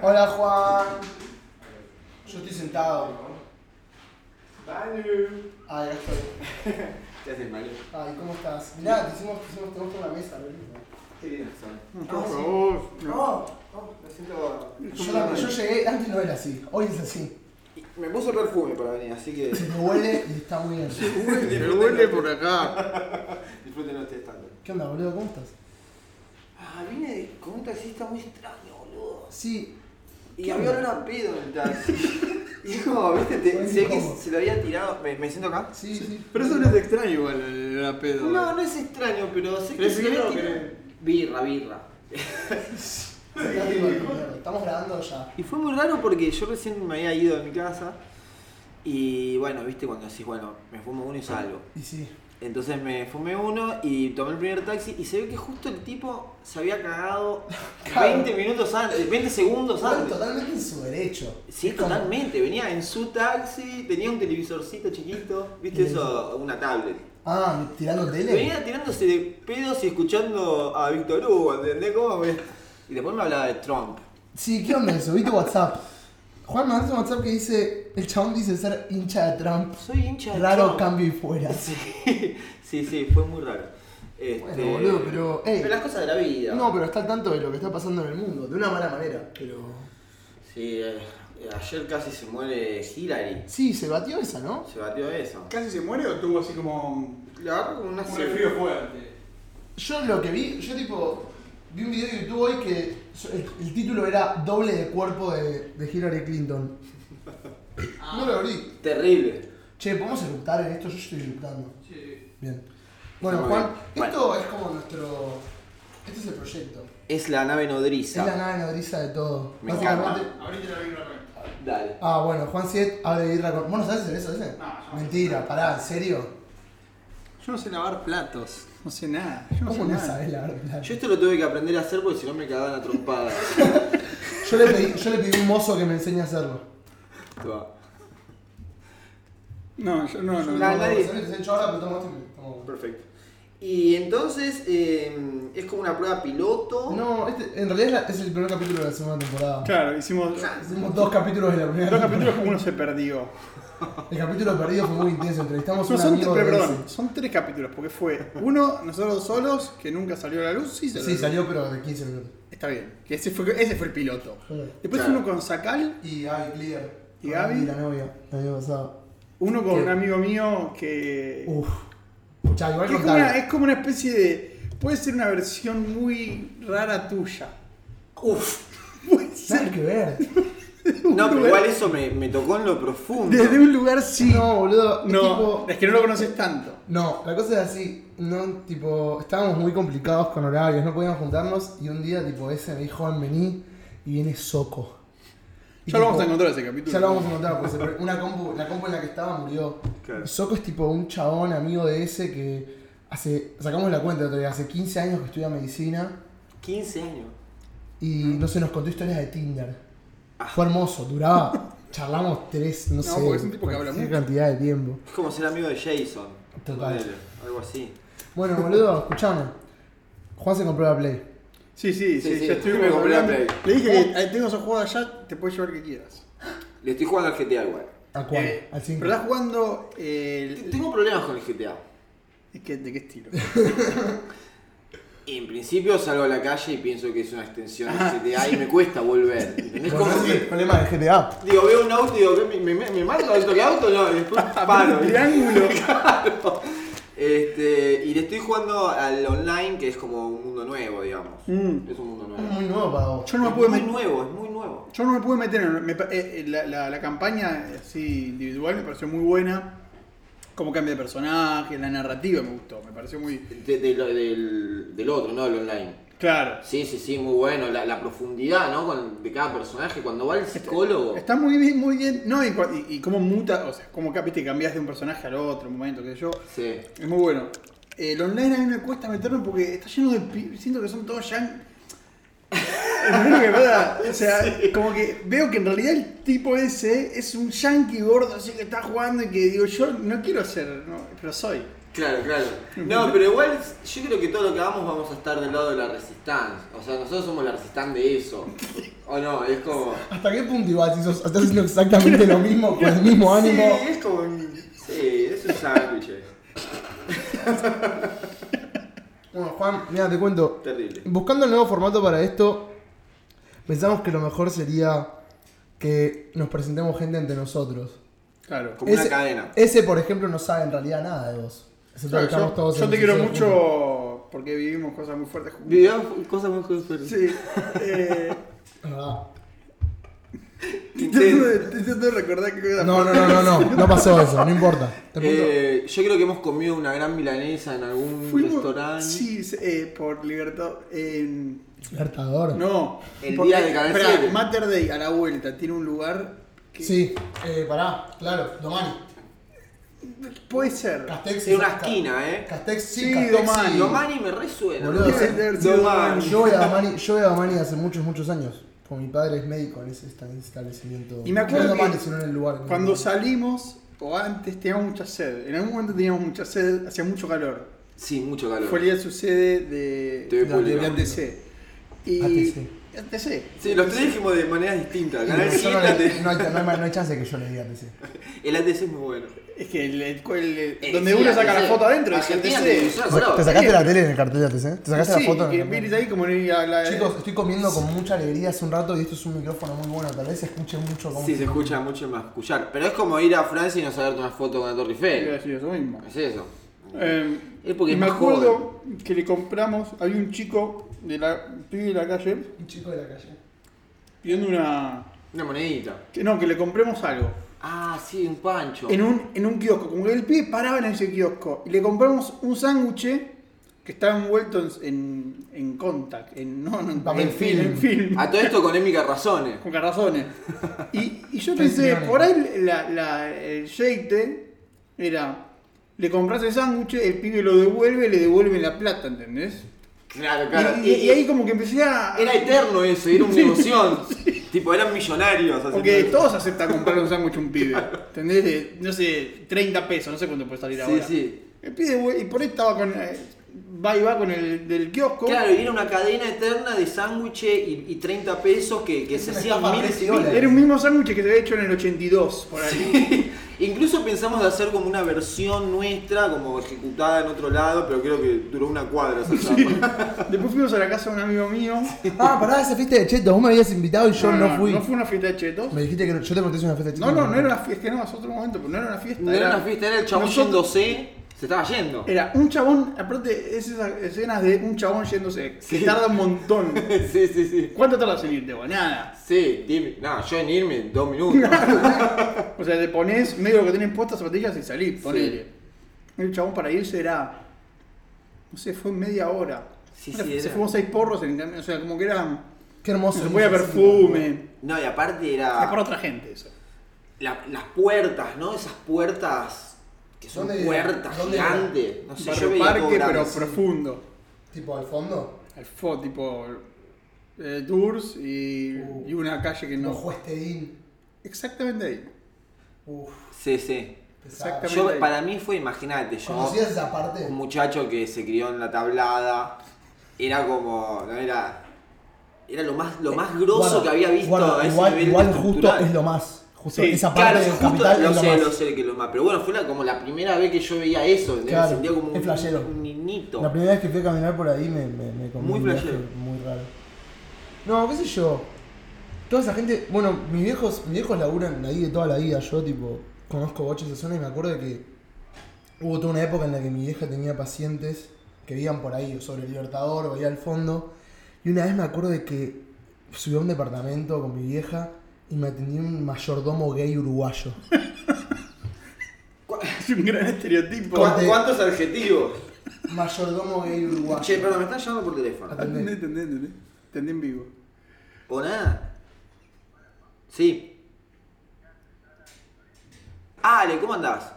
Hola Juan. Yo estoy sentado. Manu. Ah, ya estoy. ¿Qué haces, Manu? Ay, ¿cómo estás? Mirá, te hicimos, te hicimos, te gusta una mesa, boludo. Qué bien son. Ah, sí. No, Oh, me siento. Yo, la- yo llegué, antes no era así, hoy es así. Me puso perfume para venir, así que. Se te huele y está muy bien. me huele por acá. Disfruten ustedes tanto. ¿Qué onda, boludo? ¿Cómo estás? Ah, vine de- con un taxista muy extraño, boludo. Sí, Y ¿Qué había onda? olor a pedo en el taxi. Y es como, viste, te- Fue sé que incómodo. se lo había tirado. ¿Me, me siento acá? sí, sí. Pero eso no es extraño igual, el el pedo. eh. No, no es extraño, pero sé que ¿Querés se lo birra había o tirado. querés? Birra, birra. Está arriba de mierda. Estamos grabando ya. Y fue muy raro porque yo recién me había ido de mi casa. Y bueno, viste, cuando decís, bueno, me fumo uno y salgo. Y sí. Entonces me fumé uno y tomé el primer taxi y se ve que justo el tipo se había cagado Claro. 20 minutos antes, 20 segundos Están antes. totalmente en su derecho. Sí, Es como- totalmente. Venía en su taxi, tenía un televisorcito chiquito, viste Bien. eso, una tablet. Ah, tirando tele. Venía tirándose de pedos y escuchando a Víctor Hugo, ¿entendés cómo? me- Y después me hablaba de Trump. Sí, ¿qué onda eso? ¿Viste WhatsApp? Juan me mandó un WhatsApp que dice, el chabón dice ser hincha de Trump. Soy hincha de Raro Trump. cambio y fuera. Sí, sí, sí, fue muy raro. Este, Bueno, boludo, pero, ey. pero las cosas de la vida. No, pero está al tanto de lo que está pasando en el mundo, de una mala manera. Pero. Sí, eh, ayer casi se muere Hillary. Sí, se batió esa, ¿no? Se batió eso. ¿Casi se muere o tuvo así como un Le agarró como una resfrío fuerte? Yo lo que vi, yo tipo. Vi un video de YouTube hoy que so- el, el título era Doble de cuerpo de, de Hillary Clinton. No lo abrí. Terrible. Che, ¿podemos eructar en esto? Yo estoy eructando. Sí. Bien. Bueno, Muy Juan, bien. esto es como nuestro. Este es el proyecto. Es la nave Es nodriza. la nave nodriza de todo. Me Básicamente. Abrite la birra acá. Dale. Ah, bueno, Juan Siet habla de birra con. ¿Vos no sabés hacer eso, ese? No, yo no. Mentira, pará, ¿en serio? Yo no sé lavar platos. No sé nada. Yo no ¿Cómo sé no nada. sabés la verdad? Yo esto lo tuve que aprender a hacer porque si no me cagaban a trompadas. Yo le, pedí, yo le pedí un mozo que me enseñe a hacerlo. Toma. No, yo no, no. La- no. No, nadie- no, no, no, yo ahora, pero tomo esto que- tomo. Perfecto. Y entonces eh, es como una prueba piloto. No, este, en realidad es la- es el primer capítulo de la segunda temporada. Claro, hicimos. Hicimos dos capítulos de la primera Dos capítulos como uno se perdió. El capítulo perdido fue muy intenso. Entrevistamos a No, un son, amigo tres- de perdón, son tres capítulos, porque fue uno, nosotros solos, que nunca salió a la luz, sí ese. salió. a Sí, la luz. salió pero de 15 minutos. Está bien, que ese fue, ese fue el piloto. Después Claro. uno con Sacal, Y Gaby Clear. ¿Y Gaby? Y la novia, el año pasado. uno con ¿Qué? un amigo mío que... Uf. Ya, Eh. que igual es, como una, Uh, contame. es como una especie de... Puede ser una versión muy rara tuya. Uf. Puede Nada ser que ver. No, pero igual eso me, me tocó en lo profundo. desde un lugar sí. No, boludo. es No, tipo- es que no lo conoces tanto. No, la cosa es así, no, tipo, estábamos muy complicados con horarios, no podíamos juntarnos y un día tipo ese me dijo, "Juan, vení y viene Soco. Y, Ya lo tipo, vamos a encontrar ese capítulo. Ya lo vamos a encontrar, porque se per- una compu, la compu en la que estaba murió. Claro. Y Soco es tipo un chabón amigo de ese que hace, sacamos la cuenta el otro día, hace 15 años que estudia medicina 15 años. y no sé, nos contó historias de Tinder. Fue hermoso, duraba, charlamos tres, no, Ah. No, sé, porque es un tipo que habla cualquier mucho. cantidad de tiempo. Es como ser amigo de Jason. Total. Ponele, Algo así. Bueno, boludo, escuchame. Juan se compró la Play. Sí, sí, sí, Sí, sí, ya estuvimos me compré la hablando. Play. Le dije que eh, tengo esa jugada ya, te puedes llevar que quieras. Le estoy jugando al GTA igual. ¿A cuál? Eh, ¿Al 5? Pero estás jugando eh, el... Tengo problemas con el GTA. ¿De qué, de qué estilo? En principio salgo a la calle y pienso que es una extensión Ah. de GTA y me cuesta volver. ¿Entendés? Como el que, problema de GTA. digo, veo un auto y digo, ¿qué? ¿me, me, me mato dentro del auto? No, y después paro. Triángulo. Claro. Este, y le estoy jugando al online que es como un mundo nuevo, digamos. Mm. Es un mundo Es nuevo. muy nuevo para vos. Yo no me es pude muy meter. nuevo, es muy nuevo. Yo no me pude meter en me pa- eh, eh, la, la- la campaña así individual me pareció muy buena. Cómo cambia de personaje, la narrativa me gustó, me pareció muy. De- de lo- del, del otro, ¿no? Del online. Claro. Sí, sí, sí, muy bueno. La, la profundidad, ¿no? Con- de cada personaje. Cuando va el Este, psicólogo. Está muy bien, muy bien. No, y, cua- y- y cómo muta, o sea, cómo capiste cambias de un personaje al otro, un momento, qué sé yo. Sí. Es muy bueno. El online a mí me cuesta meterme porque está lleno de. pi- Siento que son todos yang. Es lo que pasa. O sea, como que veo que en realidad el tipo ese es un yankee gordo, así que está jugando y que digo, yo no quiero ser, no, pero soy. Claro, claro. No, pero igual yo creo que todo lo que hagamos vamos a estar del lado de la resistencia. O sea, nosotros somos la resistencia de eso. O no, es como... ¿Hasta qué punto igual si sos- estás haciendo exactamente lo mismo, con el mismo ánimo? Sí, es como... un- Sí, es un sándwich. eh. Bueno, Juan, mira, te cuento. Terrible. Buscando el nuevo formato para esto, pensamos que lo mejor sería que nos presentemos gente ante nosotros. Claro. Como una cadena. Ese, por ejemplo, no sabe en realidad nada de vos. Excepto que estamos yo, todos yo en te el quiero sillón juntos. mucho porque vivimos cosas muy fuertes juntos. Vivimos cosas muy fuertes. Sí. eh, Es verdad. intento, intento de recordar que cosas No, no, no, no, no, no pasó eso, no importa. Te pregunto- Eh, yo creo que hemos comido una gran milanesa en algún Fuimos- restaurante. Sí, sí, eh, por Libertad. en- Libertador. no. El porque- día de cabecera. espera, Mater Day a la vuelta tiene un lugar que. Sí, eh, pará, claro, Domani. Puede ser. Castex En una esquina, ¿eh? Castex sí, Sí, Castex Domani. sí. Domani me resuena. Boludo, ¿no? sí. Debe haber sido Domani. Yo voy a Domani, yo voy a Domani hace mumuchos, muchos años. Porque mi padre es médico en ese esta- establecimiento. Y me acuerdo No en que Domani, sino en el lugar. en el Cuando lugar. salimos, o antes, teníamos mucha sed. En algún momento teníamos mucha sed, hacía mucho calor. Sí, mucho calor. Fue el día de su sede de, TV de- pública. de ATC. Y, ATC. ATC. Sí, los tres dijimos de maneras distintas. Y Canal yo 7, no, le- ATC. no, hay, no, hay, no hay chance de que yo le diga que sí. El ATC es muy bueno. Es que el, el- el- Eh, donde sí, uno saca ATC. la foto adentro, dice Argentina ATC. Televisión, boludo. ¿Te sacaste la tele en el cartel de ATC? ¿Te sacaste Sí, la foto? en el que cartel? mirís ahí como en la- la- Chicos, estoy comiendo con mucha alegría hace un rato y esto es un micrófono muy bueno. Tal vez se escuche mucho como. Sí, se escucha mucho más escuchar. Pero es como ir a Francia y no saber tomar foto con la Torre Iba a Eiffel. decir eso mismo. Es eso. Eh, Es porque y es me más acuerdo que le compramos, había un chico de la, un pibe de la calle Un chico de la calle. pidiendo una... Una monedita. Que no, que le compremos algo. Ah, sí, un pancho. En un, en un kiosco, como que el pibe paraba en ese kiosco. Y le compramos un sándwich que estaba envuelto en, en, en contact, en, no, no, en Papel en film, film. en film. A todo esto con émicas razones. Con carrazones. Y, y yo Está pensé, irónico. por ahí la, la- el jeite era, le compras el sándwich, el pibe lo devuelve, le devuelve la plata, ¿entendés? Claro, Y, y- y ahí como que empecé a... Era eterno eso, era una emoción. Tipo, eran millonarios. así Porque que- todos aceptan comprar un sándwich a un pibe, ¿entendés? De, no sé, 30 pesos, no sé cuánto puede salir Sí, ahora. sí. El pibe, güey, y por ahí estaba con. eh, va y va con el del kiosco. Claro, y era una cadena eterna de sándwiches y, y 30 pesos que, que Es se una hacían estafa miles y re piola. miles. Era un mismo sándwich que se había hecho en el 82, por ahí. Incluso pensamos de hacer como una versión nuestra, como ejecutada en otro lado, pero creo que duró una cuadra esa etapa. Después fuimos a la casa de un amigo mío. Ah, pará, esa fiesta de Chetos. Vos me habías invitado y yo no, fui. No fue una fiesta de chetos. Me dijiste que no- yo te pregunté si era una fiesta de No, Chetos. no, no era una fiesta, es que no, es otro momento, pero no era una fiesta. No era una fiesta, era el chabón Nosotros- yéndose, se estaba yendo. Era un chabón, aparte, es esas escenas de un chabón yéndose, que Sí. tarda un montón. Sí, sí, sí. ¿Cuánto tardas en irte, güey? Nada. Sí, dime. No, yo en irme dos minutos. O sea, te pones medio lo que tenés puestas zapatillas y salís, ponele. El chabón para irse era. No sé, fue media hora. Sí, Ahora, sí, se era. fumó seis porros en el camino, o sea, como que era. Qué hermoso. Se fue a perfume. No, y aparte Es para era otra gente eso. la- las puertas, ¿no? Esas puertas que son ¿Dónde- puertas dónde- gigantes. No sé, yo Barrio veía todo parque, pero grande. profundo. Tipo al fondo. Al fo- tipo. eh, tours y, Uh. y una calle que no. No jueste in. Exactamente ahí. Uf, Sí, sí. pesado. Exactamente. Yo, para mí fue, imagínate, yo... ¿Conocías esa parte? un muchacho que se crió en la tablada. Era como. No era. Era lo más, lo más grosso Guarda, que había visto guarda, a ese Eh, igual, nivel igual justo estructural. es lo más. Justo Sí, esa parte Claro, de justo capital lo es lo sé, más. lo sé que es lo más. Pero bueno, fue la, como la primera vez que yo veía eso, ¿entendés? Claro, Me sentía como es flashero. un, un niñito. La primera vez que fui a caminar por ahí me, me, me comí Muy un viaje flashero. muy raro. No, qué sé yo. Toda esa gente, bueno, mis viejos, mis viejos laburan ahí de toda la vida, yo tipo, conozco boches de zona y me acuerdo de que hubo toda una época en la que mi vieja tenía pacientes que vivían por ahí, o sobre el Libertador, o ahí al fondo. Y una vez me acuerdo de que subí a un departamento con mi vieja y me atendió un mayordomo gay uruguayo. Es un gran estereotipo. Con- ¿Cuán- ¿Cuántos adjetivos? mayordomo gay uruguayo. Che, perdón, me están llamando por teléfono. Atendé. Entendé, entendé, entendé. Entendé en vivo. ¿O nada? Sí. Ah, Ale, ¿cómo andás?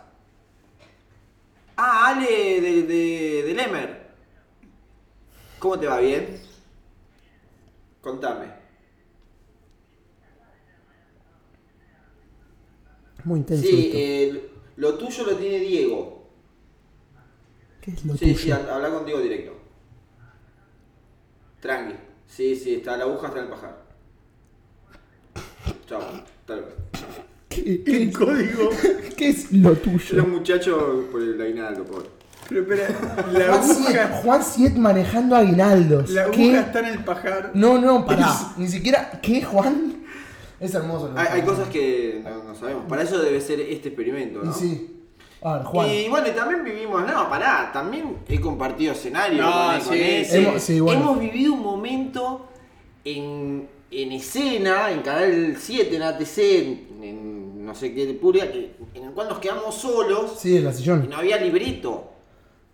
Ah, Ale de, de, de Lemer. ¿Cómo te va? ¿Bien? Contame. Muy intenso. Sí, esto. eh, lo tuyo lo tiene Diego. ¿Qué es lo Sí, sí, tuyo? hab- habla contigo directo. Tranqui. Sí, sí, está la aguja, está en el pajar. Chao. Tal vez. ¿Qué, qué El código. es- qué es lo Era tuyo? un muchacho por el aguinaldo, pobre. Pero espera, la Juan Siet, aguja, Juan Siet manejando aguinaldos. la aguja ¿Qué? está en el pajar. No, no, pará. Ni siquiera. ¿Qué, Juan? Es hermoso. lo Hay, hay que- cosas que no, no sabemos. Para eso debe ser este experimento, Y ¿no? sí. A ver, Juan. Y bueno, y también vivimos, no, pará, también he compartido escenario No, con, sí, con ese. sí. Hemos- sí, bueno. Hemos vivido un momento en, en escena, en Canal 7, en ATC, en, en no sé qué de Puria, que, en el cual nos quedamos solos Sí, en la y sillón. no había librito.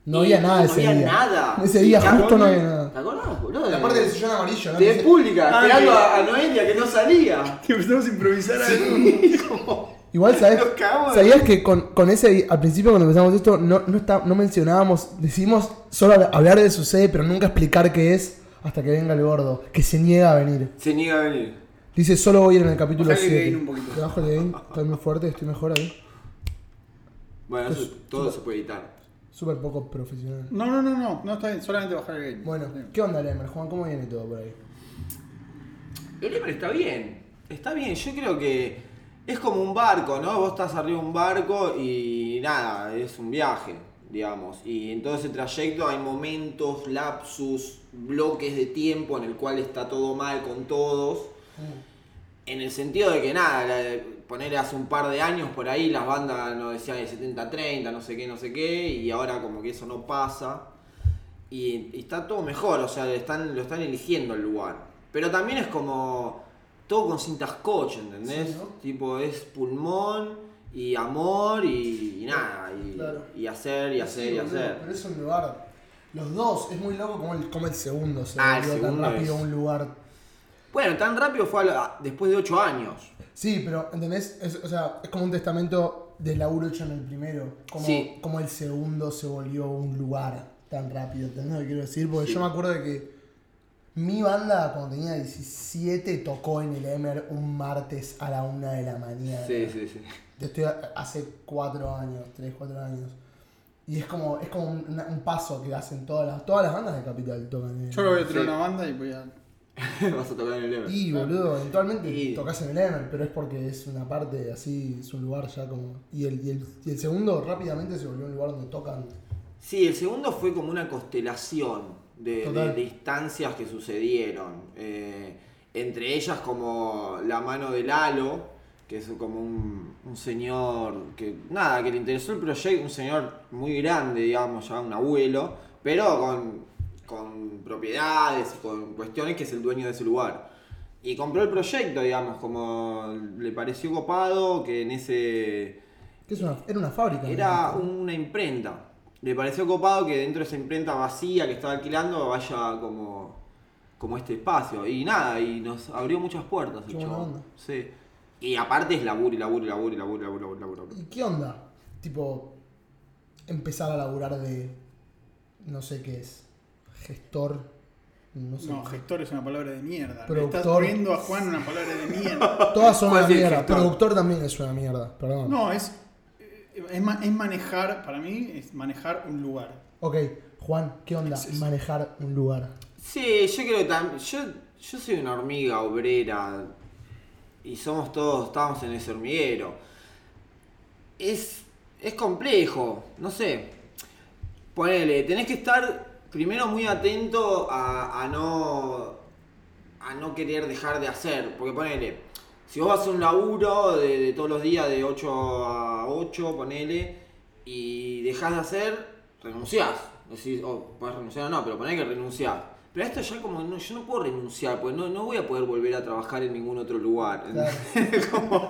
No Y había nada ese No día. había nada. Ese día Y justo no había ¿Te nada. acordás, boludo? La parte del sillón amarillo, ¿no? De Que se- pública, Ah, esperando que- a, a Noelia que no salía. Que empezamos a improvisar algo. Igual, ¿sabes? Nos cagamos de ¿Sabías que con, con ese, di- al principio cuando empezamos esto, no, no, está, no mencionábamos, decimos solo hab- hablar de su sede, pero nunca explicar qué es hasta que venga el gordo, que se niega a venir. Se niega a venir. Dice, solo voy a ir en el capítulo Bajale el 7. gain un poquito. Trabajo el gain, está muy fuerte, estoy mejor ahí. Bueno, eso todo se puede editar. Súper poco profesional. No, no, no, no, no está bien, solamente bajar el game. Bueno, Sí. ¿qué onda, Lemer? Juan, ¿cómo viene todo por ahí? El Emer está bien, está bien. Yo creo que es como un barco, ¿no? Vos estás arriba de un barco y nada, es un viaje, digamos. Y en todo ese trayecto hay momentos, lapsus, bloques de tiempo en el cual está todo mal con todos. En el sentido de que nada, la- poner hace un par de años por ahí las bandas no decían el 70-30, no sé qué, no sé qué, y ahora como que eso no pasa. Y, y está todo mejor, o sea, le están, lo están eligiendo el lugar. Pero también es como todo con cintas coche, ¿entendés? Sí, ¿no? Tipo, es pulmón y amor y, y nada, y, Claro. y hacer y hacer y hacer. Pero es un lugar. Los dos, es muy loco como el, como el segundo se Ah, el volvió tan segundo rápido es- un lugar. Bueno, tan rápido fue a la- después de 8 años. Sí, pero, ¿entendés? Es, o sea, es como un testamento del laburo hecho en el primero. Como, Sí. como el segundo se volvió un lugar tan rápido, ¿entendés lo que quiero decir? Porque yo me acuerdo de que mi banda, cuando tenía 17, tocó en el Emer un martes a la una de la mañana. Sí, sí, sí. Yo estoy a- hace cuatro años, tres, cuatro años. Y es como, es como un, una- un paso que hacen todas las, todas las bandas de Capital tocan. en- Yo lo voy a tener Sí. una banda y voy a. Vas a tocar en el Emer. Y boludo, eventualmente Y- tocas en el Emer, pero es porque es una parte así, es un lugar ya como. Y el, y el, y el segundo rápidamente se volvió un lugar donde tocan. Sí, el segundo fue como una constelación de, Total. de- de instancias que sucedieron. Eh, entre ellas como la mano de Lalo, que es como un, un señor que, nada, que le interesó el proyecto, un señor muy grande, digamos, ya un abuelo, pero con, con propiedades, con cuestiones que es el dueño de ese lugar. Y compró el proyecto, digamos, como le pareció copado, que en ese... Que es una, era una fábrica. Era ¿no? una imprenta. Le pareció copado que dentro de esa imprenta vacía que estaba alquilando vaya como, como este espacio. Y nada, y nos abrió muchas puertas el Qué buena chabón. onda. Sí. Y aparte es laburo y laburo y laburo y laburo y laburo y laburo. ¿Y qué onda? Tipo, empezar a laburar de. No sé qué es. Gestor. No sé. No, gestor es una palabra de mierda. Le Productor. estás poniendo a Juan una palabra de mierda. Todas son ¿Cuál una es el mierda. gestor? Productor también es una mierda, perdón. No, es. eh, Es, ma- es manejar, para mí, es manejar un lugar. Ok, Juan, ¿qué onda? Manejar un lugar. Sí, yo creo que también. Yo, yo soy una hormiga obrera. Y somos todos, estamos en ese hormiguero. Es, es complejo, no sé. Ponele, tenés que estar primero muy atento a, a no. a no querer dejar de hacer. Porque ponele, si vos vas a un laburo de, de todos los días de 8 a 8, ponele, y dejás de hacer, renunciás. Decís, oh, podés renunciar o no, pero ponele que renunciás. Pero esto ya como, no, yo no puedo renunciar, pues no, no voy a poder volver a trabajar en ningún otro lugar. Claro. Como,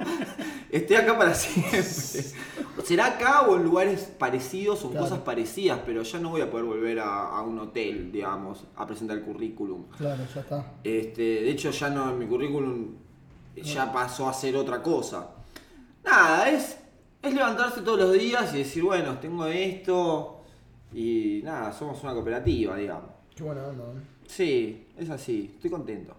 estoy acá para siempre. Será acá o en lugares parecidos o en Claro. cosas parecidas, pero ya no voy a poder volver a, a un hotel, digamos, a presentar el currículum. Claro, ya está. Este, de hecho, ya no, mi currículum ya pasó a ser otra cosa. Nada, es, es levantarse todos los días y decir, bueno, tengo esto y nada, somos una cooperativa, digamos. Qué buena onda, ¿eh? Sí, es así, estoy contento.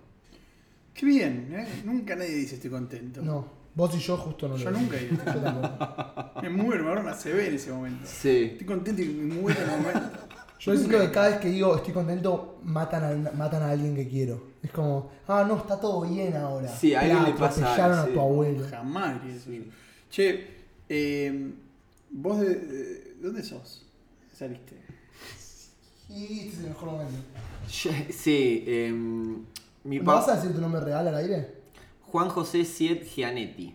Qué bien, ¿eh? Nunca nadie dice estoy contento. No, vos y yo justo no Yo lo nunca digo. digo Yo estoy tampoco. contento. Me muero, ahora me se ve en ese momento. Sí. Estoy contento y me muero en el momento. Yo siento que cada vez que digo estoy contento, matan a, matan a alguien que quiero. Es como, ah, no, está todo bien ahora. Sí, a alguien Pará, le pasa algo, Atropellaron sí. a tu abuelo. Jamás diría eso. Sí. yo. Che, eh, vos de, de- ¿Dónde sos? Saliste. Y este es el mejor momento. Yo- sí, em, ¿Me mi papá. vas a decir tu nombre real al aire? Juan José Siet Gianetti.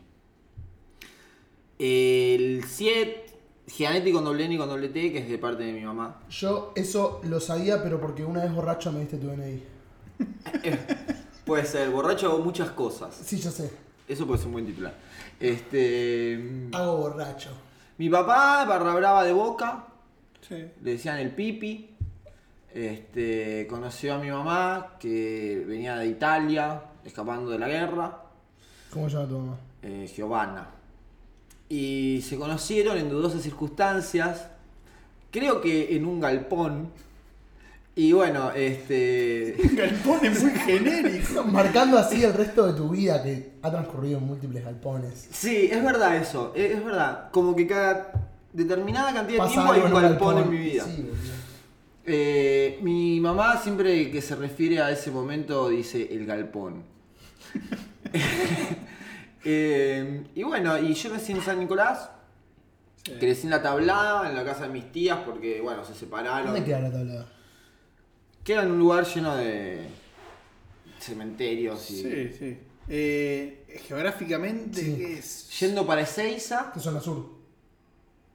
El Siet Gianetti con doble N y con doble T, que es de parte de mi mamá. Yo eso lo sabía, pero porque una vez borracho me diste tu DNI. Eh, Puede ser, borracho hago muchas cosas. Sí, yo sé. Eso puede ser un buen titular. Este. Hago borracho. Mi papá, barra brava de boca, Sí. le decían el pipi. Este, conoció a mi mamá, que venía de Italia, escapando de la guerra. ¿Cómo se llama tu mamá? eh, Giovanna. Y se conocieron en dudosas circunstancias, creo que en un galpón. Y bueno, este. Galpón es muy genérico. Marcando así el resto de tu vida que ha transcurrido en múltiples galpones. Sí, es verdad eso, es, es verdad. Como que cada determinada cantidad de Pasa tiempo hay algo un en un galpón, galpón en mi vida. Sí, boludo. Eh, mi mamá siempre que se refiere a ese momento dice el galpón. Eh, y bueno, y yo nací en San Nicolás, Sí. crecí en la tablada, en la casa de mis tías, porque bueno, se separaron. ¿Dónde queda la tabla? Que era en un lugar lleno de cementerios y. Sí, sí. Eh, geográficamente, Sí. ¿qué es? Yendo para Ezeiza, Que zona sur.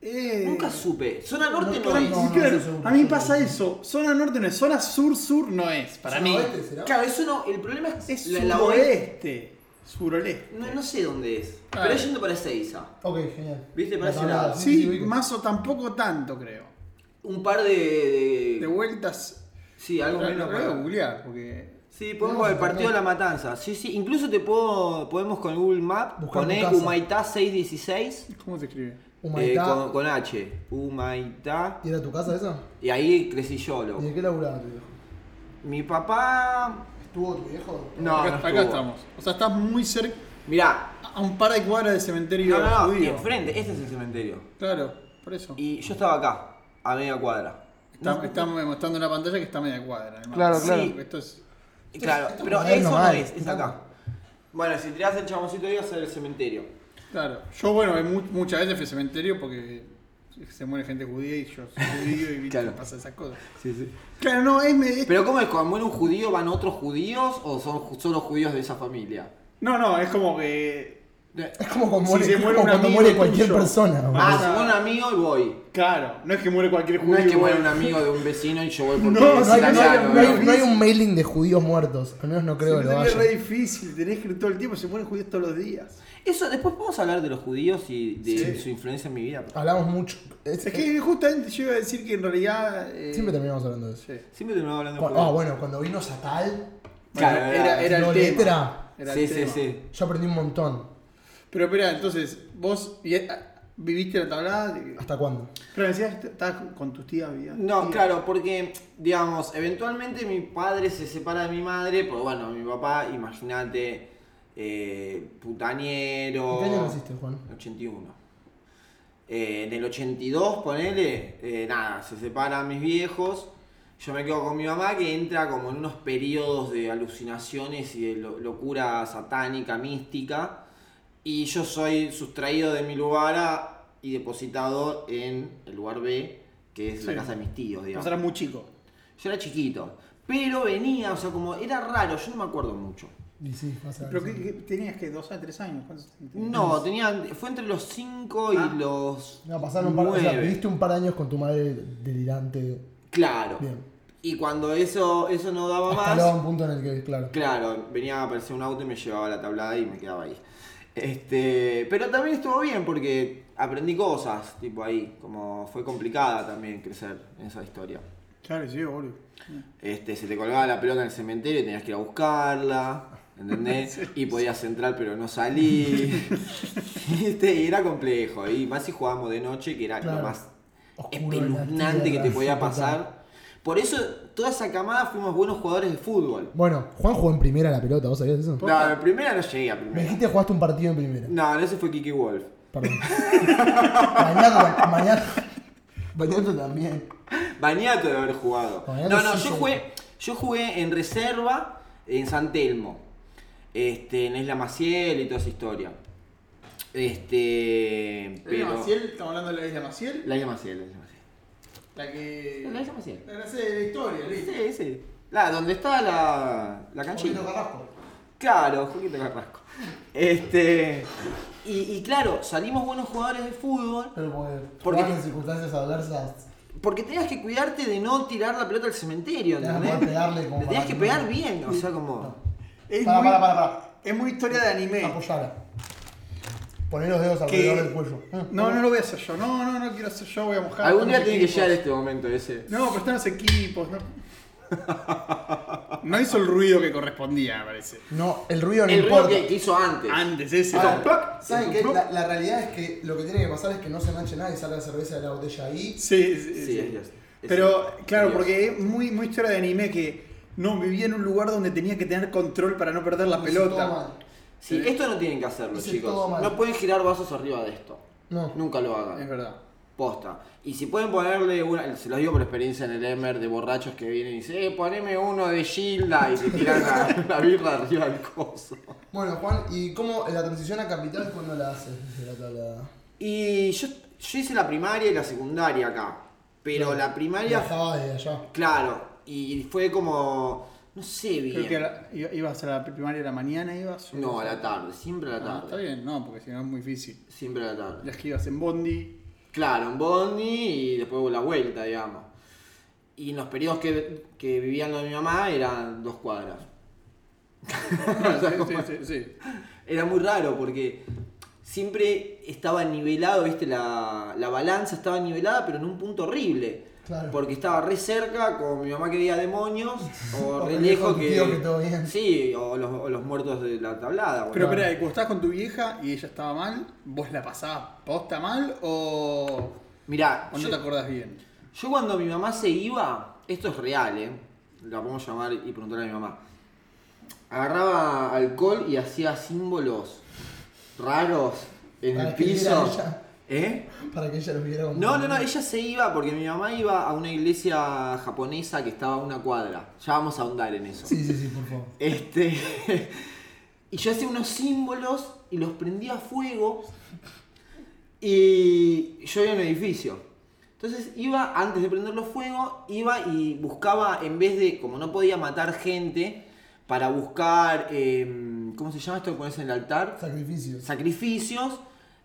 Eh, nunca supe. Zona norte no, no, es. no, no, claro, eso seguro, a mí eso pasa seguro. eso. Zona norte no es. Zona sur-sur no es. Para ¿Zona mí. oeste será? Claro, eso no. El problema es, Es la, la oeste. suroeste. Suroleste. No, no sé dónde es. Ah. Pero es yendo para Ezeiza. Ok, genial. ¿Viste? La Parece tabla, nada. Sí, Ah, ubico. más o tampoco tanto, creo. Un par de. de- De Ah, vueltas. sí, algo Lo menos. voy a pero- googlear porque. Sí, No, pongo el no. partido de la matanza. Sí, sí. Incluso te puedo. Podemos con Google Maps Buscar tu poner casa. Humaitá 616 eh, ¿Cómo se escribe? Humanidad. Eh, con, con H. Humaitá. ¿Y era tu casa esa? Y ahí crecí yo, Oh. ¿Y loco. de qué laburaba tu viejo? Mi papá ¿Estuvo tu viejo? No, acá, no acá estuvo. estamos. O sea, estás muy cerca. Mirá, A un par de cuadras del cementerio no, no, no, judío. enfrente, este es el cementerio. Claro, por eso. Y yo estaba acá, a media cuadra. Está- Estamos mostrando una pantalla que está media cuadra. además. Claro, Sí, claro. porque Esto es. Y claro, esto es pero moderno eso no mal. es, es acá. Bueno, si tirás el chaboncito ahí, vas a ver el cementerio. Claro. Yo, bueno, eh, mu- muchas veces fui al cementerio porque se muere gente judía y yo soy judío y vi Claro. que pasan esas cosas. Sí, sí. Claro, no, es. me- es- Pero ¿cómo es? ¿Cuando muere un judío van otros judíos o son ju- solo judíos de esa familia? No, no, es como que. Es como cuando Si muere, se muere como un cuando amigo muere cualquier tuyo. persona. boludo. Ah, o si sea- muere un amigo y voy. Claro, no es que muere cualquier judío. No es que muere un amigo de un vecino y yo voy porque No, es no, hay, no hay- italiano, no hay- ¿no? no hay un mailing de judíos muertos. Al menos no creo que lo es haya. re difícil, tenés que ir todo el tiempo, se mueren judíos todos los días. Eso, después podemos hablar de los judíos y de Sí. su influencia en mi vida. Hablamos mucho. Es- Es que justamente yo iba a decir que en realidad. eh, Siempre terminamos hablando de eso. sí. Siempre terminamos hablando de Cu- judíos. Ah, bueno, cuando vino Satal, Claro, Bueno, era- era, era no, el tema. letra. Era sí, el sí, tema. sí. yo aprendí un montón. Pero espera, entonces, vos y- ah, viviste la tablada. de- ¿Hasta cuándo? Pero me decías, que estabas con tus tías, vivías. No, Tías. claro, porque, digamos, eventualmente mi padre se separa de mi madre, pero bueno, mi papá, imagínate, eh, putañero. ¿En Oh. qué año naciste, Juan? En 81. Eh, en el 82, ponele, eh, nada, se separan mis viejos. Yo me quedo con mi mamá que entra como en unos periodos de alucinaciones y de lo- locura satánica, mística. Y yo soy sustraído de mi lugar A y depositado en el lugar B, que es la Sí. casa de mis tíos, O digamos. sea, eras muy chico. Yo era chiquito, pero venía, o sea, como era raro, yo no me acuerdo mucho. Y sí, Mm. pasa Pero eso. que, tenías que dos a tres años. ¿Cuántos años tenías? No, tenía, fue entre los 5 Ah. y los. No, pasaron un par, o sea, nueve. viviste un par de años con tu madre delirante. Claro. Bien. Y cuando eso, eso no daba Hasta luego más, un punto en el que, claro. claro, venía a aparecer un auto y me llevaba a la tablada y me quedaba ahí. Este, pero también estuvo bien porque aprendí cosas, tipo ahí, como fue complicada también crecer en esa historia. Claro, sí, boludo. Este, se te colgaba la pelota en el cementerio y tenías que ir a buscarla, ¿entendés? Y podías entrar pero no salir. Este, y era complejo. Y más si jugábamos de noche, que era Claro. lo más Oscuro en la espeluznante que tierra, te sí, podía total. pasar. Por eso toda esa camada fuimos buenos jugadores de fútbol. Bueno, Juan jugó en primera la pelota, ¿vos sabías eso? No, en primera no llegué a Me primera. dijiste que jugaste un partido en primera. No, ese fue Kiki Wolf. Perdón. mañana, mañana. Mañana también. Bañato de haber jugado. Bañato No, no, sí yo llegó. jugué, yo jugué en reserva en San Telmo. Este, en Isla Maciel y toda esa historia. Este. La Isla Pero. Maciel, estamos hablando de la Isla Maciel, La Isla Maciel, la Isla Maciel. la que. La Isla Maciel. Eh, La clase de la historia, Luis. Sí, sí. La, donde está la, la canchita. Poquito Carrasco. Claro, Juquito Carrasco. Este. Y, y claro, salimos buenos jugadores de fútbol Pero porque, Porque- jugás en circunstancias adversas. porque tenías que cuidarte de no tirar la pelota al cementerio, Tenías que ¿entendés? poder pegarle como Le tenías para que que pegar no- bien, o sea, como. Es Para, muy, para, para, para. Es muy historia de anime. Apoyala. Poner los dedos Que- alrededor del cuello. ¿Eh? Mm. No, no lo voy a hacer yo. No, no, no quiero hacer yo, voy a mojar. Algún día Están tiene los que equipos. llegar este momento ese. No, pero están los equipos, no. No hizo el ruido que correspondía, me parece. No, el ruido no El ruido importa. Ah, que, que hizo antes. Antes, ese. Ahora, era- ¿Saben qué? La, la realidad es que lo que tiene que pasar es que no se manche nada y salga la cerveza de la botella ahí. Sí, sí, Sí, sí. es Dios. Es Pero, Dios. claro, Es Dios. porque es muy, muy historia de anime que no vivía en un lugar donde tenía que tener control para no perder la Hizo todo pelota. mal. Sí, esto no tienen que hacerlo, Hice todo chicos. mal. No pueden girar vasos arriba de esto. No. Nunca lo hagan. Es verdad. Posta. Y si pueden ponerle una, se los digo por experiencia en el Emer de borrachos que vienen y dicen, eh, poneme uno de Gilda y se tiran la, la birra arriba del coso. Bueno, Juan, ¿y cómo la transición a capital cuando la haces? desde la tabla? Y yo, yo hice la primaria y la secundaria acá. Pero la primaria, Viajaba desde allá. claro, y fue como, no sé bien. Creo que era- iba- ibas a la primaria de la mañana, ibas. No, a la tarde, siempre a la Ah, está tarde. bien, no, porque si no es muy difícil. siempre a la tarde. Las que ibas en Bondi. Claro, en Bondi y después la vuelta, digamos. Y en los periodos que, que vivían lo de mi mamá eran dos cuadras. sí, sí, sí, sí. Era muy raro porque siempre estaba nivelado, viste, la, la balanza estaba nivelada, pero en un punto horrible. Claro. Porque estaba re cerca, como mi mamá que veía demonios, o O re re lejos lejos tu que. tío que todo bien. Sí, o los, o los muertos de la tablada. Pero boludo. espera, cuando estabas con tu vieja y ella estaba mal, ¿vos la pasabas posta mal o, Mirá, o no yo- te acordás bien? Yo cuando mi mamá se iba, esto es real, ¿eh? La podemos llamar y preguntar a mi mamá. Agarraba alcohol y hacía símbolos raros en Para el que viera piso. ella. ¿Eh? Para que ella lo viera como- No, no, no, ella se iba porque mi mamá iba a una iglesia japonesa que estaba a una cuadra. Ya vamos a ahondar en eso. Sí, sí, sí, por favor. Este. y yo hacía unos símbolos y los prendía a fuego. Y yo iba a un edificio. Entonces iba, antes de prenderlo fuego, iba y buscaba, en vez de, como no podía matar gente, para buscar, em, ¿cómo se llama esto que pones en el altar? Sacrificios. sacrificios,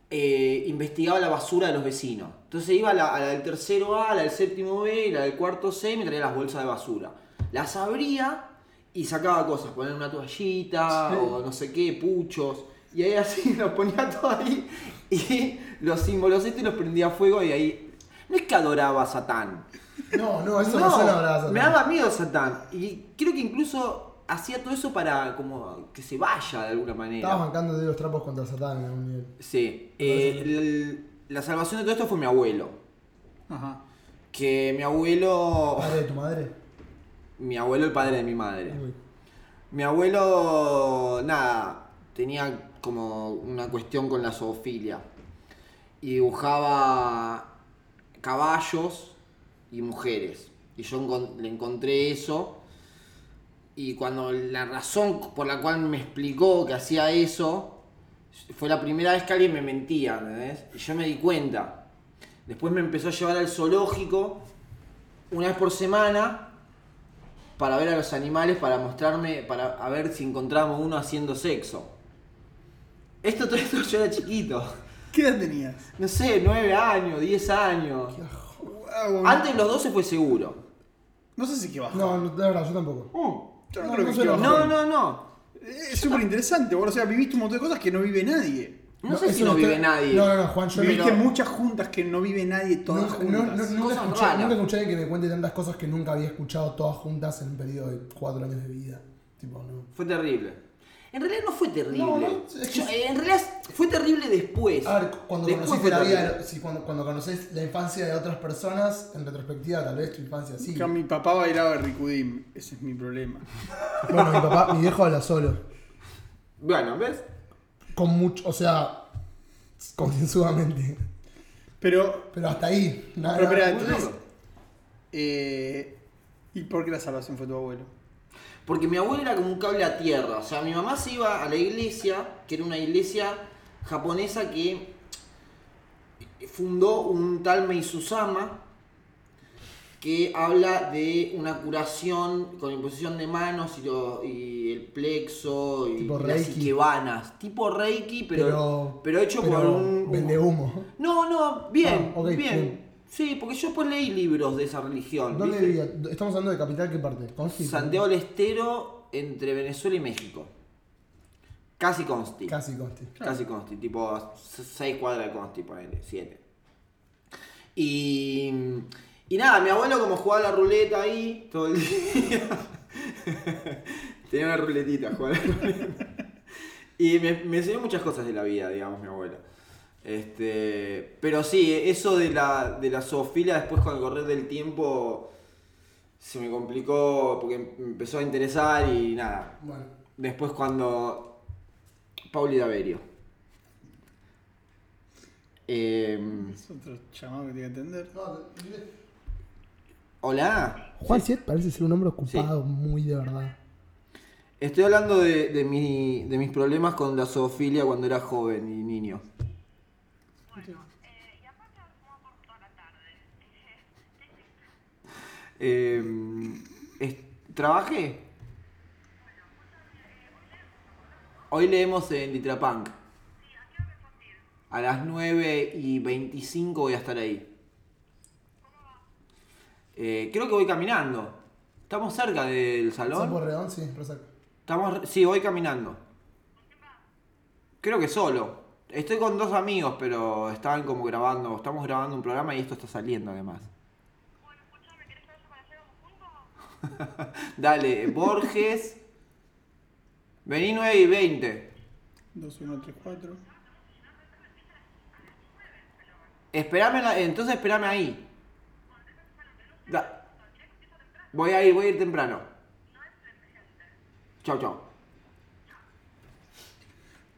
eh, investigaba la basura de los vecinos. Entonces iba a la, a la del tercero A, a la del séptimo B y la del cuarto C y me traía las bolsas de basura. Las abría y sacaba cosas, poner una toallita o no sé qué, puchos. Y ahí así los ponía todo ahí y los símbolos estos los prendía a fuego y ahí... No es que adoraba a Satán. No, no, eso no, No, suena brasa. me daba miedo Satán. Y creo que incluso hacía todo eso para como que se vaya de alguna manera. Estabas bancando de los trapos contra Satán en algún nivel. Sí. eh, el- la salvación de todo esto fue mi abuelo. Ajá. Que mi abuelo. ¿Padre de tu madre? Mi abuelo, el padre de mi madre. Uy. Mi abuelo. Nada. Tenía como una cuestión con la zoofilia. Y dibujaba caballos y mujeres. Y yo encon- le encontré eso. Y cuando la razón por la cual me explicó que hacía eso, fue la primera vez que alguien me mentía, ¿entendés? Y yo me di cuenta. Después me empezó a llevar al zoológico una vez por semana para ver a los animales, para mostrarme, para a ver si encontramos uno haciendo sexo. Esto todo esto yo era chiquito. ¿Qué edad tenías? No sé, 9 años, 10 años. Guau, Antes de los 12 fue seguro. No sé si que bajó. No, no, de verdad, yo tampoco. Yo no, no, creo no que sé que lo- bajó. No, no, no. Eh, Es súper interesante, boludo. O sea, viviste un montón de cosas que no vive nadie. No, sé si eso no está- vive nadie. No, no, no, Juan, yo no- viviste muchas juntas que no vive nadie todas Nunca- no, juntas. no, nunca, Cosas escuché, raras. nunca escuché a alguien que me cuente tantas cosas que nunca había escuchado todas juntas en un periodo de cuatro años de vida. Tipo, no. Fue terrible. En realidad no fue terrible. No, no, es que- Yo- en realidad Fue terrible después. A ver, cuando Después conociste fue la vida, terrible. de- sí, cuando, cuando conoces la infancia de otras personas, en retrospectiva, tal vez tu infancia sí. Que mi papá bailaba Ricudim, ese es mi problema. Bueno, mi papá, mi viejo habla solo. Bueno, ¿ves? Con mucho, o sea, concienzudamente. Pero, Pero hasta ahí. Nada, pero espera, nada. entonces. boludo. eh, ¿Y por qué la salvación fue tu abuelo? Porque mi abuela era como un cable a tierra. O sea, mi mamá se iba a la iglesia, que era una iglesia japonesa que fundó un tal Meisusama que habla de una curación con imposición de manos y, lo- y el plexo y Tipo las Reiki. ikebanas. Tipo Reiki, pero, pero, hecho pero por un... Vende humo. No, no, bien, Ah, ok, bien. bien. Sí, porque yo después leí libros de esa religión. ¿Dónde ¿viste? vivía? Estamos hablando de capital, ¿qué parte? Consti. Santiago del Estero entre Venezuela y México. Casi Consti. Casi, Casi Consti. Consti, tipo 6 cuadras de Consti, ponele, 7. Y, y nada, mi abuelo como jugaba la ruleta ahí todo el día. Tenía una ruletita, jugaba la ruleta. Y me, me enseñó muchas cosas de la vida, digamos, mi abuelo. Este, pero sí, eso de la, de la zoofilia después con el correr del tiempo se me complicó porque em- me empezó a interesar y nada. Bueno. Después cuando Pauli Daverio. Em, Es otro llamado que tiene que atender. Hola, Juan Siet parece ser un hombre ocupado ocupado muy de verdad. estoy hablando de, de mi- de mis problemas con la zoofilia cuando era joven y niño. Eh, y aparte fumó por toda la tarde. Em, es- ¿Trabajé? Hoy leemos en Litrapunk. A las 9 y 25 voy a estar ahí. Eh, creo que voy caminando. ¿Estamos cerca del ¿Son salón? por redón? Sí, resaca. Estamos, re- sí, voy caminando. Creo que solo. Estoy con dos amigos, pero estaban como grabando. Estamos grabando un programa y esto está saliendo además. Bueno, escúchame, ¿querés que vaya para allá como juntos? Dale, Borges. Vení 9 y 20. 2, 1, 3, 4. Esperame, en la- entonces esperame ahí. Da- Voy a ir, voy a ir temprano. Chau, chau.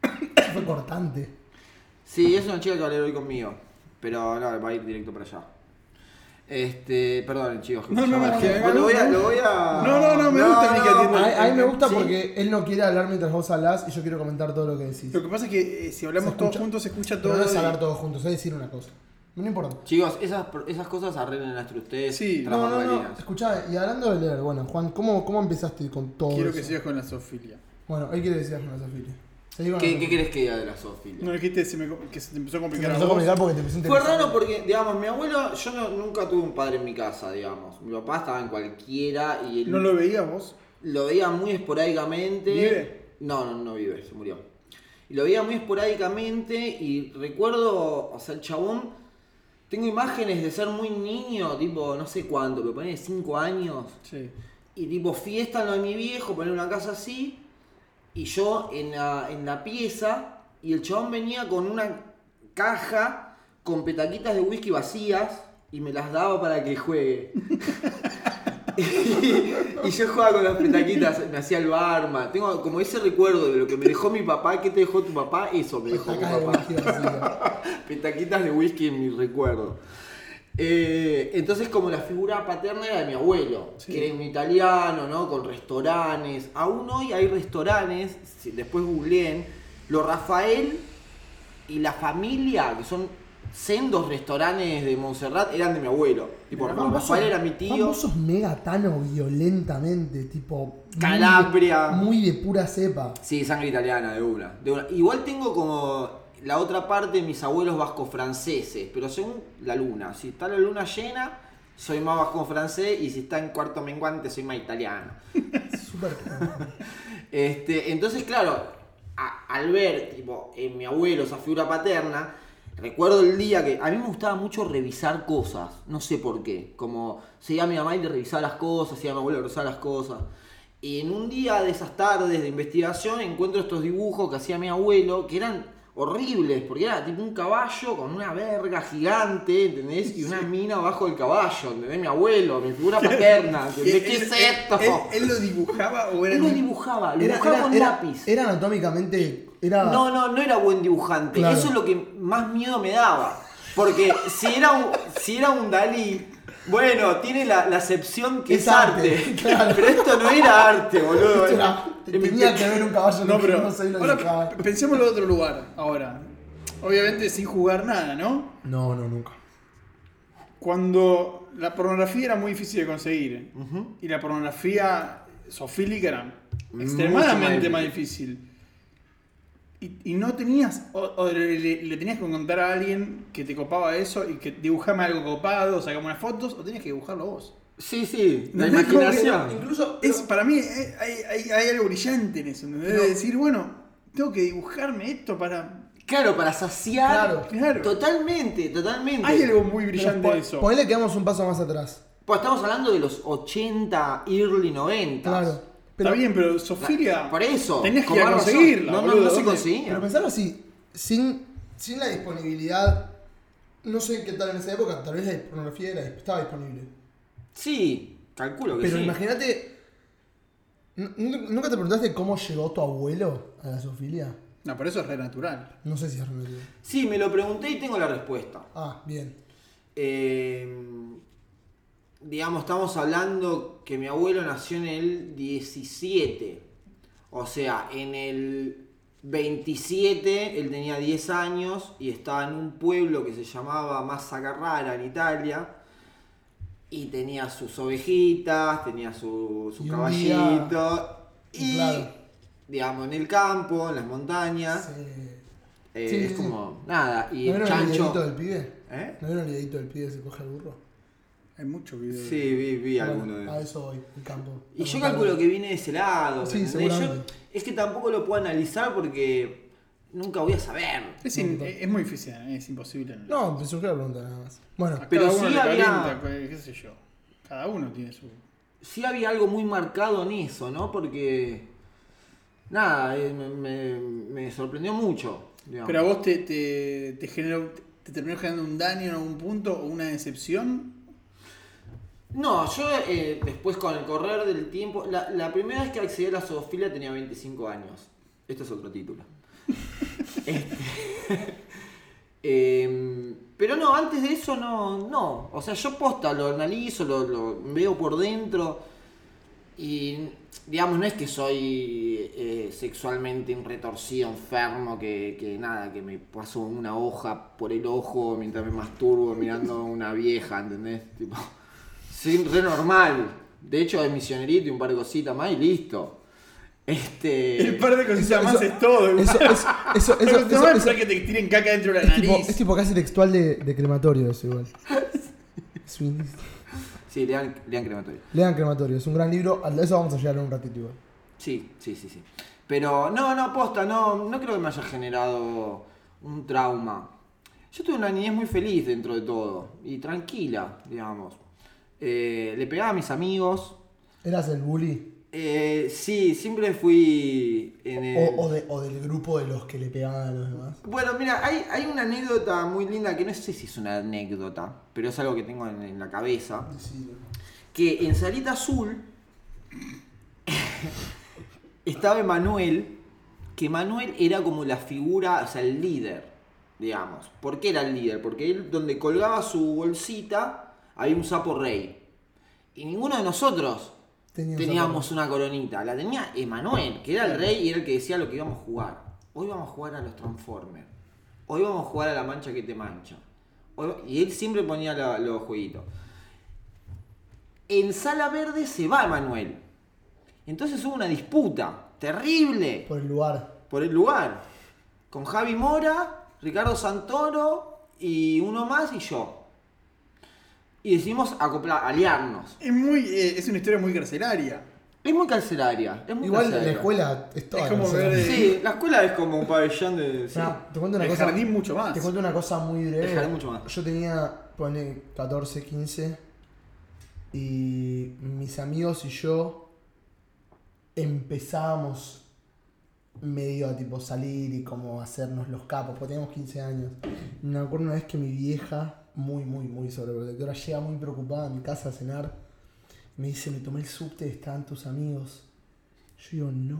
Eso fue cortante. Sí, es una chica que va a leer hoy conmigo. Pero no, va a ir directo para allá. Este, perdón, chicos. que No, me no, llama no, la que gente. haga, lo, voy a, no. lo voy a. No, no, no, me gusta a mí que atiendan. A, a mí me gusta Sí. porque él no quiere hablar mientras vos hablas y yo quiero comentar todo lo que decís. Lo que pasa es que eh, si Se hablamos todos escucha. juntos se escucha Pero todo. no es y- hablar todos juntos, es decir una cosa. No importa. Chicos, esas, esas cosas arreglen entre ustedes. Sí, tras No, no, no. bambalinas. Escuchá, y hablando de leer, bueno, Juan, ¿cómo, cómo empezaste con todo Quiero eso? que sigas con la zoofilia. Bueno, él quiere decir una Sofía. Seguí con ¿Qué, la ¿Qué Sofía. querés que diga de la zoofilia? No dijiste se me co- que se te empezó a Se complicar me la empezó a voz. complicar porque te empezó a Fue interesar. raro porque, digamos, mi abuelo, yo no- nunca tuve un padre en mi casa, digamos. Mi papá estaba en cualquiera y él ¿No lo veías vos? lo veía muy esporádicamente. ¿Vive? No, no, no vive, se murió. Y lo veía muy esporádicamente y recuerdo, o sea, el chabón, tengo imágenes de ser muy niño, tipo, no sé cuánto, pero ponele 5 años. Sí. Y tipo, fiesta en lo de mi viejo, poner una casa así. Y yo en la, en la pieza. Y el chabón venía con una caja con petaquitas de whisky vacías. Y me las daba para que juegue. y, y yo jugaba con las petaquitas, me hacía el barma. Tengo como ese recuerdo de lo que me dejó mi papá. ¿Qué te dejó tu papá? Eso me dejó mi Acá de papá. whisky vacía. Petaquitas de whisky en mi recuerdo. Eh, entonces, como la figura paterna era de mi abuelo, Sí. que era un italiano, ¿no? Con restaurantes. Aún hoy hay restaurantes, si después googleen, lo Rafael y la familia, que son sendos restaurantes de Montserrat, eran de mi abuelo. Tipo, Juan, vos Rafael sos- era mi Juan, tío. vos sos megatano violentamente, tipo. muy de- Calabria. Muy de pura cepa. Sí, sangre italiana, de una, de una. Igual tengo como la otra parte de mis abuelos vasco-franceses, pero según la luna. Si está la luna llena, soy más vasco-francés y si está en cuarto menguante, soy más italiano. Súper. Este, entonces, claro, a- al ver, tipo, en mi abuelo, esa figura paterna, recuerdo el día que a mí me gustaba mucho revisar cosas, no sé por qué. Como seguía a mi mamá y le revisaba las cosas, seguía a mi abuelo y le revisaba las cosas. Y en un día de esas tardes de investigación encuentro estos dibujos que hacía mi abuelo, que eran horribles, porque era tipo un caballo con una verga gigante, ¿entendés? Y una mina abajo del caballo, ¿entendés? Mi abuelo, mi figura paterna, ¿entendés? ¿Qué Él- es él- esto? Él, él lo dibujaba o era Él lo un- dibujaba, lo Era, dibujaba era- con era- lápiz. era anatómicamente. Era. No, no, no era buen dibujante. Claro. Eso es lo que más miedo me daba. Porque si era un, si era un Dalí, bueno, tiene la, la acepción que es, Es arte. arte, claro. Pero esto no era arte, boludo. Era- tenía que ver un caballo No, pero. no sé, lo ahora, dibujaba. pensemos en otro lugar ahora. Obviamente sin jugar nada, ¿no? No, no, nunca. Cuando la pornografía era muy difícil de conseguir Ujú. y la pornografía zoofílica era Mucho extremadamente más más difícil. Y, y no tenías, o, o le, le- le tenías que contar a alguien que te copaba eso y que dibujame algo copado, sacame unas fotos, o tenías que dibujarlo vos. Sí, sí, la No, no, como que- imaginación. Incluso. Es, para mí eh, hay, hay- hay algo brillante en eso, ¿entendés? De decir, bueno, tengo que dibujarme esto para... Claro, para saciar. Claro, claro. Totalmente, totalmente. Hay algo muy brillante en eso. Ponele que vamos un paso más atrás. Pues estamos hablando de los 80, early 90. Claro. Pero, Está bien, pero Sofía... Por eso. Tenías que con ir a más razón. conseguirla, No, no, boludo, no se ¿dónde? conseguía. pero pensarlo así. Sin, sin la disponibilidad. No sé qué tal en esa época. Tal vez la pornografía era- estaba disponible. Sí, calculo que Pero Pues sí. imagínate. ¿nu- nu- ¿Nunca te preguntaste cómo llegó tu abuelo a la zoofilia? No, pero eso es re natural. No sé si es remedio. Sí, me lo pregunté y tengo la respuesta. Ah, bien. Eh, digamos, estamos hablando que mi abuelo nació en el 17. O sea, en el 27 él tenía 10 años y estaba en un pueblo que se llamaba Mazzacarrara en Italia. Y tenía sus ovejitas, tenía su, su Y un día- caballito. Y, Claro. digamos, en el campo, en las montañas. Se- eh, Sí, es sí, sí. como, nada. Ah. Y ¿No el vieron el videito chancho. del pibe? ¿Eh? ¿No vieron el videito del pibe que se coge al burro? Hay muchos videos. Sí, vi, vi Bueno, alguno de A ellos. eso voy, el campo. Y yo calculo que viene de ese lado. Sí, ¿entendés? Yo- seguramente. es que tampoco lo puedo analizar porque nunca voy a saber. Es, in- es muy difícil, eh, es imposible. No, me surgió la pregunta nada más. Bueno, A Pero cada uno sí le había- calienta, pues, qué sé yo. Cada uno tiene su. Sí había algo muy marcado en eso, ¿no? Porque. Nada, eh, me, me- me sorprendió mucho. digamos. Pero a vos te, te, te generó. ¿Te terminó generando un daño en algún punto o una decepción? No, yo eh, después con el correr del tiempo. La, la primera vez que accedí a la zoofilia tenía 25 años. Esto es otro título. Este, em, pero no, antes de eso no. no. O sea, yo posta, lo analizo, lo, lo veo por dentro. Y digamos, no es que soy eh, sexualmente un retorcido, enfermo, que, que nada, que me paso una hoja por el ojo mientras me masturbo mirando a una vieja, ¿entendés? Tipo, soy re normal. De hecho, es misionerito y un par de cositas más y listo. Este. de cositas más es todo, eso, eso, eso, Eso, eso, eso- eso- que te tiren caca dentro de la es, tipo, nariz. es tipo casi textual de, de crematorio eso igual. Es un- Sí, lean, lean crematorio. Lean crematorio, es un gran libro, a eso vamos a llegar en un ratito igual. Sí, sí, sí, sí. Pero no, no, posta, no, no creo que me haya generado un trauma. Yo tuve una niñez muy feliz dentro de todo y tranquila, digamos. Eh, le pegaba a mis amigos. ¿Eras el bully? Eh, sí, siempre fui en el... O, o de- o del grupo de los que le pegaban a los demás? Bueno, mira, hay, hay una anécdota muy linda que no sé si es una anécdota, pero es algo que tengo en, en la cabeza. Que en Salita Azul estaba Emanuel, que Emanuel era como la figura, o sea, el líder, digamos. ¿Por qué era el líder? Porque él, donde colgaba su bolsita, había un sapo rey. Y ninguno de nosotros Tenía un teníamos una coronita. La tenía Emanuel, que era el rey y era el que decía lo que íbamos a jugar. Hoy vamos a jugar a los Transformers. Hoy vamos a jugar a la mancha que te mancha. Hoy- y él siempre ponía la- los jueguitos. En Sala Verde se va Emanuel. Entonces hubo una disputa terrible Por el lugar. por el lugar. Con Javi Mora, Ricardo Santoro y uno más y yo. Y decidimos acoplar, aliarnos. Es, muy, eh, es una historia muy carcelaria. Es muy carcelaria. Es muy Igual la carcelaria. escuela es toda Es como carcelaria. ver, eh, Sí, la escuela es como un pabellón de. sí. Pará, te cuento una El cosa. jardín mucho más. Te cuento una cosa muy breve. Dejaré mucho más. Yo tenía, pone, 14, 15. Y mis amigos y yo empezábamos medio a tipo salir y como hacernos los capos, porque teníamos 15 años. Me acuerdo una vez que mi vieja, muy, muy, muy sobreprotectora, llega muy preocupada a mi casa a cenar. y Me dice, me tomé el subte, estaban tus amigos. Yo digo, no.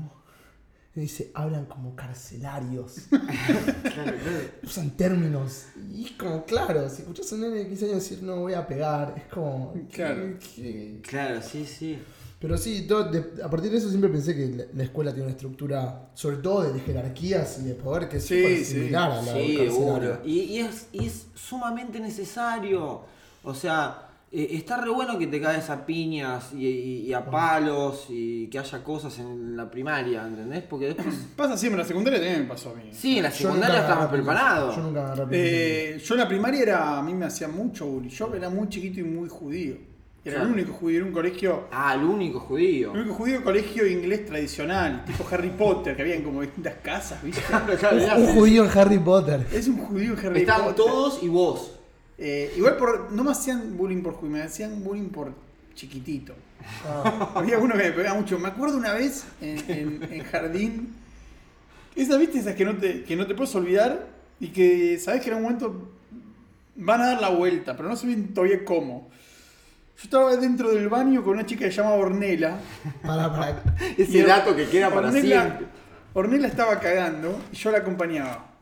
Y Me dice, hablan como carcelarios Claro, claro. usan Pues, términos. Y es como, claro, si escuchas a un nene de 15 años decir no voy a pegar, es como. Claro. ¿qué? Claro, sí, sí. Pero sí, todo- de- a partir de eso siempre pensé que la, la escuela tiene una estructura, sobre todo de jerarquías y de poder, que es Sí, súper sí. similar a la Sí, carcelaria. seguro. Y, y es, y es sumamente necesario. O sea, eh, está re bueno que te caes a piñas y, y- y a palos y que haya cosas en la primaria, ¿entendés? Porque después. Pasa siempre, en la secundaria también me pasó a mí. Sí, en la Yo secundaria nunca me estamos agarré piñas. preparados. Yo nunca me agarré piñas. Eh, yo en la primaria era, a mí me hacía mucho bullying. Yo era muy chiquito y muy judío. Era Claro. el único judío, era un colegio. Ah, el único judío. El único judío colegio inglés tradicional, tipo Harry Potter, que había en como distintas casas, ¿viste? Claro, claro, mirá. Un judío en Harry Potter. Es un judío en Harry Estaban Potter. todos y vos. Eh, igual por, no me hacían bullying por judío, me hacían bullying por chiquitito. Ah, Había uno que me pegaba mucho. Me acuerdo una vez en, en- en jardín. Esas, viste, esas que no, te, que no te puedes olvidar y que sabes que en un momento van a dar la vuelta, pero no sé bien todavía cómo. Yo estaba dentro del baño con una chica que se llama Ornella. Para, para. Ese Y Or- dato que queda para siempre. Ornella estaba cagando y yo la acompañaba.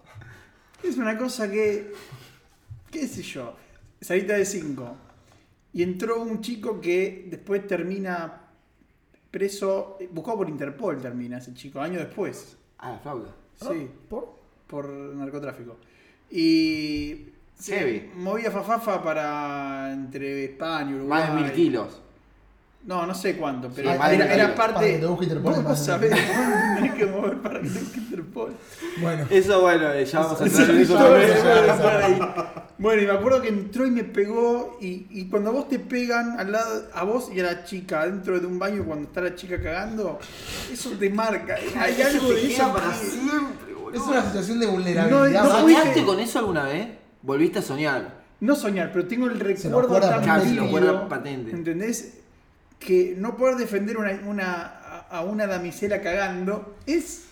Es una cosa que. ¿Qué sé yo? Salita de 5. Y entró un chico que después termina preso. Buscado por Interpol termina ese chico, años después. Ah, la flauta. Sí, ¿Por? por narcotráfico. Y. se Heavy. Movía fafafa para entre España, Uruguay. Más de mil kilos. No, no sé cuánto, pero Sí, era, madre era mía. parte. Para que te busque Interpol, Vos madre sabés, vos tenés que mover para que te busque Interpol. Bueno. Eso bueno, eh, ya vamos a entrar en Sí, eso ya también. vamos a entrar Bueno, y me acuerdo que entró y me pegó. Y, y cuando a vos te pegan al lado, a vos y a la chica, dentro de un baño, cuando está la chica cagando, eso te marca. Hay algo Te de queda eso. para que- siempre, boludo. Es una situación de No vulnerabilidad. fui- ¿Soñaste con eso alguna vez? ¿Volviste a soñar? No soñar, pero tengo el Se lo recuerdo acuerda tan patente. vívido, Claro, se lo acuerda patente. ¿Entendés? Que no poder defender una, una- a- a una damisela cagando es.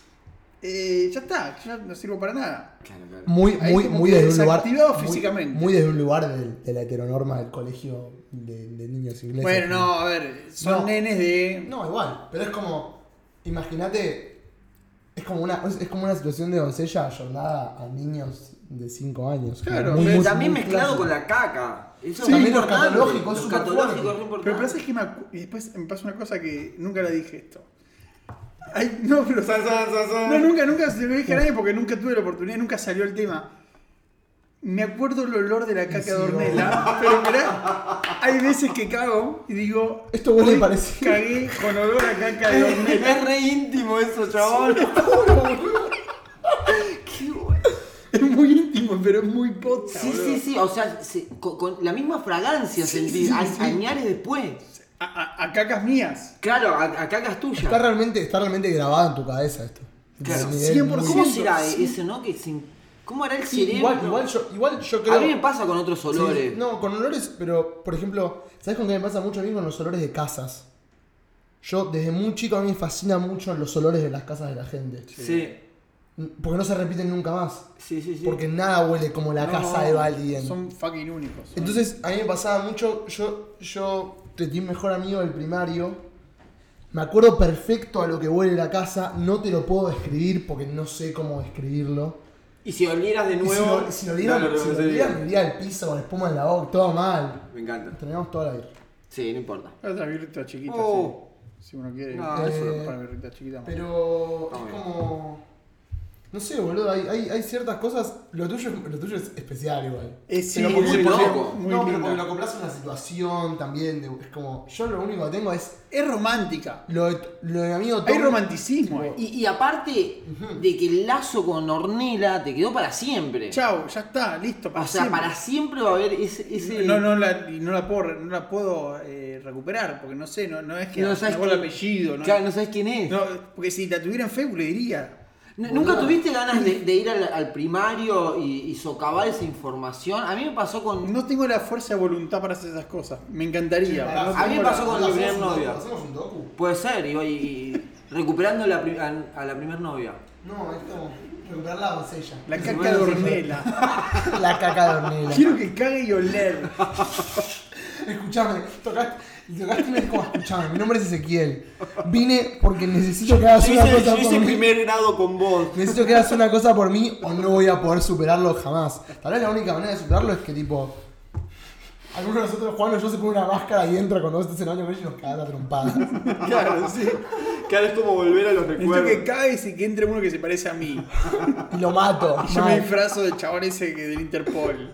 eh, ya está, ya no sirvo para nada. Claro, claro. muy, Ahí muy, como muy que desde un lugar. desactivado muy- físicamente. Muy, desde un lugar de, de la heteronorma del colegio de, de niños ingleses. Bueno, no, a ver, son No. nenes de. No, igual, pero es como. Imagínate. Es como una es como una situación de doncella ayornada a niños de 5 años. Claro, Muy, pero muy- También muy mezclado clásico. con la caca. Eso Sí, es lo importante. catológico es Lo súper catológico fuerte. es importante. Pero pasa es que me acu- y después me pasa una cosa que nunca la dije esto. Ay, no, pero No, nunca, nunca se lo dije a nadie porque nunca tuve la oportunidad, nunca salió el tema. Me acuerdo el olor de la caca Sí, de Ornella, pero mirá, hay veces que cago y digo. Esto huele "Hoy parecido". Cagué con olor a caca de Ornella. Es re íntimo eso, chaval. Qué bueno. Es muy íntimo, pero es muy posta. Sí, boludo. sí, sí. O sea, se- con, con la misma fragancia Sí, sentí sí, a- sí. añades después. A, a- a cacas mías. Claro, a, a cacas tuyas. Está realmente, está realmente grabado en tu cabeza esto. Claro, Es un nivel 100%. muy- ¿Cómo será sí. ese, no? Que sin- ¿Cómo hará el Sí, cerebro? igual, igual, yo, igual yo creo. A mí me pasa con otros Sí, olores. no, con olores, pero por ejemplo, ¿sabes con qué me pasa mucho a mí con los olores de casas? Yo desde muy chico a mí me fascinan mucho los olores de las casas de la gente. Sí, Porque no se repiten nunca más. sí, sí. sí. Porque nada huele como la No, casa de alguien. Son fucking únicos. son- Entonces a mí me pasaba mucho, yo, yo tenía un mejor amigo del primario. Me acuerdo perfecto a lo que huele la casa, no te lo puedo describir porque no sé cómo describirlo. Y si olieras de Y si nuevo. lo, si lo dieran, no lo si lo reconocería. dieran, me iría al piso con espuma en la boca, todo mal. Me encanta. Terminamos toda la vida. Sí, no importa. Otra Ah, birrita chiquita, Oh. sí. Si uno quiere. No, eh, eso- para birrita chiquita. más. Pero Está es bien. como. No sé, boludo, hay, hay, hay ciertas cosas. Lo tuyo, lo tuyo es especial igual. Eh, sí, Pero porque- muy porque- loco. muy no, pero linda. porque lo compras una situación también. de- es como. Yo lo único que tengo es. Es romántica. Lo de, lo de mi amigo Hay Tom- romanticismo. tipo, Y, ahí. y aparte de que el lazo con Ornella te quedó para siempre. Chao, ya está, listo. o sea, siempre. para siempre va a haber ese. ese- No, no la, y no la puedo, re- no la puedo eh, recuperar, porque no sé, no, no es que No no sabes el quién- apellido. No, Claro, no sabes quién es. No, porque si la tuviera en Facebook le diría. N- ¿Nunca tuviste ganas de, de ir al, al primario y, y socavar esa información? A mí me pasó con. No tengo la fuerza de voluntad para hacer esas cosas. Me encantaría. pará, pero no a mí me tengo la- pasó con- ¿Hacemos mi primer un- novio. ¿Hacemos un docu? Puede ser, y, y- y recuperando la pri- a, a la primer novia. No, es como recuperar la doncella. La Sí, caca de bueno, sí, hornela. La caca de hornela. Quiero que cague y oler. Escuchame, tocaste, tocaste una vez como escuchame. Mi nombre es Ezequiel. Vine porque necesito que hagas Yo una hice, cosa yo hice por mí. primer grado con vos. Necesito que hagas una cosa por mí o no voy a poder superarlo jamás. Tal vez la única manera de superarlo es que tipo. Alguno de nosotros, Juan o yo, se pone una máscara y entra cuando vos estés en el baño con ella y nos caga la trompada. Claro, sí. Claro, es como volver a los Necesito recuerdos. que cagues y que entre uno que se parece a mí. Y lo mato. Yo me mal. disfrazo del chabón ese que- del Interpol.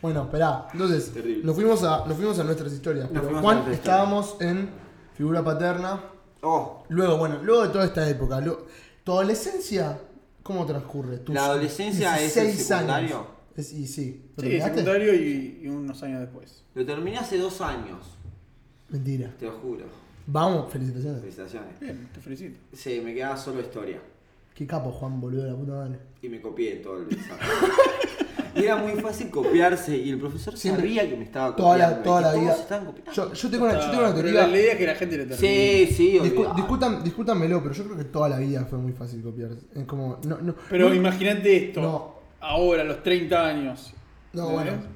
Bueno, esperá. Entonces, Terrible. nos fuimos, a, nos fuimos a nuestras historias. Pero fuimos a Juan, nuestras historias. estábamos en figura paterna. Oh, Luego, bueno, luego de toda esta época, lo- ¿tu adolescencia cómo transcurre? Tus ¿La adolescencia es el 16 secundario? años. Es- y sí. ¿Lo Sí, terminaste? secundario y, y unos años después. lo terminé hace dos años, Mentira. te lo juro. Vamos, felicitaciones. Felicitaciones. Bien, te felicito. Sí, me quedaba solo historia. Qué capo, Juan, boludo, la puta madre. Y me copié todo el examen. Y era muy fácil copiarse y el profesor Siempre. sabía que me estaba Toda copiando. la, toda y la que todos vida. estaban copiando. Yo, yo tengo una, yo Ah, tengo una pero teoría. La idea es que la gente le termine. Sí, sí, Discu- olvidá. discutan, discútanmelo, pero yo creo que toda la vida fue muy fácil copiar. Es como, no, no. Pero no- imagínate esto. No. Ahora, a los 30 años. No, ¿Entendés? bueno.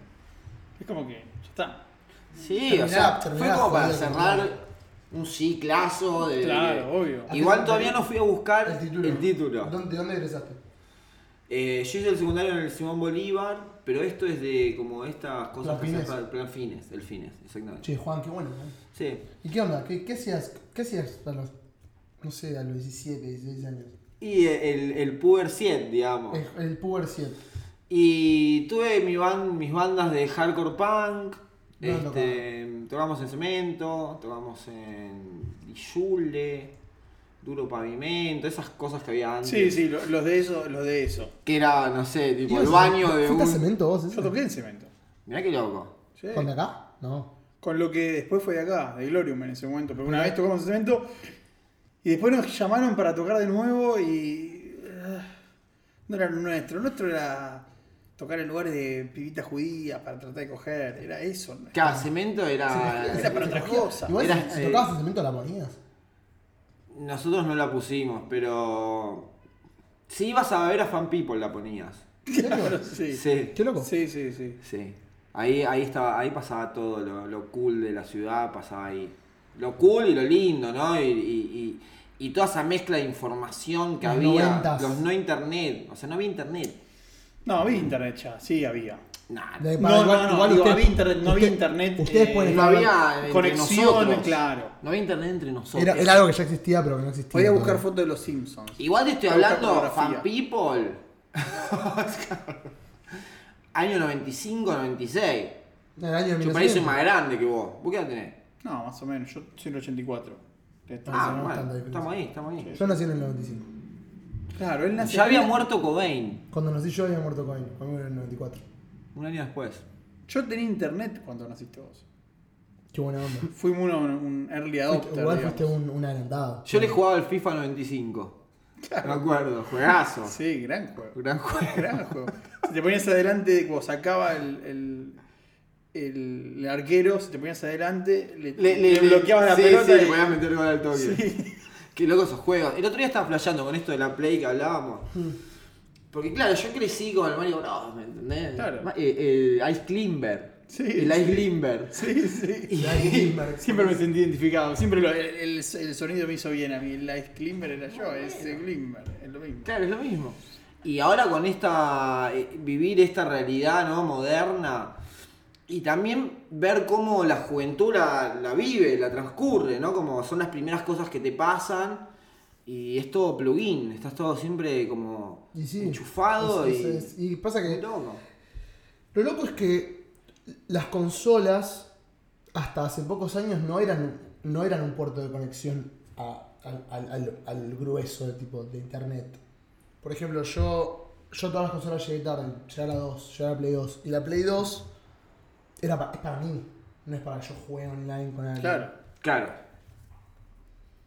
Es como que ya está. Sí, Terminá, o sea, terminá, fue como para joder, cerrar terminá. un ciclazo de. Claro, Ah, obvio. Igual todavía no fui a buscar El título. El título. ¿Dónde, dónde egresaste? Eh, yo hice el secundario en el Simón Bolívar, pero esto es de como estas Plan cosas que se Fines. hacen para- plan fines, el fines, exactamente. Che, Juan, qué bueno. ¿eh? Sí. ¿Y qué onda? ¿Qué, qué hacías, qué hacías a los, no sé, a los 17, 16 años? Y el, el Puber 100, digamos. El, el Power 7. Y tuve mi ban- mis bandas de hardcore punk. No, no, este, tocamos en cemento, tocamos en Yule, duro pavimento, esas cosas que había antes. Sí, sí, lo- los de eso, los de eso. Que era, no sé, tipo el ¿Ibas a- baño de ¿Fuiste a un. cemento vos? ese? Yo toqué en cemento. Mirá qué loco. Sí. ¿Con de acá? No. Con lo que después fue de acá, de Glorium en ese momento. Pero una vez tocamos en cemento y después nos llamaron para tocar de nuevo y. ah, No era lo nuestro. Lo nuestro era tocar en lugares de pibitas judías para tratar de coger. Era eso. ¿no? Claro, cemento era. Era para otra cosa. Igual Era, si, si eh, tocabas en cemento la ponías. Nosotros no la pusimos, pero. Si ibas a ver a Fan People la ponías. ¿En serio? Sí. Sí. Qué loco. Sí, sí, sí. Sí. Ahí, ahí estaba, ahí pasaba todo, lo, lo cool de la ciudad pasaba ahí. Lo cool y lo lindo, ¿no? Y, y- y- y toda esa mezcla de información que Los había. noventas. Los no internet. O sea, no había internet. No, había internet ya. Sí, había. Nada. De- No, no, no, digo, ustedes- había internet- no había usted- internet, Ustedes eh, pueden No estar hablando- había entre Conexiones, nosotros. claro. No había internet entre nosotros. Era, era algo que ya existía, pero que no existía. Podía buscar todavía. fotos de los Simpsons. Igual te estoy Era otra hablando fotografía. fan people. Año 95, 96. En el año Yo 1900. parece más grande que vos. ¿Vos qué edad tenés? No, más o menos. Yo soy el 84. Estamos Ah, no es tanta bueno, diferencia. estamos ahí, estamos ahí. Yo nací en el 95. Claro, él nació. Ya había muerto Cobain, Cuando nací yo había muerto Cohen. Conmigo en el 94. un año después. Yo tenía internet cuando naciste vos. Qué buena onda. Fuimos uno- un early Fuiste- adopter. Igual digamos. fuiste un, un adelantado. Yo le jugaba al FIFA 95. Me acuerdo, juegazo. Sí, gran juego. Gran juego. Gran juego. Si te ponías adelante, como sacaba el, el, el, el arquero, si te ponías adelante, le, le bloqueabas la sí, pelota. Sí, y- le podías meter gol al toque. Sí. Qué loco esos juegos. El otro día estaba flasheando con esto de la Play que hablábamos. Hmm. Porque claro, yo crecí con el Mario Bros, ¿me entendés? Claro. Ma- eh, el Ice Climber. Sí, el Ice sí. Climber. Sí, sí. Y- Siempre me sentí identificado. Siempre lo- el, el- el sonido me hizo bien a mí. El Ice Climber era yo, ese Climber, es lo mismo. Claro, es lo mismo. Y ahora con esta. eh, vivir esta realidad ¿no? moderna. Y también ver cómo la juventud la, la vive, la transcurre, ¿no? Como son las primeras cosas que te pasan. Y es todo plugin, estás todo siempre como Y sí, enchufado es- y. es- es- y pasa que muy loco. Lo loco es que las consolas hasta hace pocos años no eran, no eran un puerto de conexión a- al, al- al- al grueso de tipo de internet. Por ejemplo, yo, yo todas las consolas llegué tarde, llegué a la 2, llegué a la Play 2. Y la Play 2 era pa- es para mí, no es para que yo juegue online con alguien. Claro. Claro.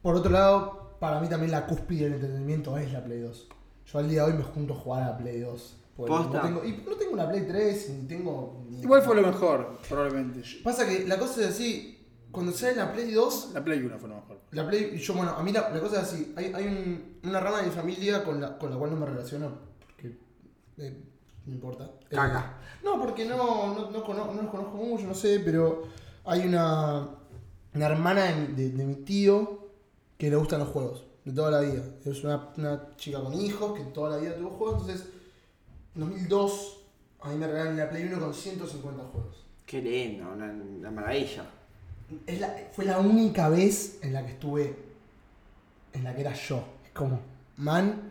Por otro lado, para mí también la cúspide del entretenimiento es la Play 2. Yo al día de hoy me junto a jugar a la Play 2. porque Posta. No tengo, y no tengo una Play 3, ni tengo... ni- Igual fue lo mejor, probablemente. Pasa que la cosa es así. Cuando sale la Play 2, La Play 1 fue lo mejor. la Play. y Yo, bueno, a mí la, la cosa es así. Hay, hay un- una rama de mi familia con la, con la cual no me relaciono. Porque. eh, no importa. Eh, Caca. no, porque no, no, no, cono- no los conozco mucho, no sé, pero hay una. Una hermana de, mi- de- de mi tío que le gustan los juegos. De toda la vida. Es una, una chica con hijos que toda la vida tuvo juegos. Entonces, en 2002, a mí me regalaron la Play 1 con 150 juegos. Qué lindo, una, una maravilla. Es la- fue la única vez en la que estuve. En la que era yo. Es como. Man.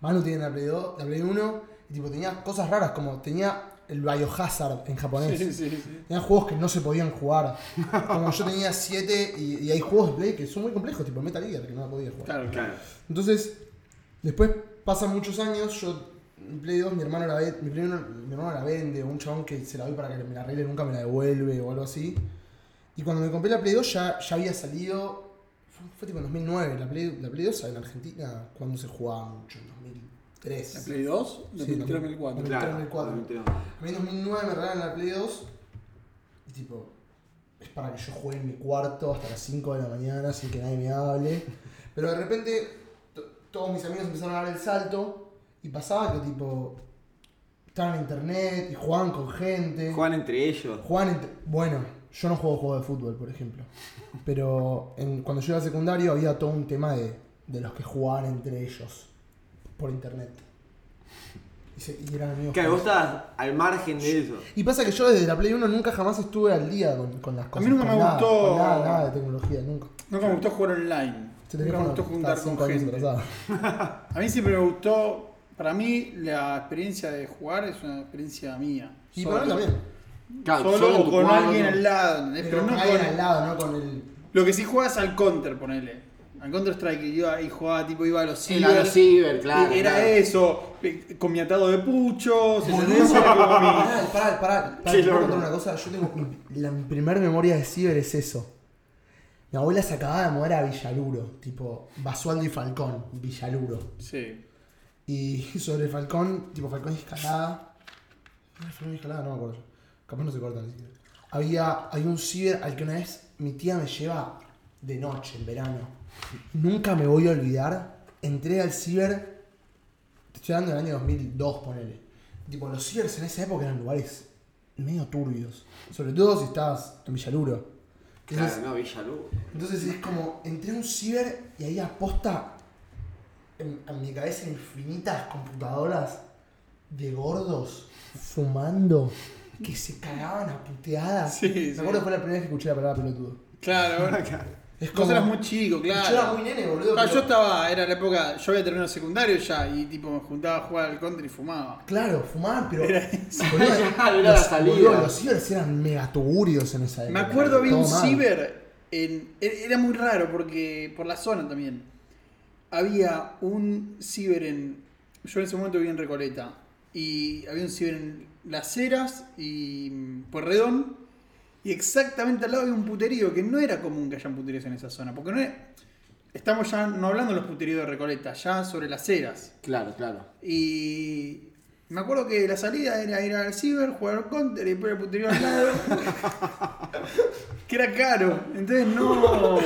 Manu tenía la Play 2, la Play 1. Y tipo, tenía cosas raras, como tenía el Biohazard en japonés. Sí, sí, sí. Tenía juegos que no se podían jugar. Como yo tenía 7 y, y hay juegos de Play que son muy complejos, tipo Metal Gear, que no la podía jugar. Claro, claro. Claro. Entonces, después pasan muchos años, yo mi Play 2, mi hermano la ve, mi Play 1, mi hermano la vende, o un chabón que se la doy para que me la arregle nunca me la devuelve o algo así. Y cuando me compré la Play 2 ya, ya había salido, fue, fue tipo en 2009, la Play, la Play 2 en Argentina cuando se jugaba mucho, en 2003. La Play 2, la Sí, Play 3 la- 2004. la- Claro. 2004. 2004. A mí en 2009 me regalan la Play 2 y tipo, es para que yo juegue en mi cuarto hasta las 5 de la mañana sin que nadie me hable. Pero de repente to- todos mis amigos empezaron a dar el salto y pasaba que tipo, estaban en internet y jugaban con gente. Juegan entre ellos. Jugaban entre- Bueno, yo no juego juegos de fútbol, por ejemplo. Pero en- cuando yo era secundario había todo un tema de, de los que jugaban entre ellos por internet. Y, se- y eran amigos. Claro, con- vos estabas al margen de eso. y pasa que yo desde la Play 1 nunca jamás estuve al día con, con las cosas. mí nunca con me nada, gustó- con nada, nada de tecnología, nunca. Nunca me gustó jugar online. Se Nunca me gustó juntar con gente. A mí siempre me gustó. Para mí, la experiencia de jugar es una experiencia mía. Y Solo. Ah, para mí también. Claro, Solo, solo en o tu con cuarto. alguien al lado. ¿entendés? Pero Pero, con no alguien con- al lado, ¿no? Con el. Lo que sí juegas al counter, ponele. Al counter strike, iba y jugaba, tipo, iba a los Sí, a los ciber, claro. Era claro. eso, eh, con mi atado de puchos, ¿entendés? Boludo, Era como mi- pará, pará, pará. pará, te Qué puedo loco. contar una cosa. Yo tengo. mi- La mi primer memoria de Ciber es eso. Mi abuela se acababa de mover a Villaluro, tipo Basualdo y Falcón, Villaluro. Sí. Y sobre Falcón, tipo Falcón y Escalada. Ay, Falcón y Escalada, no me acuerdo. Capaz no se cortan ni siquiera. Había, había un ciber al que una vez mi tía me lleva de noche, en verano. Nunca me voy a olvidar. Entré al ciber. Te estoy hablando del año 2002, ponele. Tipo, los cibers en esa época eran lugares medio turbios. Sobre todo si estabas en Villaluro. Entonces, Claro, no, Villalú. entonces es como, entré a un ciber y ahí aposta en, en mi cabeza infinitas computadoras de gordos fumando que se cagaban a puteadas. Sí, Me sí. acuerdo que fue la primera vez que escuché la palabra pelotudo. Claro, Es Vos eras muy chico, claro. Yo era muy nene, boludo. pero- Claro, Ah, yo estaba, era la época, yo había terminado secundario ya y tipo me juntaba a jugar al counter y fumaba. Claro, fumaban, pero. Era boludo, Claro, era la los- salida. boludo, los cibers eran megatugurios en esa Me época. acuerdo había un todo mal. ciber, en, e- era muy raro porque por la zona también. Había un ciber en, yo en ese momento vivía en Recoleta y había un ciber en Las Heras y mm, Pueyrredón y exactamente al lado había un puterío que no era común que hayan puteríos en esa zona porque no era- estamos ya no hablando de los puteríos de Recoleta, ya sobre Las Heras. Claro, claro. Y me acuerdo que la salida era ir al ciber, jugar al counter y después al puterío al lado. que era caro. Entonces no.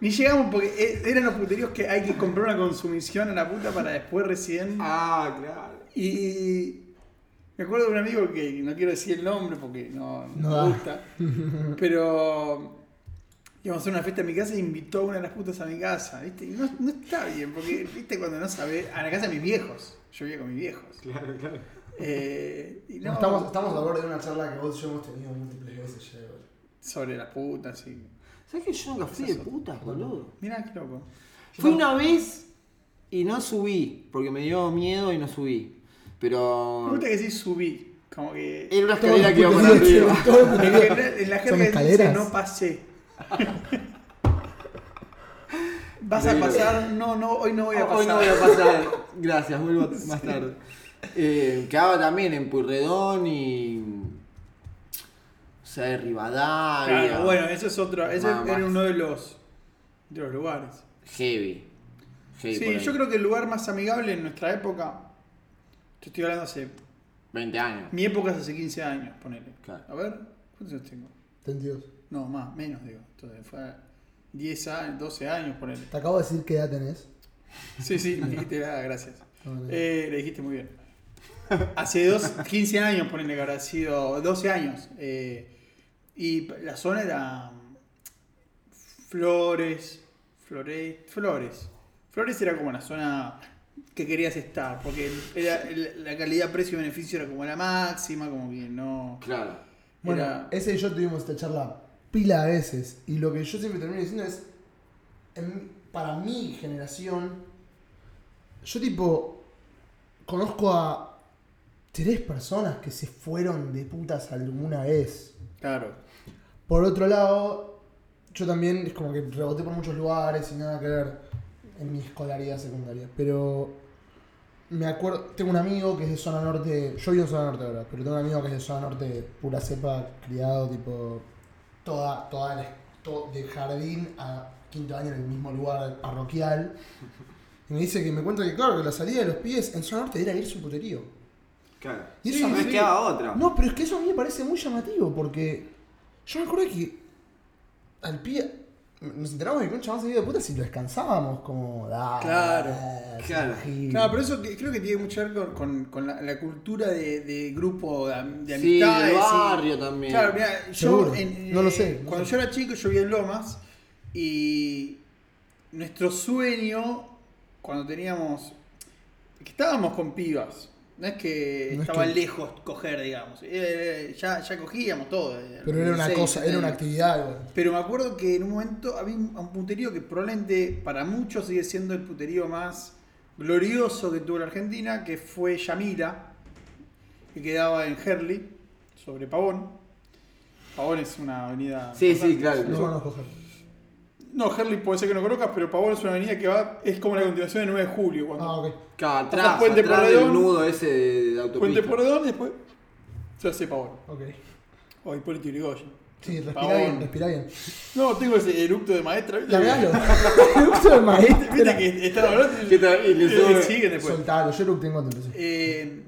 Ni llegamos porque e- eran los puteríos que hay que comprar una consumición a la puta para después recién. Ah, claro. Y. Me acuerdo de un amigo que no quiero decir el nombre porque no, no No da. me gusta. Pero. Íbamos a hacer una fiesta en mi casa y invitó a una de las putas a mi casa, ¿viste? Y no, no está bien, porque, ¿viste? Cuando no sabés. A la casa de mis viejos. Yo vivía con mis viejos. Claro, claro. Eh, y no, Estamos, estamos a borde de una charla que vos y yo hemos tenido múltiples veces ya, boludo. Sobre las putas y. ¿Sabes que yo nunca fui de putas, boludo? Mirá qué loco. Fui una vez y no subí, porque me dio miedo y no subí. Me Pero. gusta que sí subí. Como que. Era una Todos los escalera que iba para puteríos arriba. tienen- todos los En puteríos- general, en la Son jerga dice escaleras. no pasé. ¿Vas a Negro. pasar? No, no, hoy no voy a pasar. Ah, Hoy no voy a pasar. Gracias, vuelvo más tarde. Eh, quedaba también en Pueyrredón y. O sea, de Rivadavia. Claro, Ah, bueno, eso es otro. Ese Nada era más. uno de los, de los lugares. Heavy. Heavy por Sí, ahí. yo creo que el lugar más amigable en nuestra época. Yo estoy hablando hace. 20 años. Mi época es hace 15 años, ponele. Claro. A ver, ¿cuántos años tengo? 32. No, más, menos, digo. Entonces fue a 10 años, 12 años por él. Te acabo de decir qué edad tenés. Sí, sí, me dijiste nada, gracias. No, no. Eh, le dijiste muy bien. Hace dos, 15 años, ponele que habrá sido, 12 años. eh, y la zona era mm, Flores, Flores, Flores. Flores era como la zona que querías estar, porque era, la calidad, precio y beneficio era como la máxima, como que no... Claro. Bueno, eh, Era- ese y yo tuvimos esta charla pila de veces. Y lo que yo siempre termino diciendo es. en- para mi generación. Yo, tipo. Conozco a. Tres personas que se fueron de putas alguna vez. Claro. Por otro lado, yo también es como que reboté por muchos lugares y nada que ver en mi escolaridad secundaria. Pero me acuerdo, tengo un amigo que es de zona norte, yo vivo en zona norte ahora, pero tengo un amigo que es de zona norte pura cepa, criado tipo toda, toda la- to- de jardín a quinto año en el mismo lugar parroquial. Y me dice que me cuenta que claro, que la salida de los pies en zona norte era irse a un puterío. Claro. Y eso no me- me quedaba otra. No, pero es que eso a mí me parece muy llamativo porque yo me acuerdo que al pie nos enteramos de que un chabón se iba de puta si lo descansábamos como... "Ah, Claro, es un claro. gil". Claro, pero eso que- creo que tiene mucho que ver con- con, con la, la cultura de, de grupo de, am- de Sí, del amistades. y- barrio también. Claro, mira, yo Seguro. en- No lo eh, sé, no cuando sé. yo era chico yo vivía en Lomas y nuestro sueño cuando teníamos que estábamos con pibas, no es que No es estaba que- lejos coger, digamos. Eh, ya, ya cogíamos todo. eh, Pero era una 16, cosa, era una 17. actividad, güey. Pero me acuerdo que en un momento había un un puterío que probablemente para muchos sigue siendo el puterío más glorioso que tuvo la Argentina, que fue Yamila, que quedaba en Herley, sobre Pavón. Pavón es una avenida... Sí, importante. sí, claro. No conozco gente. No, Herley puede ser que no conozcas, pero Pavón es una avenida que va es como la continuación de 9 de julio, cuando Ah, ok. Claro, Pasás atrás, Puente atrás Porredón. del nudo ese de, de Puente autopista. Porredón y después se hace Pavón. Ok. O Hipólito Yrigoyen. Sí, respira Pavón. bien, respira bien. No, tengo ese eructo de maestra. ¿viste? Largalo. Uso de maestro. Viste que están hablando y- ¿Qué tal? Y le y sube. siguen después. Soltalo, yo lo tengo cuando empecé. Eh,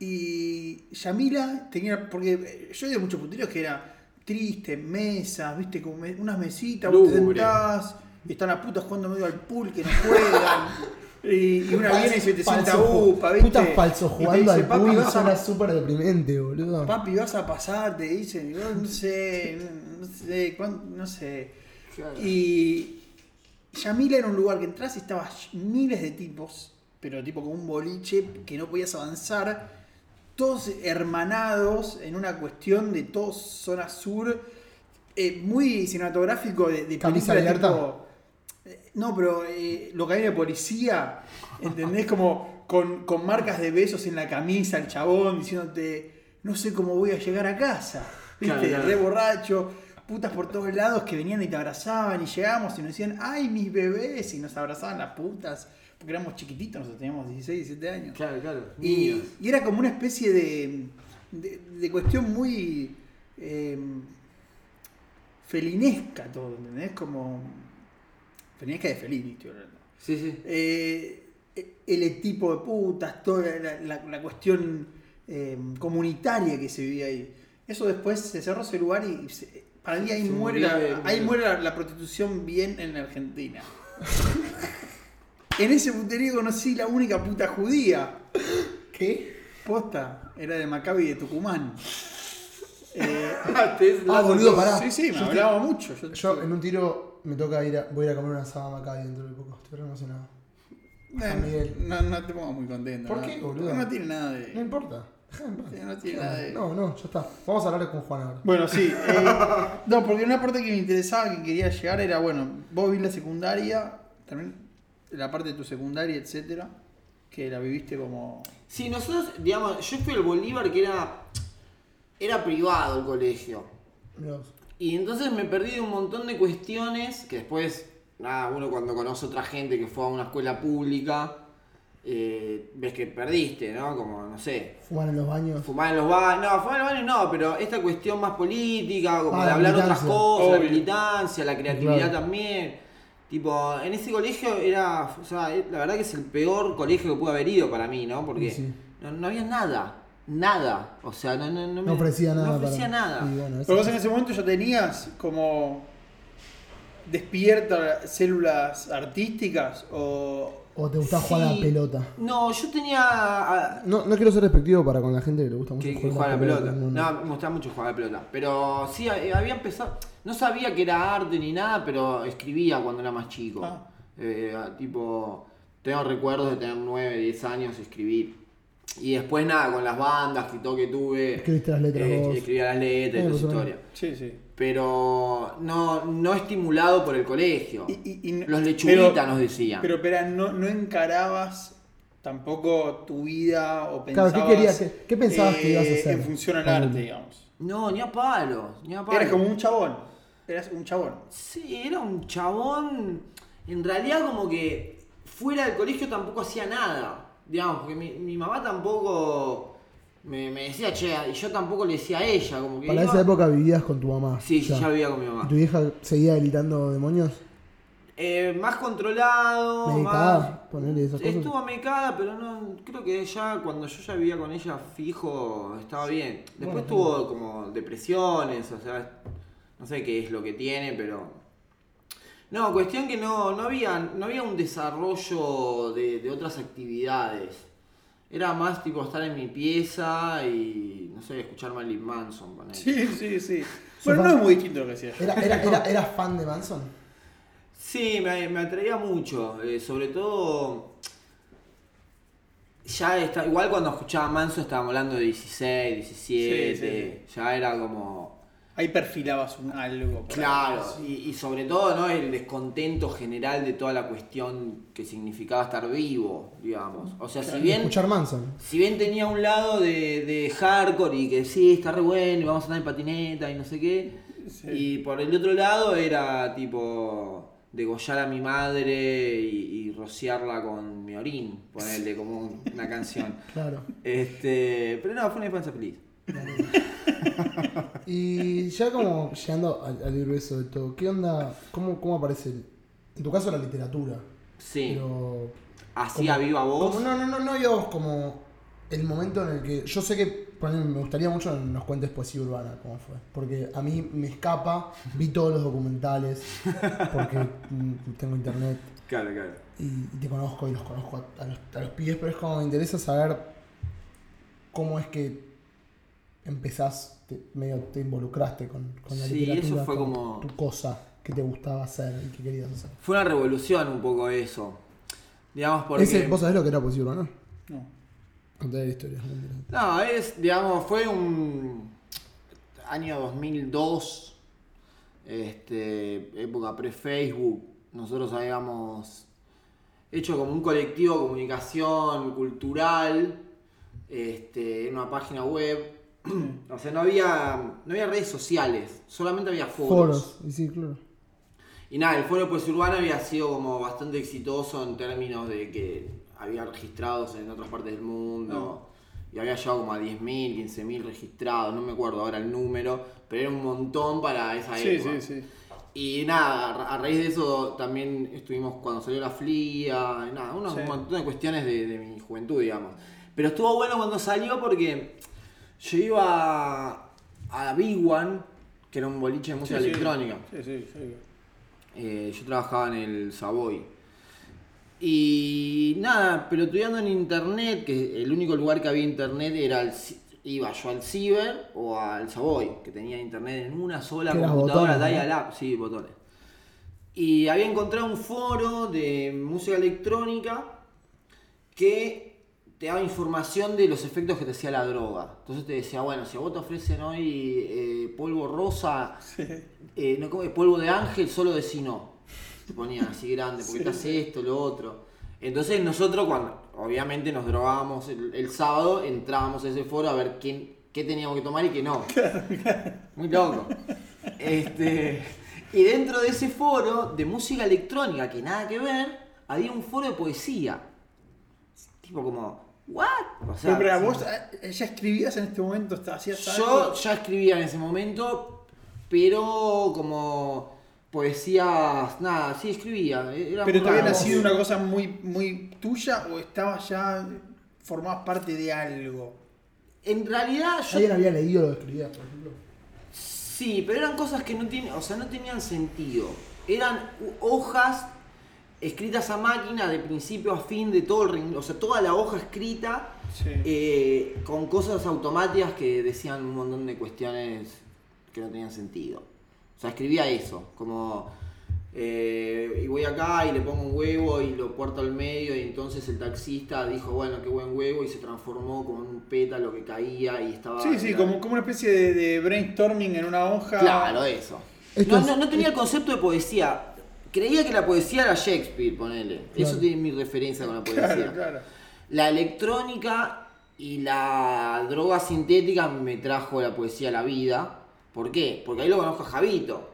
y Yamila tenía. Porque yo había muchos punteros que era triste, mesas, viste, como me- unas mesitas, vos te Lúgubre. sentás, y están las putas jugando medio al pool que no juegan. Y, y una Falso- viene y se te falso sienta ju- upa, ¿viste? Putas falso Y te jugando dice, al "Papi, pool vas a- suena súper deprimente, boludo. Papi, vas a pasar, te dicen, y vos, no sé, no- no sé, cuán- no sé. Claro. Y Yamila era un lugar que entras y estabas miles de tipos, pero tipo como un boliche que no podías avanzar, todos hermanados en una cuestión de todos zona sur, eh, muy cinematográfico de, de Camisa película abierta. tipo- eh, no, pero eh, lo que había de policía, ¿entendés? Como con, con marcas de besos en la camisa, el chabón diciéndote, no sé cómo voy a llegar a casa. ¿Viste? Claro, claro. Re borracho, putas por todos lados que venían y te abrazaban y llegábamos y nos decían, ay, mis bebés, y nos abrazaban las putas, porque éramos chiquititos, nosotros teníamos 16, 17 años. Claro, claro. Y, Niños. y era como una especie de, de, de cuestión muy eh, felinesca todo, ¿entendés? Como felinesca de felini, estoy hablando. Sí, sí. Eh, el tipo de putas, toda la, la- la cuestión eh, comunitaria que se vivía ahí. Eso después se cerró ese lugar y se- para mí ahí Se muere, murió de- la, ahí muere la, la prostitución bien en la Argentina. en ese puterío conocí la única puta judía. ¿Qué? Posta, era de Maccabi de Tucumán. Eh, Ah, boludo, pará. Sí, sí, me Yo te- hablaba mucho. Yo, Yo en un tiro me toca ir a, voy a ir a comer una asada acá dentro de poco. Estoy re emocionado. Eh, Miguel. no, no te pongas muy contento. ¿Por no. qué, boludo? No tiene nada de. No importa. Dejá en paz. No tiene nada de- No, no, ya está. Vamos a hablar con Juan ahora. Bueno, sí. eh, no, porque una parte que me interesaba, que quería llegar, era, bueno, vos vivís la secundaria, también la parte de tu secundaria, etcétera, que la viviste como... Sí, nosotros, digamos, yo fui al Bolívar que era. Era privado el colegio. Mirá vos. Y entonces me perdí de un montón de cuestiones que después, nada, uno cuando conoce otra gente que fue a una escuela pública, eh, ves que perdiste, ¿no? Como, no sé, Fumar en los baños. fumar en los baños, no, fumar en los baños no, pero esta cuestión más política, como Ah, de la hablar otras militancia. cosas, la Obvio. militancia, la creatividad Claro. también. Tipo, en ese colegio era, o sea, eh, la verdad que es el peor colegio que pude haber ido para mí, ¿no? Porque Sí. No, no había nada. nada. O sea, no, no, no, me- No ofrecía nada. No ofrecía para- nada. Y bueno, eso- Pero vos en ese momento ya tenías como despierta células artísticas o... O te gusta jugar a la Sí. pelota. No, yo tenía. ah, No, no quiero ser despectivo para con la gente que le gusta mucho que, que jugar a la pelota. No, me gustaba mucho jugar a la pelota. Pero sí, eh, había empezado. No sabía que era arte ni nada, pero escribía cuando era más chico. Ah. Eh, tipo, tengo recuerdos de tener 9, 10 años y escribir. Y después nada, con las bandas que todo que tuve. Escribiste las letras eh, vos. Escribía las letras Eh, y toda esa pues, historia. Sí, sí. Pero no, no estimulado por el colegio. Y- y- y no- Los lechuguitas pero- nos decían. Pero, pero no, no encarabas tampoco tu vida Claro, o pensabas... ¿qué querías que- qué pensabas que ibas a hacer? En función al Con- arte, digamos. no, ni a palos, ni a palos. Eras como un chabón. Eras un chabón. Sí, era un chabón. En realidad, como que fuera del colegio tampoco hacía nada. Digamos, porque mi, mi mamá tampoco me, me decía, che, y yo tampoco le decía a ella. Como que Para iba- esa época vivías con tu mamá. Sí, ya. ya vivía con mi ¿Y mamá. tu vieja seguía gritando demonios? Eh, más controlado, Medicada, más. ponerle esas cosas. Estuvo medicada, pero no. Creo que ya cuando yo ya vivía con ella fijo, estaba bien. Después Bueno, tuvo como depresiones, o sea, no sé qué es lo que tiene, pero. No, cuestión que no, no había, no había un desarrollo de, de otras actividades. Era más tipo estar en mi pieza y, no sé, escuchar Marilyn Manson. ponele. Sí, sí, sí. Bueno, no es muy distinto lo que hacías. ¿Era, era, era, ¿Eras fan de Manson? Sí, me, me atraía mucho, eh, sobre todo ya está, igual cuando escuchaba Manso estábamos hablando de 16, 17, Sí, ya era como Ahí perfilabas un algo. para- claro, y, y sobre todo ¿no? el descontento general de toda la cuestión que significaba estar vivo, digamos. O sea, si bien Escuchar Manson. si bien tenía un lado de, de hardcore y que sí, está re bueno y vamos a andar en patineta y no sé qué. Sí. Y por el otro lado era tipo degollar a mi madre y, y rociarla con mi orín, ponerle como un- una canción. Claro. Este, pero no, fue una infancia feliz. Y ya como llegando al, al grueso de todo, ¿qué onda? ¿Cómo, cómo aparece? el- en tu caso la literatura. Sí, Pero hacía como- viva voz. Como, no, no, no, no, yo como el momento en el que. Yo sé que ponele, me gustaría mucho que nos cuentes poesía urbana, cómo fue. Porque a mí me escapa, vi todos los documentales, porque mm, tengo internet Claro, claro. y, y te conozco y los conozco a, a los, a los pibes, pero es como me interesa saber cómo es que empezás, te, medio te involucraste con, con la Sí, literatura, eso fue con como- tu cosa que te gustaba hacer y que querías hacer. Fue una revolución un poco eso. Digamos porque... Ese, ¿Vos sabés lo que era poesía urbana? No. Contar historias. muy interesante. No, es, digamos, fue un año 2002, este, época pre-Facebook. Nosotros habíamos hecho como un colectivo de comunicación cultural este, en una página web. O sea, no había, no había redes sociales, solamente había Foros, y sí, claro. y nada, el Foro Pues Urbana había sido como bastante exitoso en términos de que había registrados en otras partes del mundo. Y había llegado como a 10.000, 15.000 registrados, no me acuerdo ahora el número, pero era un montón para esa Sí, época. sí, sí. Y nada, a ra- a raíz de eso también estuvimos cuando salió la FLIA, y nada, unos Sí. un montón de cuestiones de, de mi juventud, digamos. Pero estuvo bueno cuando salió porque yo iba a- a Big One, que era un boliche de música Sí, sí. electrónica. Sí, sí, sí. Eh, yo trabajaba en el Savoy. Y nada, pero estudiando en internet, que el único lugar que había internet era el ci- iba yo al Ciber o al Savoy, que tenía internet en una sola Que eran computadora, botones, ¿no? dial-up, sí, botones. Y había encontrado un foro de música electrónica que te daba información de los efectos que te hacía la droga. Entonces te decía, bueno, si a vos te ofrecen hoy eh, polvo rosa, eh, no, ¿cómo es? polvo de ángel, solo de si no. Te ponían así grande, porque te hace esto, lo otro. Entonces nosotros, cuando obviamente nos drogábamos el, el sábado, entrábamos a ese foro a ver quién, qué teníamos que tomar y qué no. Muy loco. Este, y dentro de ese foro de música electrónica, que nada que ver, había un foro de poesía. Tipo como, ¿what? O sea, Pero, pero vos eh, ya escribías en este momento, está- hacías yo algo. ya escribía en ese momento, pero como poesías, nada, sí escribía. Era Pero te muy había raro. nacido una cosa muy, muy tuya o estabas ya, formabas parte de algo. en realidad yo Alguien había leído lo que escribías, por ejemplo. Sí, pero eran cosas que no tienen, o sea, no tenían sentido. Eran ho- hojas escritas a máquina de principio a fin de todo el rin- o sea, toda la hoja escrita Sí. eh, con cosas automáticas que decían un montón de cuestiones que no tenían sentido. O sea, escribía eso, como eh, y voy acá y le pongo un huevo y lo puerto al medio y entonces el taxista dijo, bueno, qué buen huevo y se transformó como en un pétalo que caía y estaba Sí, sí, era- como, como una especie de, de brainstorming en una hoja. Claro, eso. Esto No, es- no, no tenía el concepto de poesía. Creía que la poesía era Shakespeare, ponele. Eso Claro. tiene mi referencia con la poesía. Claro, claro. La electrónica y la droga sintética me trajo la poesía a la vida. ¿Por qué? Porque ahí lo conozco a Javito.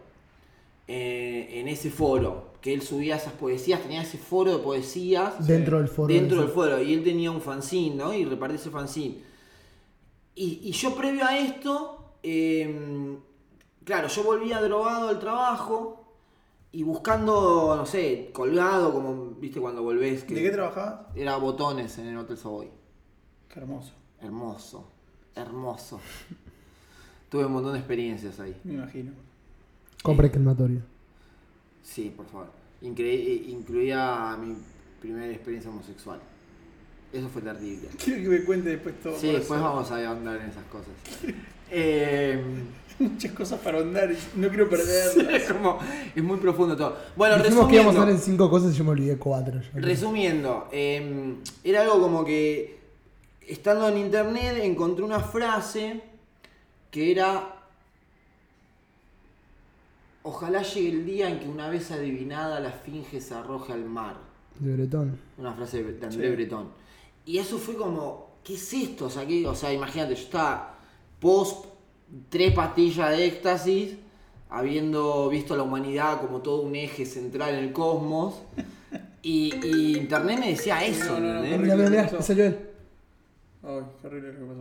eh, en ese foro. Que él subía esas poesías, tenía ese foro de poesías Dentro del foro. dentro ese. del foro. Y él tenía un fanzine, ¿no? Y repartía ese fanzine. Y, y yo previo a esto, eh, claro, yo volvía drogado al trabajo y buscando, no sé, colgado, como viste cuando volvés. Que ¿De qué trabajabas? Era botones en el Hotel Savoy. Qué hermoso, Hermoso, hermoso. Tuve un montón de experiencias ahí. me imagino. Compre crematorio. Sí, por favor. Incre- eh, incluía mi primera experiencia homosexual. Eso fue terrible. Quiero que me cuente después todo. Sí, por después eso. vamos a andar en esas cosas. Eh, Muchas cosas para ahondar, y no quiero perderlas. es, como- es muy profundo todo. Bueno, Dijimos que íbamos a resumiendo, hacer en cinco cosas y yo me olvidé cuatro. ya. resumiendo, eh, era algo como que estando en internet encontré una frase que era Ojalá llegue el día en que una vez adivinada la finge se arroje al mar. De Bretón. Una frase de de André Sí. Breton. Y eso fue como, ¿qué es esto? O sea, que- o sea, imagínate, yo estaba post tres pastillas de éxtasis, habiendo visto a la humanidad como todo un eje central en el cosmos. Y, y internet me decía eso, No, no, no, ¿entendés? Mira, correcto. mira, mira, pasó. ese salió él. Ay, qué horrible lo que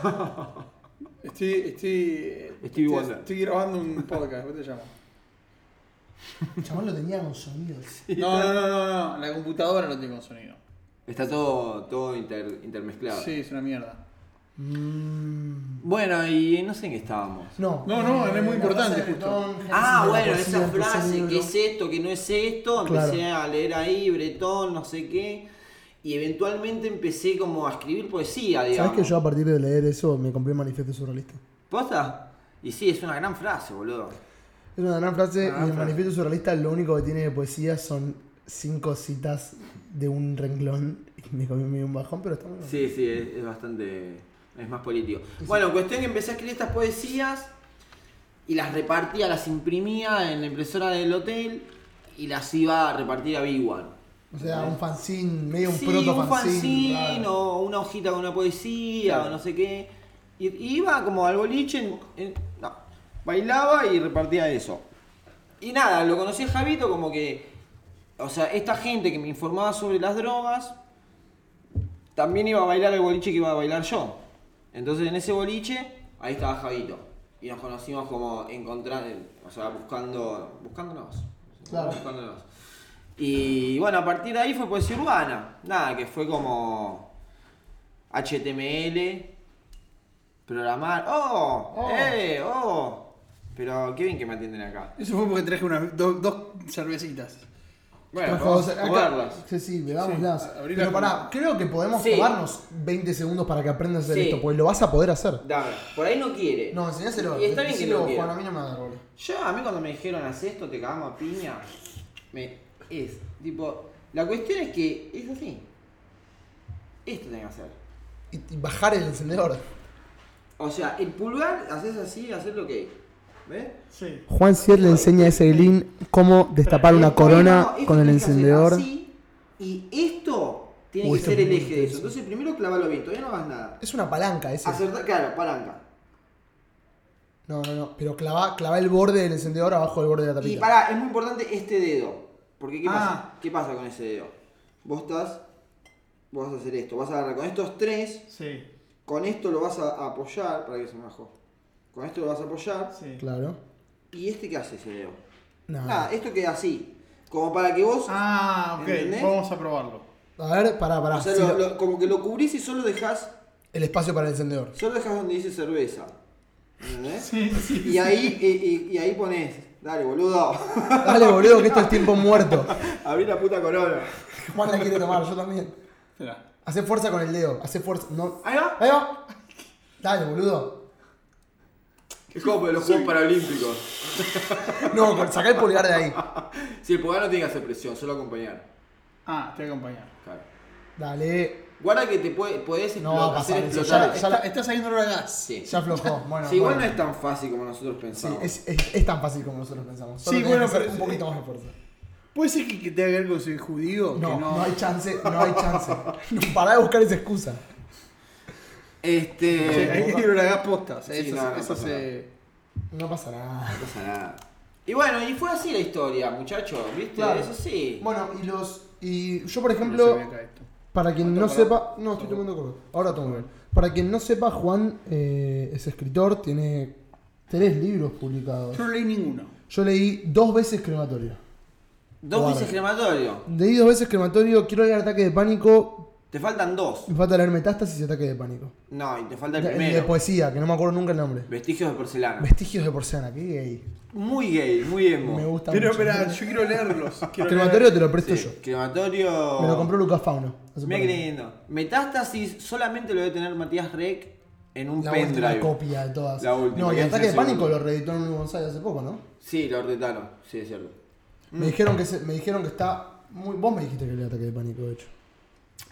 pasó. Estoy, estoy, Stevie Wonder. estoy grabando un podcast, ¿cómo te llamo? El chabón lo tenía con sonido. No, no, no, no, no, la computadora no tiene con sonido. Está todo, todo inter- intermezclado. Sí, es una mierda. Mm. Bueno, y no sé en qué estábamos. No. Eh, No, no, es la muy importante, frase de justo. Breton, Génesis de la Ah, bueno, poesía, esa empezó el frase, libro. ¿qué es esto? ¿Qué no es esto? Empecé a leer ahí, Bretón, no sé qué. Y eventualmente empecé como a escribir poesía, digamos. ¿Sabes que yo a partir de leer eso me compré el manifiesto surrealista? ¿Posta? Y sí, es una gran frase, boludo. Es una gran frase y Ah, Una gran el frase. manifiesto surrealista lo único que tiene de poesía son cinco citas de un renglón y me comí medio un bajón, pero está muy bien. Sí, sí, es, es bastante... es más político. Bueno, cuestión que empecé a escribir estas poesías y las repartía, las imprimía en la impresora del hotel y las iba a repartir a Big One. O sea, un fanzine, medio un Sí, proto un fanzine. fanzine claro. o una hojita con una poesía o no sé qué. Y, y iba como al boliche, en- en- no, bailaba y repartía eso. Y nada, lo conocí a Javito como que, o sea, esta gente que me informaba sobre las drogas, también iba a bailar el boliche que iba a bailar yo. Entonces en ese boliche, ahí estaba Javito. Y nos conocimos como encontrar, o sea, buscando, buscándonos. Claro. Buscándonos. Y bueno, a partir de ahí fue poesía urbana. Nada, que fue como HTML, programar. ¡Oh! Oh. ¡Eh! ¡Oh! Pero qué bien que me atienden acá. Eso fue porque traje unas do- dos cervecitas. Bueno, Por vamos favor, a acá- probarlas. Sí, sí, veámoslas. Sí, abrí la pero pará, cámara. creo que podemos Sí. tomarnos 20 segundos para que aprendas a hacer Sí. esto, porque lo vas a poder hacer. Dame, por ahí no quiere. No, enseñáselo. Y está bien que decíselo, no Juan, a quiera. mí no me da bola. Yo, a mí cuando me dijeron, haz esto, te cagamos a piña, me... Es, tipo, la cuestión es que es así. Esto tenés que hacer. Y, y bajar el encendedor. O sea, el pulgar, haces así, haces lo que... ¿Ves? Sí. Juan Sier le enseña a Evelyn cómo destapar una Esto, corona no, esto con el tenés que hacer encendedor. así, y esto tiene Uy, que esto es ser el muy eje de eso. intenso. Entonces primero clavalo bien, todavía no hagas nada. Es una palanca ese. Acertar, claro, palanca. No, no, no. Pero clava, clava el borde del encendedor abajo del borde de la Y tapita. pará, es muy importante este dedo. Porque ¿qué, Ah. pasa? ¿qué pasa con ese dedo? Vos estás. Vos vas a hacer esto. Vas a agarrar con estos tres. Sí, Con esto lo vas a apoyar. Para que se me bajó. Con esto lo vas a apoyar. sí. Claro. ¿Y este qué hace ese dedo? No. Nada, esto queda así. Como para que vos. Ah, ok, ¿Entendés? vamos a probarlo. A ver, pará, pará. o sea, Si eh. lo- lo- lo- como que lo cubrís y solo dejás el espacio para el encendedor. Solo dejas donde dice cerveza. ¿Entendés? Sí, sí. Y ahí, eh, y, y- y ahí pones, dale boludo, Dale, boludo, que esto es tiempo muerto. abrí la puta corona. Juan la quiere tomar, yo también. Espera. Hace fuerza con el dedo, hace fuerza. No. Ahí va. Ahí va. Dale, boludo. Es como los Juegos Paralímpicos. No, con- sacá el pulgar de ahí. Si el pulgar no tiene que hacer presión, solo acompañar. Ah, te voy a acompañar. Claro. Dale. Guarda que te puede, podés No explo- va a pasar hacer eso, explotar. ya- Está, está saliendo la gas. Sí. Ya aflojó. Bueno, Sí, igual bueno. no es tan fácil como nosotros Sí, pensamos. es, es- es tan fácil como nosotros pensamos. Solo Sí, tenés que bueno, hacer pero- un poquito más de fuerza. ¿Puede ser que, que tenga que ver con ser judío? No, que no, hay chance, no hay chance. No, pará de buscar esa excusa. Sí, Eh, hay Este. que tirar la gas posta. o sea, Sí, eso no, no eso pasa se. No pasa nada. No pasa nada. Y bueno, y fue así la historia, muchachos, ¿viste? Claro. Eso sí. Bueno, y los. Y yo, por No ejemplo, se ve acá esto. para quien no Tomá. sepa. No, estoy tomando coca. Ahora tomo bien. Para quien no sepa, Juan eh, es escritor, tiene tres libros publicados. Yo no leí ninguno. Yo leí dos veces crematorio. Dos Guarda. veces crematorio. Leí dos veces crematorio, quiero leer ataque de pánico. Te faltan dos. Me falta leer metástasis y ataque de pánico. No, y te falta el El de primero. poesía, que no me acuerdo nunca el nombre. Vestigios de Ah. porcelana. Vestigios de porcelana, qué gay. Muy gay, muy emo. Me gusta Pero, mucho. espera, yo quiero leerlos. Quiero Crematorio te lo presto Sí, yo. Crematorio. Me lo compró Lucas Fauno. hace Mirá poco. qué lindo. Metástasis solamente lo debe tener Matías Rec en un La última pendrive. copia de todas. La última, no, y que Ataque de es el Pánico segundo. Mm. lo reeditó Nuno González hace poco, ¿no? Sí, lo retaron. Sí, es cierto. Me, dijeron que se- me dijeron que está muy... Vos me dijiste que leía Ataque de Pánico, de hecho.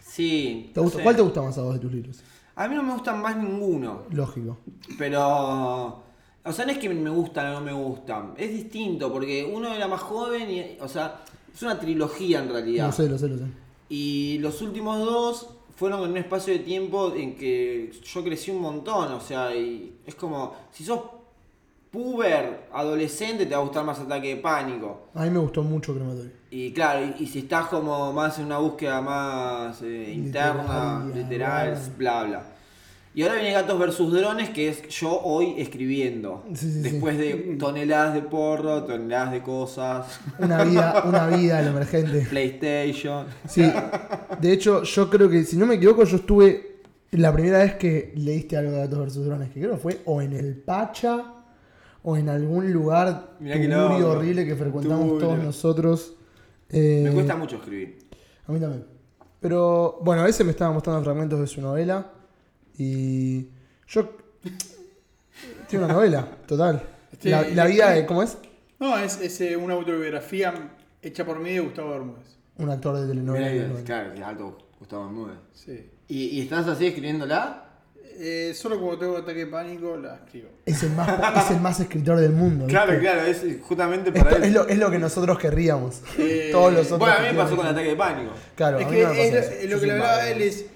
Sí. ¿Te no gusta- sé. ¿Cuál te gusta más a vos de tus libros? A mí no me gustan más ninguno. Lógico. Pero. O sea, no es que me gustan o no me gustan. Es distinto, porque uno era más joven y. O sea, es una trilogía en realidad. Lo sé, lo sé, lo sé. Y los últimos dos fueron en un espacio de tiempo en que yo crecí un montón. O sea, y es como. Si sos puber, adolescente, te va a gustar más ataque de pánico. A mí me gustó mucho Crematorio. Y claro, y, y si estás como más en una búsqueda más eh, interna, Literaria, literal, bla. bla bla. Y ahora viene Gatos versus Drones, que es yo hoy escribiendo. Sí, sí, después de toneladas de porro, toneladas de cosas, Una vida, una vida, el emergente. PlayStation. Sí, de hecho, yo creo que, si no me equivoco, yo estuve la primera vez que leíste algo de Gatos vs. Drones, que creo que fue o en el Pacha o en algún lugar Mirá que turbio, loco. horrible que frecuentamos Turbio. todos nosotros. Eh, Me cuesta mucho escribir. A mí también. Pero bueno, ese me estaba mostrando fragmentos de su novela y yo... Tiene una novela, total. Sí, la, la y- vida de, ¿cómo es? No, es, es eh, una autobiografía hecha por mí de Gustavo Bermúdez. Un actor de telenovela. Mirá, Bueno. claro, que alto Gustavo Bermúdez. Sí. ¿Y, y estás así escribiéndola? Eh, solo cuando tengo ataque de pánico la escribo. Es el, más, es el más escritor del mundo. Claro, ¿viste? claro, es justamente para Esto es, él. lo, es lo que nosotros querríamos. Eh, Todos los otros. Bueno, a mí me querríamos. pasó con el ataque de pánico. Claro, es a mí que no me pasa es lo- eso. es Yo lo que soy le hablaba vago. a él es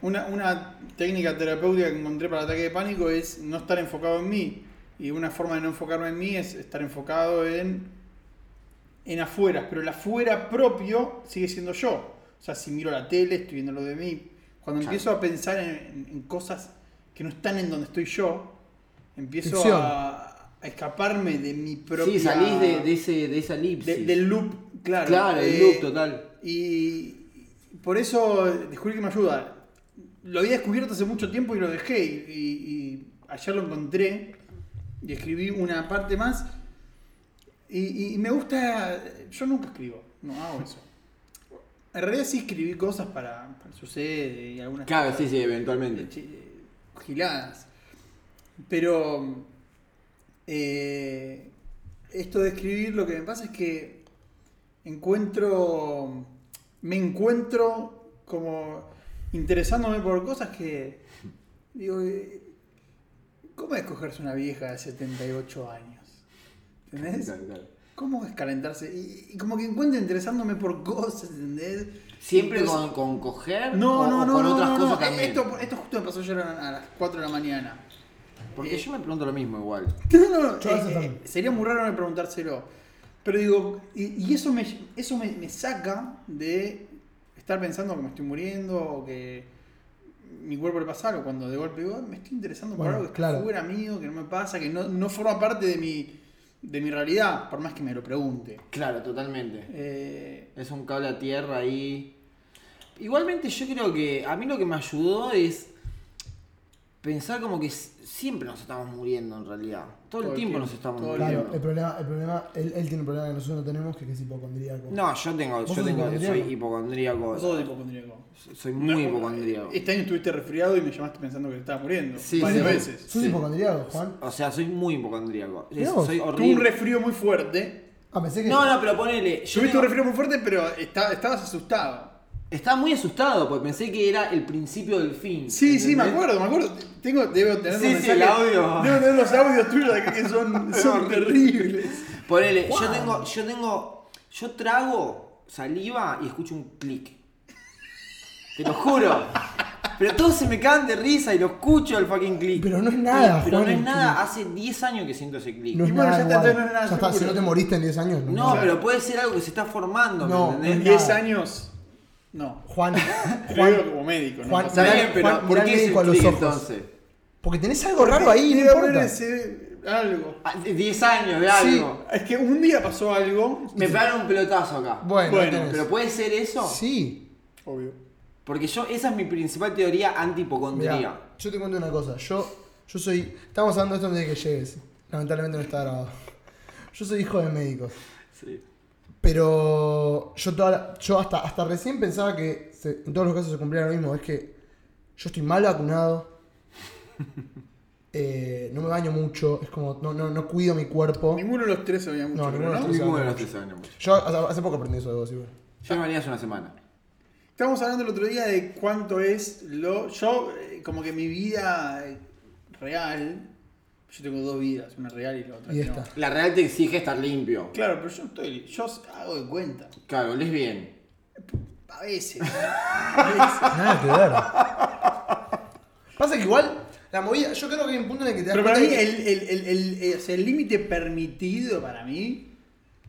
una, una técnica terapéutica que encontré para el ataque de pánico es no estar enfocado en mí. Y una forma de no enfocarme en mí es estar enfocado en, en afueras, pero el afuera propio sigue siendo yo. O sea, si miro la tele, estoy viendo lo de mí. Cuando Claro. empiezo a pensar en, en- en cosas que no están en donde estoy yo, empiezo Ficción. a, a escaparme de mi propia... Sí, salís de, de ese, de esa elipsis. de- del loop, claro. Claro, el Eh, look total. y por eso descubrí que me ayuda. Lo había descubierto hace mucho tiempo y lo dejé. Y, y- y ayer lo encontré y escribí una parte más. Y, y- y me gusta. Yo nunca escribo, no hago eso. En realidad sí escribí cosas para, para sucede y algunas Claro, sí, cosas, sí, eventualmente. eh, giladas. Pero eh, esto de escribir lo que me pasa es que encuentro, me encuentro como interesándome por cosas que, digo, eh, ¿cómo es cogerse una vieja de 78 años? ¿Entendés? Claro, claro. ¿Cómo es calentarse? Y, y como que encuentro interesándome por cosas, ¿entendés? ¿Siempre Entonces- con, con coger? no, o, no, o no, con no, otras no, cosas no. Eh, también. Esto, esto justo me pasó ayer a a las 4 de la mañana. Porque yo me pregunto lo mismo igual. No, no, no, Yo eh, eso eh, también. sería muy raro no preguntárselo. Pero digo, y, y eso, me, eso me, me saca de estar pensando que me estoy muriendo o que mi cuerpo le pasa algo. Cuando de golpe digo, "Ah, me estoy interesando por Bueno, algo que claro. está fuera mío, que no me pasa, que no, no forma parte de mi, de mi realidad, por más que me lo pregunte. Claro, totalmente. Eh, Es un cable a tierra ahí. Igualmente yo creo que a mí lo que me ayudó es pensar como que s- siempre nos estamos muriendo en realidad. Todo, el tiempo nos estamos todo el muriendo. Claro, el problema, el problema él, él tiene un problema que nosotros no tenemos, que, es hipocondríaco. No, yo tengo, ¿Vos yo sos tengo, soy hipocondríaco? hipocondríaco. Vos sos hipocondríaco. Soy muy hipocondríaco. Este año estuviste resfriado y me llamaste pensando que te estabas muriendo. Sí, varias sí. veces. ¿Sos sí. hipocondríaco, Juan? O sea, soy muy hipocondríaco. Mirá Es- vos. Soy Tuve un horrible. resfrío muy fuerte. Ah, pensé que. No, no, pero ponele. Yo Tuviste un tengo- resfrío muy fuerte, pero está- estabas asustado. estaba muy asustado porque pensé que era el principio del fin. Sí, sí, me ¿entendés? acuerdo, me acuerdo. Tengo, debo tener Sí, los sí, mensajes- el audio. Debo tener los audios tuyos de que son, son terribles. Ponele, yo tengo, yo tengo, yo trago saliva y escucho un clic. Te lo juro. Pero todos se me cagan de risa y lo escucho el fucking clic. Pero no es nada, Y- Pero Juan, no es el nada, clic. hace 10 años que siento ese clic. No No, es Y bueno, nada ya está, igual. ya no es nada, Ya está, si seguro. no te moriste en 10 años. es nada. pero puede ser algo que se está formando, ¿me No, entendés? no es 10 nada. años. No. Juan, Yo Juan, digo como médico, ¿no? Juan, O Está sea, mirá- bien, pero Juan, ¿por mirá qué al es médico a un los clic ojos. entonces? porque tenés algo raro ahí, no debe haber importa. ese- algo. Ah, 10 años de algo. Sí, es que un día pasó algo. Me pegaron un pelotazo acá. Bueno, Bueno, tenés. Pero puede ser eso. Sí. Obvio. Porque yo, esa es mi principal teoría Mirá, antihipocondría. yo te cuento una cosa. Yo, yo soy. Estamos hablando de esto antes de que llegues. Lamentablemente no está grabado. Yo soy hijo de médicos. Sí. Pero yo, toda la- yo hasta, hasta recién pensaba que se- en todos los casos se cumplía lo mismo. Es que yo estoy mal vacunado. eh, no me baño mucho. Es como, no, no, no cuido mi cuerpo. Ninguno de los tres sabía mucho, No, Ah. ninguno de ¿no? los tres. Ninguno de los tres años. mucho. Yo hace, hace poco aprendí eso de vos, igual. Yo me bañé hace una semana. Estábamos hablando el otro día de cuánto es lo. Yo, eh, como que mi vida eh, real. Yo tengo dos vidas, una real y la otra. Y que no. esta. La real te exige estar limpio. Claro, pero yo estoy. Yo hago de cuenta. Claro, lees bien. A veces. A veces. Nada que ver. Pasa que igual, la movida, yo creo que hay un punto en el que te das Pero para mí, cuenta que- el el- el- el- eh, o sea, el límite permitido para mí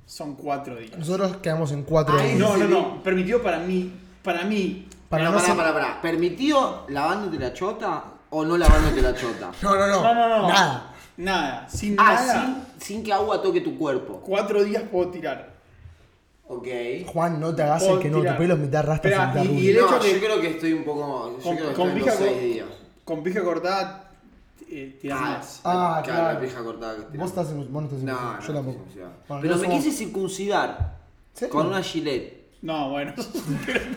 son cuatro días. Nosotros quedamos en cuatro. Ay, días. No, no, no. Permitido para mí. Para mí. Para Pero no pará, ser- pará, pará. ¿Permitido lavándote la chota o no lavándote la chota? No, no, no. No, no, no. Nada. Nada. Sin Ah, nada. sin, sin que agua toque tu cuerpo. Cuatro días puedo tirar. Ok. Juan, no te hagas Puedo el que no, tu tirar. pelo es mitad rastas Esperá, y mitad y- y rubio. el No, hecho que- yo creo que estoy un poco. Yo Con, creo que con estoy en pija, los co- seis días. con pija cortada eh, tiras Ah, más. Ah, claro. La pija cortada que tenés. Vos estás en- vos no estás en- No, no, yo tampoco. estoy circuncidado. Bueno, Pero no me somos- quise circuncidar ¿Serio? con una gilet. No, bueno.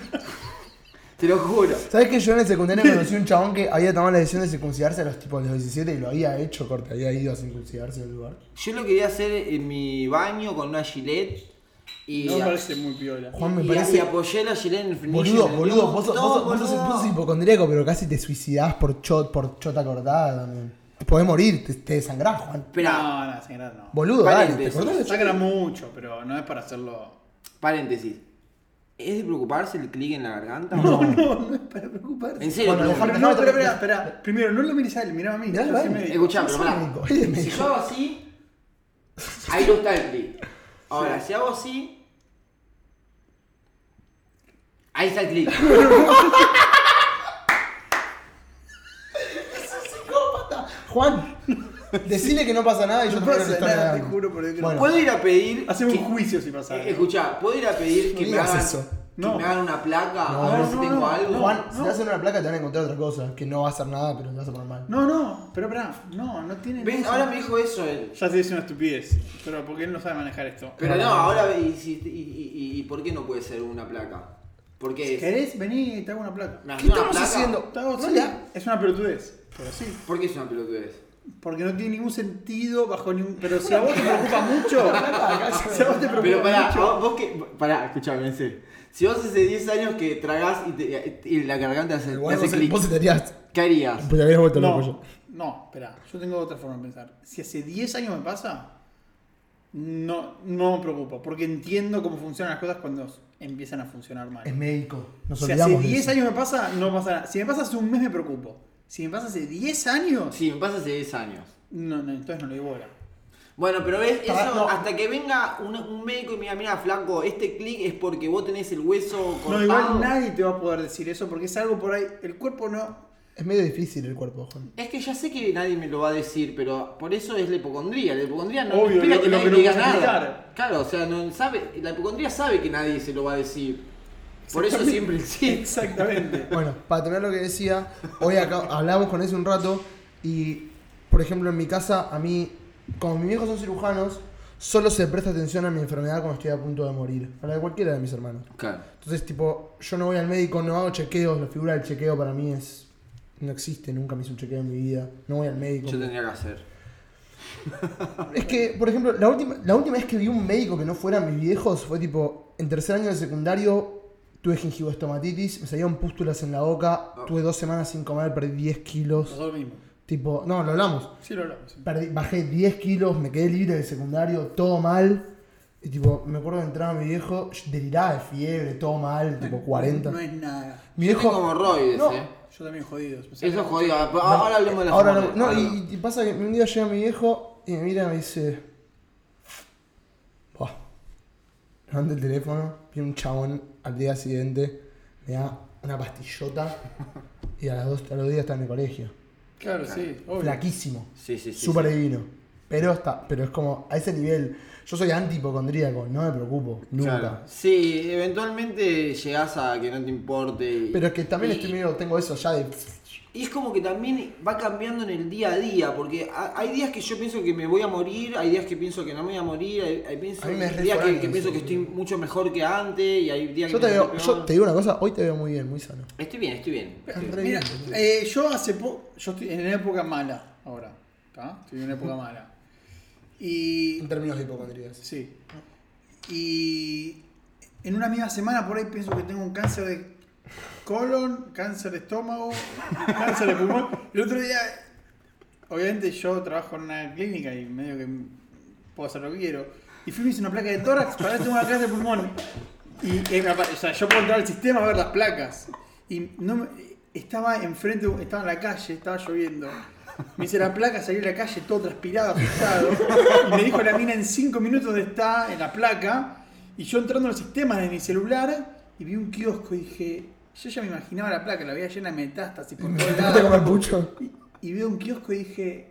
Te lo juro. ¿Sabés que yo en el secundario conocí un chabón que había tomado la decisión de circuncidarse a los tipos de los 17 y lo había hecho, corte, había ido a circuncidarse del lugar? Yo lo quería hacer en mi baño con una gilet. Y no me parece muy piola. Juan, me y- y parece. apoyé la gilet en el frenillo. Boludo, y me- boludo, No, vos, sos- no, vos, vos sos, boludo. vos sos hipocondríaco, pero casi te suicidás por, cho- por chota cortada también. Te podés morir, te, te desangrás, Juan. Esperá, No, no, señora, no. Boludo, dale, te Paréntesis. acordás de Sangra mucho, pero no es para hacerlo. paréntesis. ¿Es de preocuparse el clic en la garganta? No. No, no es para preocuparse. En serio, Bueno, te dejá- preocupo. Pero no, espera, espera, espera. Primero, no lo mires a él, mirá a mí. Mirá, yo vale. soy médico. Escuchá, Yo pero soy pará. médico, es de Si médico. yo hago así, ahí no está el clic. Ahora, si hago así, ahí está el clic. Juan, decile que no pasa nada y yo te No voy a pasa contestar nada, nada. te juro por Dios que no Bueno, ¿Puedo ir a pedir? Hacemos que- un juicio si pasa. Eh, algo. Escuchá, ¿puedo ir a pedir No que, me digas hagan, eso. que No. me hagan una placa No, a ver no, si no, tengo no. algo? Juan, si no. te hacen una placa te van a encontrar otra cosa, que no va a hacer nada, pero te vas a poner mal. No, no, pero espera, no, no tiene. ¿Ves? Ahora me dijo eso él. Ya se dice una estupidez, pero porque él no sabe manejar esto. Pero no, ahora y, si- y, y- y- y por qué no puede ser una placa? ¿Por qué es? ¿Querés? Vení y te hago una placa. ¿Me haces ¿Qué Ah, una estamos placa? haciendo? Te hago- No sí, le- Es una pelotudez, pero sí. ¿Por qué es una pelotudez? Porque no tiene ningún sentido bajo ningún. Pero si a vos te preocupa mucho. si a vos te preocupa Pero pará, mucho. vos, vos que. Pará, escuchame, en serio. Si vos hace 10 años que tragás y, te- y la garganta hace, Igual te vos, hace clic, vos estarías. ¿qué harías? Pues te habías vuelto loco No, yo. no, espera, yo tengo otra forma de pensar. Si hace 10 años me pasa, no, no me preocupa, porque entiendo cómo funcionan las cosas cuando empiezan a funcionar mal. Es médico, nos Si hace olvidamos. de 10 eso. años me pasa, no pasa nada. Si me pasa hace un mes me preocupo. Si me pasa hace 10 años, Sí, me pasa hace 10 años. no, no, entonces no le doy bola. Bueno, pero ves, Pará, eso, no. hasta que venga un, un médico y me diga, mira, flaco, este clic es porque vos tenés el hueso cortado. No, igual nadie te va a poder decir eso porque es algo por ahí. El cuerpo no. Es medio difícil el cuerpo, Juan. Es que ya sé que nadie me lo va a decir, pero por eso es la hipocondría. La hipocondría no Obvio, espera lo- que lo nadie que no diga puedes nada. explicar. Claro, o sea, no sabe, la hipocondría sabe que nadie se lo va a decir. Por eso siempre sí. Exactamente. Bueno, para terminar lo que decía, hoy acá hablamos con ese un rato y, por ejemplo, en mi casa, a mí, como mis viejos son cirujanos, solo se presta atención a mi enfermedad cuando estoy a punto de morir, a la de cualquiera de mis hermanos. Claro. Entonces, tipo, yo no voy al médico, no hago chequeos, la figura del chequeo para mí es... No existe, nunca me hice un chequeo en mi vida, no voy al médico. Yo tendría que hacer. Es que, por ejemplo, la última, la última vez que vi un médico que no fuera mis viejos fue tipo, en tercer año de secundario tuve gingivoestomatitis, me salían pústulas en la boca, tuve dos semanas sin comer, perdí 10 kilos. Nosotros mismos. Tipo, no, lo hablamos. Sí, lo hablamos. sí. Perdí- bajé 10 kilos, me quedé libre del secundario, todo mal. Y tipo, me acuerdo de entrar a mi viejo, deliraba de fiebre, todo mal, tipo 40. No es nada. Mi Yo tengo viejo... hemorroides, No. eh. Yo también jodidos. me Eso sacan- es jodido. Ahora hablemos de la Ahora no, no, y, y pasa que un día llega mi viejo y me mira y me dice. Buah. Levanta el teléfono, viene un chabón al día siguiente, me da una pastillota y a, las dos, a los días está en el colegio. Claro, sí. obvio. Flaquísimo, Sí, sí, sí. súper sí. divino. Pero está, pero es como a ese nivel. Yo soy antihipocondríaco, no me preocupo, nunca. Claro. Sí, eventualmente llegás a que no te importe. y- Pero es que también y- estoy medio, tengo eso ya de. Y es como que también va cambiando en el día a día, porque ha- hay días que yo pienso que me voy a morir, hay días que pienso que no me voy a morir, hay, hay pienso- A mí me hay re días que, foráneo que eso, pienso que estoy boludo. mucho mejor que antes, y hay días que Yo te, pienso veo, que yo peor. te digo una cosa, hoy te veo muy bien, muy sano. Estoy bien, estoy bien. Es re Mira, bien, boludo. eh, yo hace poco. Yo estoy en una época mala ahora. ¿tá? Estoy en una época mala. Y. En términos de hipocondrías. Sí. Y. En una misma semana por ahí pienso que tengo un cáncer de colon, cáncer de estómago, cáncer de pulmón. El otro día. Obviamente yo trabajo en una clínica y medio que puedo hacer lo que quiero. Y fui y me hice una placa de tórax, para eso tengo una placa de pulmón. Y eh, me apare- o sea, yo puedo entrar al sistema a ver las placas. Y no me- estaba enfrente, estaba en la calle, estaba lloviendo. Me hice la placa, salí a la calle todo transpirado, asustado. Y me dijo la mina en 5 minutos dónde está, en la placa. Y yo entrando en los sistemas de mi celular y vi un kiosco y dije, yo ya me imaginaba la placa, la veía llena de metástasis por todos ¿No te lados. comer pucho? Y, y veo un kiosco y dije,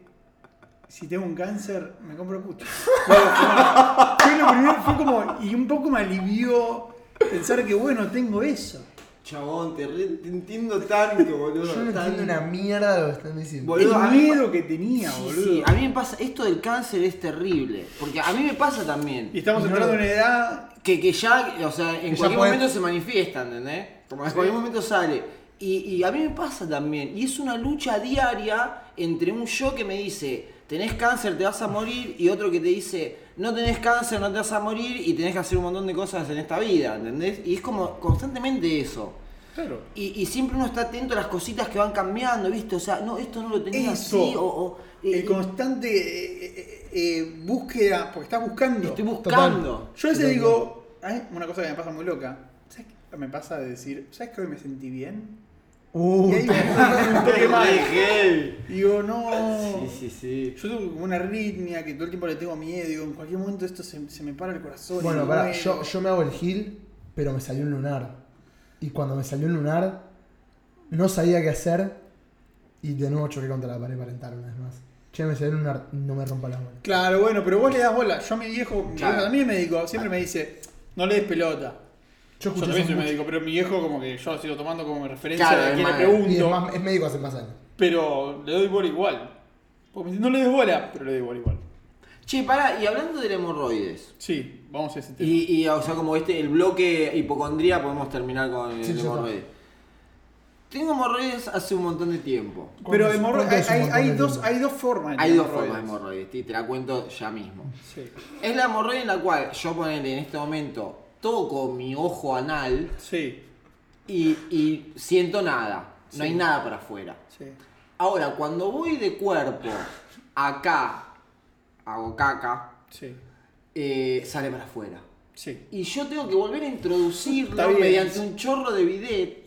si tengo un cáncer, me compro pucho. Fue como- fue lo primero, fue como, y un poco me alivió pensar que, bueno, tengo eso. Chabón, te, re- te entiendo tanto, boludo. Yo no entiendo tan- una mierda de lo que están diciendo. Boludo, a el mí- miedo que tenía, Sí, boludo. sí, a mí me pasa, esto del cáncer es terrible, porque a mí me pasa también. Y estamos No. entrando en una edad... Que, que ya, o sea, en ya cualquier puede- momento se manifiesta, ¿entendés? Como en cualquier momento sale. Y, y a mí me pasa también. Y es una lucha diaria entre un yo que me dice, tenés cáncer, te vas a morir, y otro que te dice, no tenés cáncer, no te vas a morir, y tenés que hacer un montón de cosas en esta vida, ¿entendés? Y es como constantemente eso. Claro. Y, y siempre uno está atento a las cositas que van cambiando, ¿viste? O sea, no, esto no lo tenía Eso. así, o... o- eh, El constante eh, eh, eh, búsqueda, porque estás buscando. estoy buscando. Yo a veces digo, ay, una cosa que me pasa muy loca, ¿sabes qué? me pasa de decir, ¿sabes que hoy me sentí bien? Uh, Y ahí me un toque mal. Re Digo, no. heavy. Sí, sí, sí. Yo tengo como una arritmia que todo el tiempo le tengo miedo. Digo, en cualquier momento esto se, se me para el corazón. y bueno, me pará, muero. yo, yo me hago el gil, pero me salió un lunar. Y cuando me salió un lunar, no sabía qué hacer. Y de nuevo choqué contra la pared para entrar una vez más. Che, me salió un lunar, no me rompa la bola. Claro, bueno, pero vos le das bola. Yo a mi viejo, mi Claro. viejo también me digo, siempre me dice, no le des pelota. Yo Yo escuché también eso soy mucho. médico, pero mi viejo como que yo lo sigo tomando como referencia Claro, de quien le hermano. Y es, pregunto. más- es médico hace más años. Pero le doy bola igual. Porque me dice, no le des bola, pero le doy bola igual. Che, pará, y hablando del hemorroides. Sí, vamos a ese tema. Y, y, o sea, como este, el bloque hipocondría, podemos terminar con el Sí, ya está. hemorroides. Tengo hemorroides hace un montón de tiempo. ¿Cuánto Pero es- hemorro- cuánto hay, es un hay, montón hay de dos, tiempo? hay dos formas. de Hay dos formas de hemorroides. hemorroides, y te la cuento ya mismo. Sí. Es la hemorroide en la cual yo ponele en este momento toco mi ojo anal Sí. y, y siento nada. No Sí. hay nada para afuera. Sí. Ahora, cuando voy de cuerpo acá, hago caca, Sí. eh, sale para afuera. Sí. Y yo tengo que volver a introducirlo Está bien. mediante un chorro de bidet.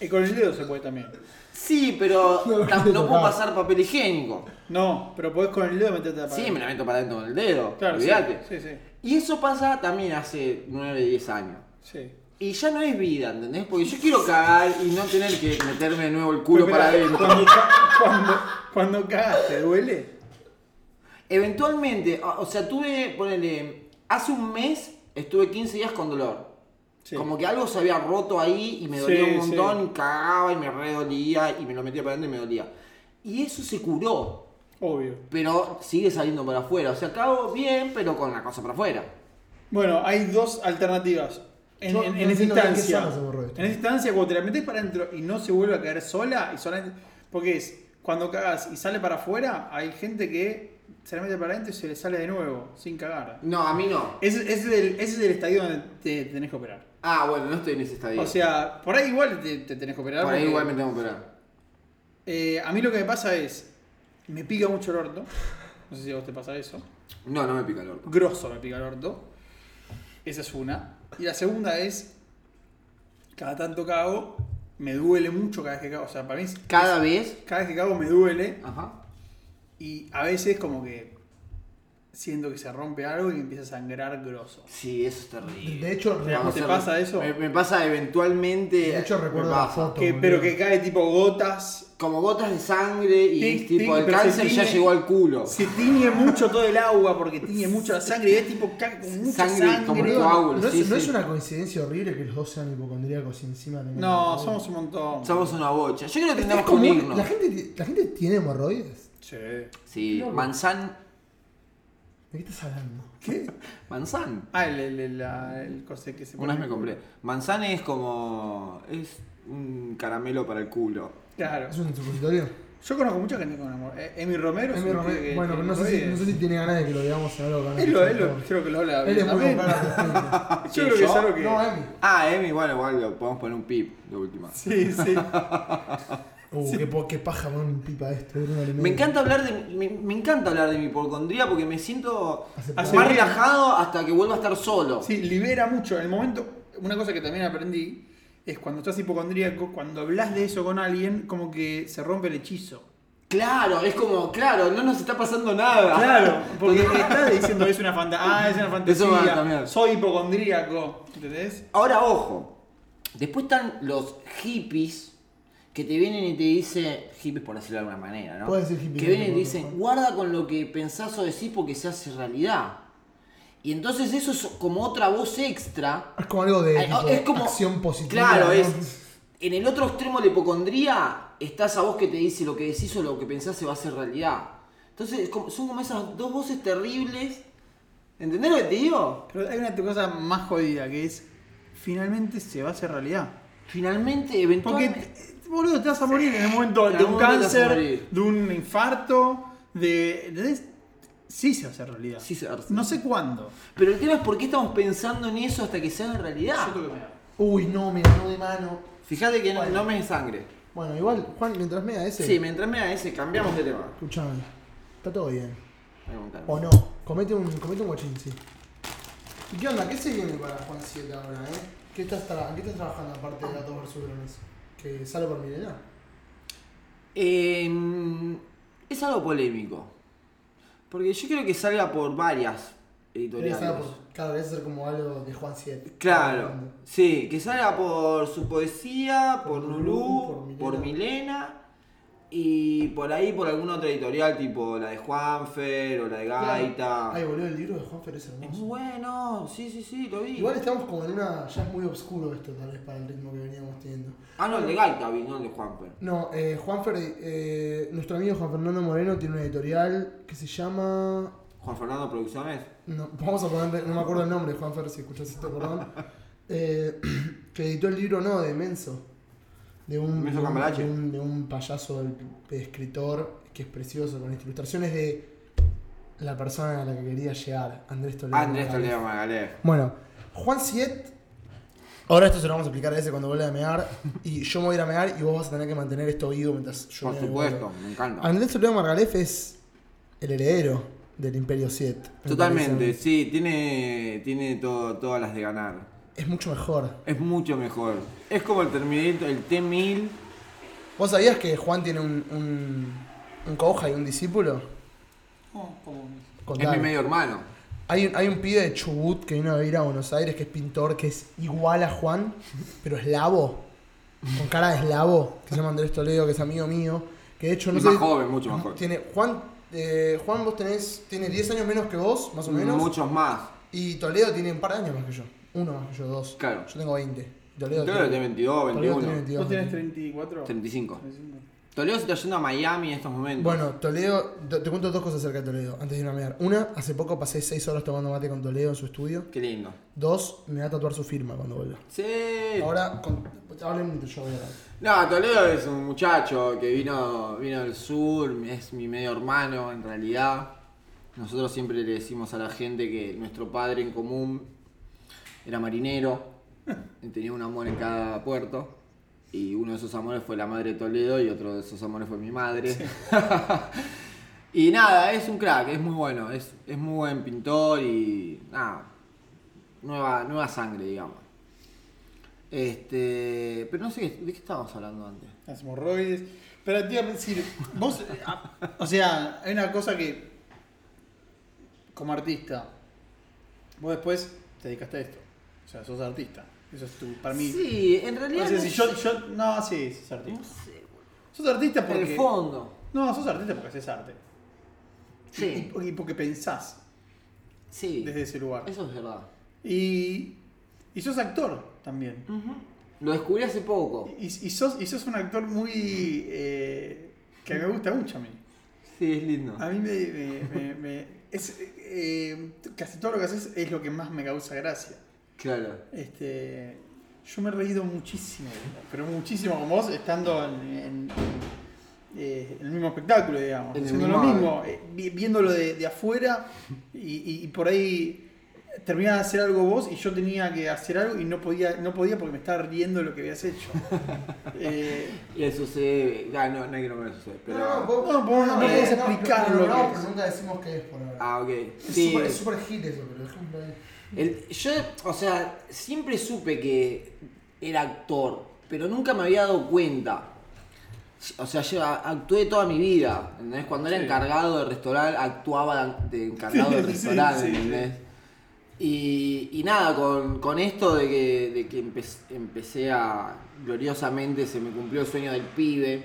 Y con el dedo se puede también. Sí, pero No, tam- no, no. puedo pasar papel higiénico. No, pero podés con el dedo meterte la Sí, pared. me la meto para adentro con el dedo. Claro, sí, olvídate. sí, sí, Y eso pasa también hace 9, 10 años. sí. Y ya no es vida, ¿entendés? Porque yo quiero cagar y no tener que meterme de nuevo el culo Pero, para pero, adentro. Cuando, ca- cuando, cuando cagas, ¿te duele? Eventualmente, o o sea, tuve, ponele, hace un mes estuve 15 días con dolor. Sí. Como que algo se había roto ahí y me dolía Sí, un montón, sí. y cagaba y me re dolía y me lo metía para adentro y me dolía. Y eso se curó, Obvio. pero sigue saliendo para afuera. O sea, acabo bien, pero con la cosa para afuera. Bueno, hay dos alternativas. En, Yo en- no en esa entiendo de qué instancia. zona se borró esto. En esa instancia, cuando te la metes para adentro y no se vuelve a caer sola, y solamente. Porque es, cuando cagas y sale para afuera, hay gente que se la mete para adentro y se le sale de nuevo, sin cagar. No, a mí no. Ese, ese es, el, ese es el estadio donde te tenés que operar. Ah, bueno, no estoy en ese estadio. O sea, por ahí igual te, te tenés que operar. Por ahí porque, igual me tengo que operar. eh, a mí lo que me pasa es. Me pica mucho el orto. No sé si a vos te pasa eso. No, no me pica el orto. grosso me pica el orto. Esa es una. Y la segunda es, cada tanto cago, me duele mucho cada vez que cago. O sea, para mí, es- Cada vez. cada vez que cago me duele. Ajá. Y a veces como que siento que se rompe algo y me empieza a sangrar grosso. Sí, eso es terrible. De hecho, Te re- amo. Vamos a ¿Te hacer- pasa eso? Me, me pasa eventualmente. de hecho me recuerdo la pasa. foto. Que, boludo. pero que cae tipo gotas. Como gotas de sangre y Tic, tipo tic, el pero se cáncer ya tiñe- llegó al culo. Se tiñe mucho todo el agua porque tiñe mucho la sangre y es tipo cae con mucha Sangre, sangre. como Boludo, coágulo, no, es, sí, no sí. es una coincidencia horrible que los dos sean hipocondríacos y encima tengan No, hemorroides? somos un montón. Somos una bocha. Yo creo Es- que es tendríamos que común, unirnos. ¿La gente, ¿La gente tiene hemorroides? Sí. Sí, Loco. Manzan. ¿De qué estás hablando? ¿Qué? Manzan. Ah, el, el, el, la- el coso que se Una vez me pone- compré. Manzan es como. Es un caramelo para el culo. Claro. ¿Es un supositorio? Yo conozco mucha gente con amor. Eh, Emi Romero. es Emi un Romero- pibe que bueno, tiene no sé, si, hemorroides. no sé si tiene ganas de que lo veamos en algo. Él lo, él lo- creo que lo habla. Él es muy también. comparado. Yo Sí, creo que es yo- algo que. No, Emi. Ah, Emi, bueno, igual lo podemos poner un pip de última. Sí, sí. Uh, qué, po- qué paja, man, pipa este, esto. era una hora y Me media. encanta hablar de me, me encanta hablar de mi hipocondría porque me siento Hace más poco. relajado hasta que vuelva a estar solo. Sí, libera mucho. En el momento. Una cosa que también aprendí es cuando estás hipocondríaco, cuando hablas de eso con alguien, como que se rompe el hechizo. Claro, es como, claro, no nos está pasando nada. Claro, porque estás diciendo es una fantasía. Ah, es una Eso va a fantasía. cambiar. Soy hipocondríaco. ¿Entendés? Ahora, ojo, después están los hippies que te vienen y te dicen, hippies por decirlo de alguna manera, ¿no? Puedes decir hippie, que vienen y no, no, te dicen, no. guarda con lo que pensás o decís porque se hace realidad. Y entonces eso es como otra voz extra. Es como algo de Ay, tipo, es como- acción positiva. Claro, ¿no? es. En el otro extremo de la hipocondría está esa voz que te dice lo que decís o lo que pensás se va a hacer realidad. Entonces es como- son como esas dos voces terribles. ¿Entendés lo que te digo? Pero hay una cosa más jodida que es. Finalmente se va a hacer realidad. Finalmente, Porque, eventualmente. eh, boludo, te vas a morir en el momento En de algún un momento te vas a cáncer, morir. de un infarto, de... ¿entendés? Sí se va a hacer realidad. Sí se va a hacer. No sé cuándo. Pero el tema es por qué estamos pensando en eso hasta que se haga realidad. Uy, no, me ganó de mano. Fíjate que no, no me sangre. Bueno, igual, Juan, mientras me da ese. Sí, mientras me da ese, cambiamos de tema. Escuchame, está todo bien. Voy a contar. O no, comete un, comete un guachín, sí. ¿Y qué onda? ¿Qué se viene para Juan 7 ahora, eh? ¿Qué estás, tra- qué estás trabajando aparte de Gatos vs. Drones? ¿Que sale por Milena? Eh, es algo polémico. Porque yo creo que salga por varias Debe editoriales. ser por- Claro, debe ser como algo de Juan 7. Claro, sí, que salga por su poesía, por Por Lulú, Lulú, por por Milena. y por ahí por alguna otra editorial, tipo la de Juanfer o la de Gaita. Ah, Ay, boludo, el libro de Juan Fer es Es muy hermoso. bueno, sí, sí, sí, lo vi. Igual estamos como en una. Ya es muy oscuro esto, tal vez, para el ritmo que veníamos teniendo. Ah, no, el de Gaita vi, no el de Juanfer. No, eh, Juanfer, eh, nuestro amigo Juan Fernando Moreno tiene una editorial que se llama. Juan Fernando Producciones. No, vamos a ponerle, no me acuerdo el nombre, Juanfer, si escuchas esto, perdón. Eh, que editó el libro, no, de Menso. De un, Menso de un, Cambalache. de un- de un payaso el- el escritor que es precioso, con ilustraciones de la persona a la que quería llegar, Andrés Toledo. Andrés Morales. Toledo Magalé. Bueno, Juan Siet. Ahora esto se lo vamos a explicar a ese cuando vuelva a mear. Y yo me voy a ir a mear y vos vas a tener que mantener esto vivo mientras yo Por meo y supuesto, vuelvo. me encanta. Andrés Toledo Margalef es el heredero del Imperio Siet. me Totalmente, parece. sí, tiene, tiene todo, todas las de ganar. Es mucho mejor. Es mucho mejor. Es como el Terminator, el T-1000. ¿Vos sabías que Juan tiene un, un, un coja y un discípulo? Es mi Contalo. medio hermano. Hay, un- hay un pibe de Chubut que vino a vivir a Buenos Aires que es pintor, que es igual a Juan, pero eslavo. Con cara de eslavo, que se llama Andrés Toledo, que es amigo mío. Que de hecho no Es sé. más joven, mucho más joven. Tiene, Juan, eh, Juan, vos tenés. Tiene 10 años menos que vos, más o menos. Muchos más. Y Toledo tiene un par de años más que yo. uno más que yo, dos. Claro. Yo tengo 20. Toledo Toledo tiene tiene- 22, Toledo 21, tiene 22. ¿Vos tenés 34? 35. 35. Toledo se está yendo a Miami en estos momentos. Bueno, Toledo, te, te cuento dos cosas acerca de Toledo, antes de irme a mear. Una, hace poco pasé seis horas tomando mate con Toledo en su estudio. Qué lindo. Dos, me va a tatuar su firma cuando vuelva. Sí. Ahora, con, hablen mientras yo voy a hablar. No, Toledo es un muchacho que vino, vino del sur, es mi medio hermano en realidad. Nosotros siempre le decimos a la gente que nuestro padre en común era marinero, y tenía un amor en cada puerto. Y uno de esos amores fue la madre de Toledo y otro de esos amores fue mi madre. y nada, es un crack, es muy bueno, es, es muy buen pintor y nada, nueva, nueva sangre, digamos. Este, pero no sé qué- de qué estábamos hablando antes. Las hemorroides. Pero te iba a decir, vos, eh, ah, o sea, hay una cosa que, como artista, vos después te dedicaste a esto. O sea, sos artista. Eso es tu, para mí. Sí, en O realidad. sea, no si sé- yo, yo, no, sí, sos artista. no sé, boludo. Sos artista En porque... el fondo. No, sos artista porque haces arte. Sí, Y, y porque pensás sí. desde ese lugar. Eso es verdad. Y, y sos actor también. Lo descubrí hace poco. Y, y, sos, y sos un actor muy... eh, que me gusta mucho a mí. Sí, es lindo. A mí me. me- me- me- es, eh, casi todo lo que haces es lo que más me causa gracia. Claro. Este, yo me he reído muchísimo, pero muchísimo con vos estando en, en- eh, en el mismo espectáculo, digamos. En el haciendo lo mismo- mismo, eh, vi- viéndolo de, de afuera y, y- y por ahí terminaba de hacer algo vos y yo tenía que hacer algo y no podía, no podía porque me estaba riendo de lo que habías hecho. Eh, Y eso sucede. Ya, no, no hay que nombrar el sucede, pero. vos- No, vos no eh, podés explicar pero lo no, que pero es. nunca decimos qué es por ahora. Ah, ok. es Sí. súper- es súper hit eso, pero ejemplo ahí. El- yo, o sea, siempre supe que era actor, pero nunca me había dado cuenta. O sea, yo a- actué toda mi vida, ¿entendés? Cuando era Sí. encargado de restaurante, actuaba de de encargado de Sí, sí, restaurante, sí, sí. ¿entendés? Y, y nada, con, con esto de que, de que empe- empecé a. gloriosamente se me cumplió el sueño del pibe,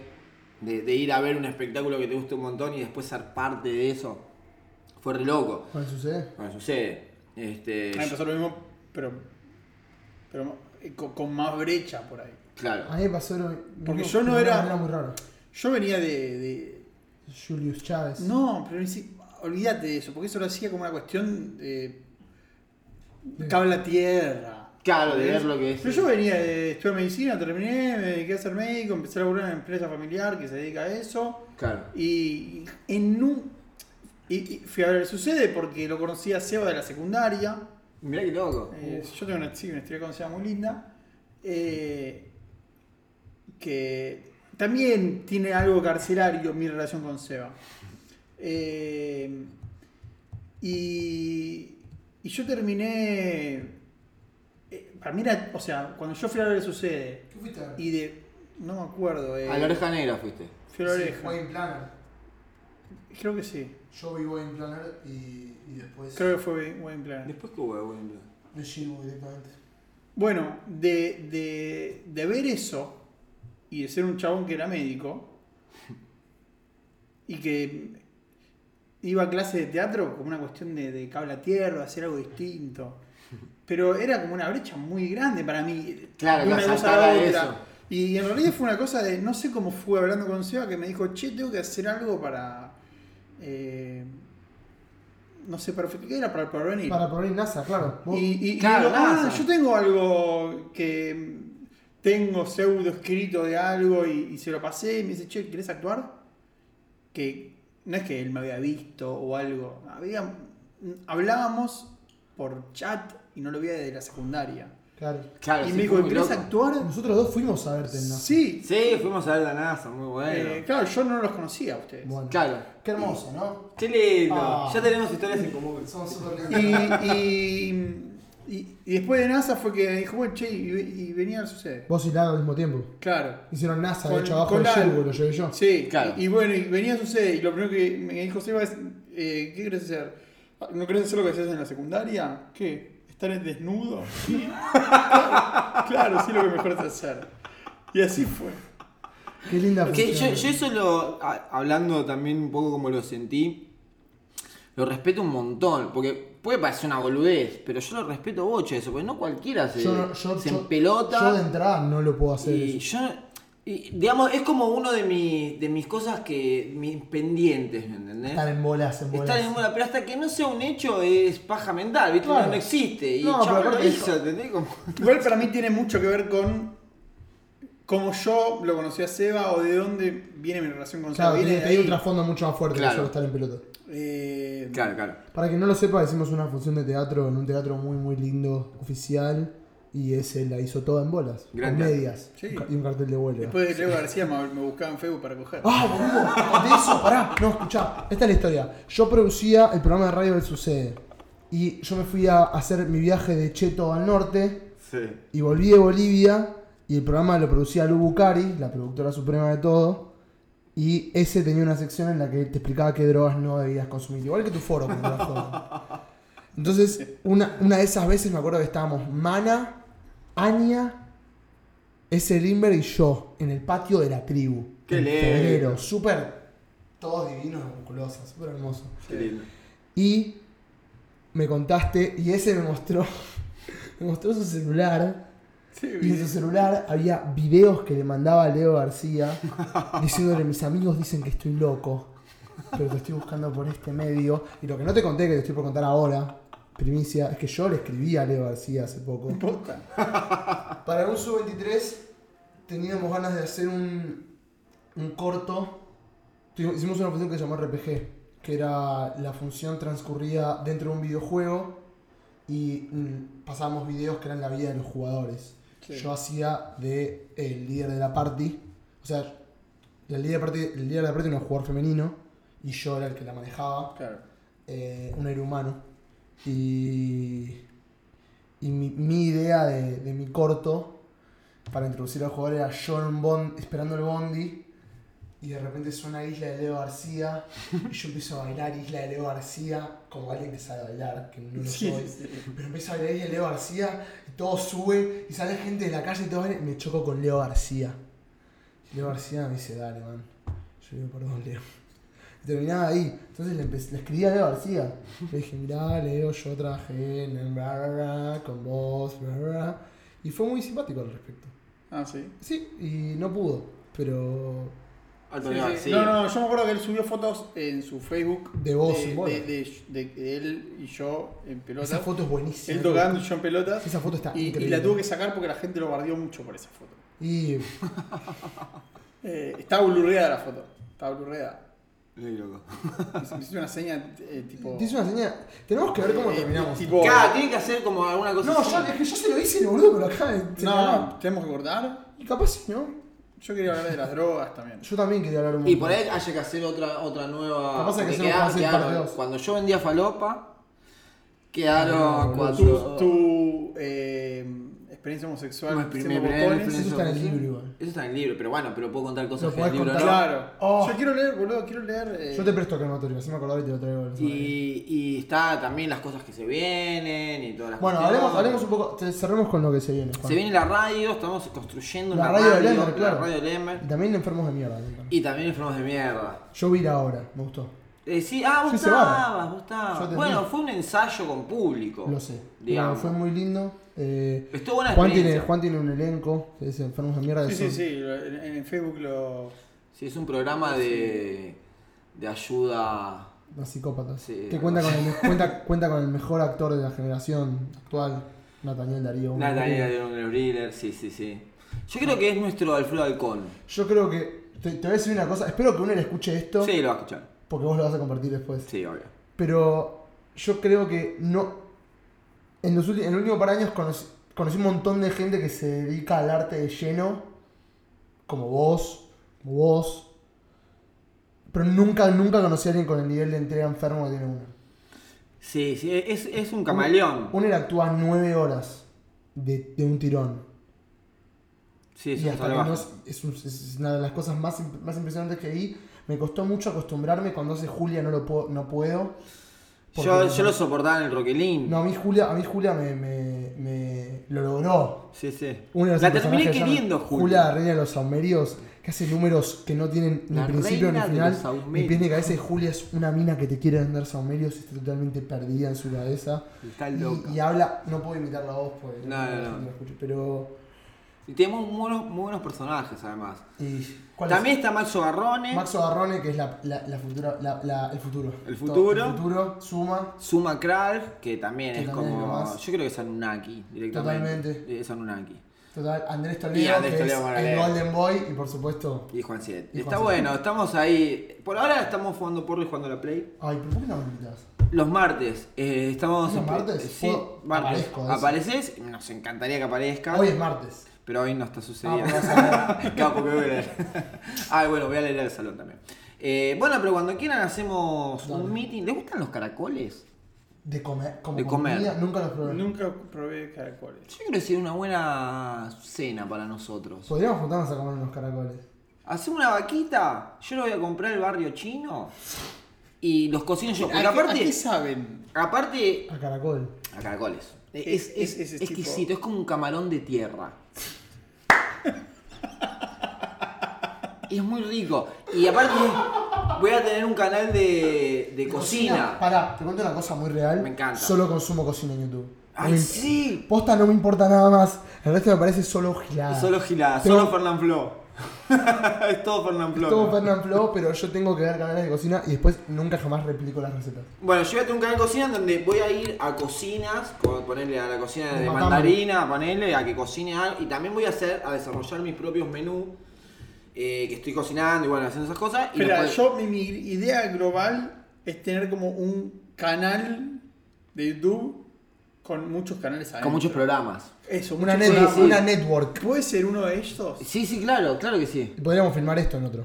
de, de ir a ver un espectáculo que te guste un montón y después ser parte de eso. Fue re loco. ¿Cuál sucede? Bueno, sucede. Este, a mí me pasó lo mismo, pero, pero eh, con- con más brecha por ahí. A Claro. mí me pasó lo Porque mismo, yo no pero era- Era muy raro. Yo venía de- de, Julius Chávez. No, pero ni si- olvídate de eso, porque eso lo hacía como una cuestión de cable a tierra. Claro, de ¿Entendés? ver lo que es. Pero yo venía, de, estudié medicina, terminé, me dediqué a ser médico, empecé a laburar en una empresa familiar que se dedica a eso. Claro. Y en un. y- y fui a ver el sucede porque lo conocí a Seba de la secundaria. Mirá qué loco. Eh, yo tengo una, sí, una historia con Seba muy linda. eh, que también tiene algo carcelario mi relación con Seba. Eh, y, y yo terminé. eh, para mí era. O sea, cuando yo fui a ver el sucede. ¿Qué fuiste a ver? Y de. No me acuerdo. eh, A la oreja negra fuiste. Fui a la Sí, oreja. Wayne Planner. Creo que sí. Yo vi Wayne Planner y, y después Creo que fue buen plan. Después que hubo, boludo. me llevo directamente. Bueno, de, de- de ver eso y de ser un chabón que era médico y que iba a clase de teatro como una cuestión de, de cable a tierra, hacer algo distinto. Pero era como una brecha muy grande para mí. Claro, de una claro, cosa a saltar a otra. eso. Y en realidad fue una cosa de, no sé cómo fue hablando con Seba, que me dijo, che, tengo que hacer algo para... eh, no sé, para, ¿qué era? Para el porvenir. Para poner NASA, claro. Vos- Y, y- Claro, y digo, ah, nada. yo tengo algo que tengo pseudo escrito de algo y, y se lo pasé y me dice, che, ¿querés actuar? Que no es que él me había visto o algo. Había, hablábamos por chat y no lo veía desde la secundaria. Claro. Claro, y sí, me fue dijo, muy ¿querés loco. actuar? Nosotros dos fuimos a verte en NASA. Sí. Sí, fuimos a ver la NASA, muy bueno. Eh, claro, yo no los conocía a ustedes. Bueno. Claro. Qué hermoso, ¿no? Qué lindo. Ah. Ya tenemos historias en común. Son súper Y, lindos. y- y- y después de NASA fue que dijo, bueno, che, y, y venía al sucede. Vos y Lara al mismo tiempo. Claro. Hicieron NASA, Con- de hecho, abajo del con Lara. Sherwood lo llevé yo. Sí, Claro. Y, y bueno, y venía a suceder, y lo primero que me dijo Seba es, eh, ¿qué querés hacer? Ah, ¿No querés hacer lo que hacías en la secundaria? ¿Qué? ¿Estar en desnudo? Sí. claro, claro, sí lo que mejor es hacer. Y así fue. Qué Ah, linda Que yo, función. yo eso lo, a- hablando también un poco como lo sentí, lo respeto un montón. Porque puede parecer una boludez, pero yo lo respeto mucho eso, porque no cualquiera se, yo, no- yo, se yo- empelota. yo de entrada no lo puedo hacer. Y eso. yo, y, digamos, es como uno de, mi- de mis cosas que. mis pendientes, ¿me entendés? Estar en bolas, en bolas. Está en bola, pero hasta que no sea un hecho es paja mental, ¿viste? Claro. No, no existe. Y No, no, pero lo aparte- hizo, ¿entendés? Como- Igual para mí tiene mucho que ver con cómo yo lo conocí a Seba o de dónde viene mi relación con Claro, Seba. tiene, Viene te de digo ahí. un trasfondo mucho más fuerte Claro. que solo estar en pelota. Eh, Claro, claro. Para que no lo sepa, hicimos una función de teatro en un teatro muy, muy lindo, oficial, y ese la hizo toda en bolas, Gran con teatro. medias Sí. un ca- y un cartel de vuelo. Después de Cleo García me, me buscaba en Facebook para coger. ¡Ah, boludo! De eso, pará. No, escuchá. Esta es la historia. Yo producía el programa de radio del Sucede. Y yo me fui a hacer mi viaje de Cheto al norte. Sí. Y volví de Bolivia. Y el programa lo producía Lu Bucari, la productora suprema de todo. Y ese tenía una sección en la que te explicaba qué drogas no debías consumir. Igual que tu foro cuando eras joven. Entonces, una, una de esas veces me acuerdo que estábamos Mana, Anya, ese Limber y yo en el patio de la tribu. Qué en lindo. febrero, súper todos divinos, musculosos, súper hermoso. Qué lindo. Y me contaste, y ese me mostró, me mostró su celular. Sí, Y en su celular había videos que le mandaba Leo García diciéndole mis amigos dicen que estoy loco, pero te estoy buscando por este medio. Y lo que no te conté, que te estoy por contar ahora, primicia, es que yo le escribí a Leo García hace poco. Posta. Para un sub-23 teníamos ganas de hacer un, un corto. Tu- Hicimos una función que se llamó RPG, que era la función transcurría dentro de un videojuego y mm, pasábamos videos que eran la vida de los jugadores. Sí. Yo hacía de el líder de la party, o sea, la líder de party- el líder de la party era un jugador femenino y yo era el que la manejaba Claro. eh, un aire humano. Y, y mi, mi idea de, de mi corto para introducir al jugador era John Bond esperando el Bondi. Y de repente suena Isla de Leo García. Y yo empiezo a bailar Isla de Leo García como alguien que sabe bailar, que no lo Sí, soy. sí. Pero empiezo a bailar Isla de Leo García y todo sube. Y sale gente de la calle y todo baila, y me choco con Leo García. Leo García me dice, dale, man. Yo le digo, perdón, Leo. Y terminaba ahí. Entonces le, empe- le escribí a Leo García. Le dije, mirá, Leo, yo trabajé en el bla, bla, bla, con vos, bla, bla, bla". Y fue muy simpático al respecto. Ah, sí. Sí, y no pudo, pero... Alto Sí, Ah, nivel, sí. sí. No, no, yo me acuerdo que él subió fotos en su Facebook. De vos en de, bola. de, de- de él y yo en pelotas. Esa foto es buenísima. él tocando y yo en pelotas. Esa foto está y, y increíble. la tuvo que sacar porque la gente lo bardeó mucho por esa foto. Y Eh, estaba blurreada la foto. Estaba blurreada. Qué loco. Me hizo una seña eh, tipo. te hice una señal. Tenemos que ver cómo eh, terminamos. tipo- Claro, tiene que hacer como alguna cosa. No, así. yo, es que yo se lo hice, boludo, pero acá... No, no, tenemos que cortar. Y capaz sí, ¿no? Yo quería hablar de las drogas también. Yo también quería hablar un Y montón. por ahí haya que hacer otra, otra nueva. Capaz hay que porque hacer un quedaron- pase quedaron- parte dos. Cuando yo vendía falopa, Ah, No, boludo. quedaron cuatro. Tu, tu, eh, experiencia homosexual Bueno, siendo primer- primer- botones. primer- Eso está en el libro igual. Eso está en el libro, pero bueno, pero puedo contar Lo cosas que en podés el libro contar. no. Claro. Oh. Yo quiero leer, boludo, quiero leer. eh, Yo te presto crematorio, así me acordaba y te lo traigo. la semana que viene. Y, y está también las cosas que se vienen y todas las Bueno, cuestiones. hablemos, hablemos un poco, te- cerremos con lo que se viene, Juan. Se viene la radio, estamos construyendo La una radio de radio, Lemmer, la claro. radio de Lemmer. Y también enfermos de mierda. ¿no? Y también enfermos de mierda. Yo vi la ahora, me gustó. Eh, sí, ah, vos Sí, se barra. estabas, vos Yo estabas. atendí. Bueno, fue un ensayo con público. Lo sé. Pero Digamos. fue muy lindo. Eh, Estuvo buena Juan, tiene, experiencia. Juan tiene un elenco, que es enfermos de mierda. que Sí, sí, son- sí. lo- En, en Facebook lo. Sí, es un programa de, de ayuda. Los psicópatas. Sí. que cuenta con, el, me- cuenta, cuenta con el mejor actor de la generación actual, Nathaniel Darío. Un Natalia genio. de un thriller, sí, sí, sí. Yo creo que es nuestro Alfredo Halcón. Yo creo que. Te, te voy a decir una cosa, espero que uno le escuche esto, Sí, lo va a escuchar. porque vos lo vas a compartir después. Sí, obvio. Pero yo creo que no. En los, últimos, en los últimos par de años conocí, conocí un montón de gente que se dedica al arte de lleno. Como vos, como vos. Pero nunca, nunca conocí a alguien con el nivel de entrega enfermo que tiene uno. Sí, sí, es, es un camaleón. Uno le actúa nueve horas de, de un tirón. Sí, es y un hasta que no salvaje. es, es un- es una de las cosas más, imp- más impresionantes que vi. Me costó mucho acostumbrarme. Cuando hace Julia no lo puedo, no puedo. porque Yo, no- yo lo soportaba en el Roquelín. No, a mí Julia, a mí Julia me, me, me lo logró. Sí, sí. Uno de los la terminé personajes que se llama queriendo, Julia, la Julia. reina de los saumerios, que hace números que no tienen ni La principio ni reina de final, los ni saumerios. pies ni cabeza. Y Julia es una mina que te quiere vender saumerios y está totalmente perdida en su cabeza. Está loca. Y, y habla, no puedo imitar la voz porque No, no, la gente no. lo escucha, pero. Y tenemos muy buenos, muy buenos personajes, además. y- ¿cuál es? También ¿eh? está Maxo Garrone. Maxo Garrone, que es la, la, la futura, la- la- el futuro. El Todo, futuro. El futuro, suma. Suma Krall, que también Que es también es lo como. más. Yo creo que es Anunnaki, directamente. Totalmente. Es Anunnaki. Total, Andrés Y Toledo, Andrés que Toledo, bueno, es el eh. Golden Boy, y por supuesto. Y Juan Siet. Y Está Juan Siet. bueno, estamos ahí. Por ahora estamos jugando porro y jugando a la Play. Ay, ¿pero ¿por qué no me invitas? Los martes, eh, estamos. ¿Los martes? Sí, Puedo- martes. aparezco, eso. Apareces, nos encantaría que aparezca. Hoy es martes. Pero hoy no está Ah, sucediendo. pues vas a Claro, porque voy a leer. Ah, bueno, voy a leer el salón también. Eh, bueno, pero cuando quieran hacemos Dale. un meeting. ¿Les gustan los caracoles? De comer. Como De comida, comer. Nunca los probé. Nunca probé caracoles. Yo creo que sería una buena cena para nosotros. Podríamos juntarnos a comer unos caracoles. Hacemos una vaquita. Yo lo voy a comprar el barrio chino. Y los cocino yo. ¿A Porque qué- ¿A aparte, qué saben? aparte, A caracol. a caracoles. Es, Es- es- es- es exquisito, tipo- es como un camarón de tierra. es muy rico. Y aparte, voy a tener un canal de, de cocina. Pará, te cuento una cosa muy real. Me encanta. Solo consumo cocina en YouTube. ¡Ay, No me- sí! Posta no me importa nada más. El resto me parece solo gilada. Solo Gilada, Tengo- solo Fernán Flo. es todo Fernán Flo. Todo Fernand Flow, pero yo tengo que ver canales de cocina y después nunca jamás replico las recetas. Bueno, yo voy a tener un canal de cocina donde voy a ir a cocinas, como ponerle a la cocina de Matame. mandarina, ponerle a que cocine algo. Y también voy a hacer, a desarrollar mis propios menús eh, que estoy cocinando y bueno, haciendo esas cosas. Y Espera, los puedo- yo mi, mi idea global es tener como un canal de YouTube con muchos canales adentro. Con muchos programas. Eso, Una, muchos net- sí, programas. sí. una network. ¿Puede ser uno de estos? Sí, sí, claro, claro que sí. Podríamos filmar esto en otro.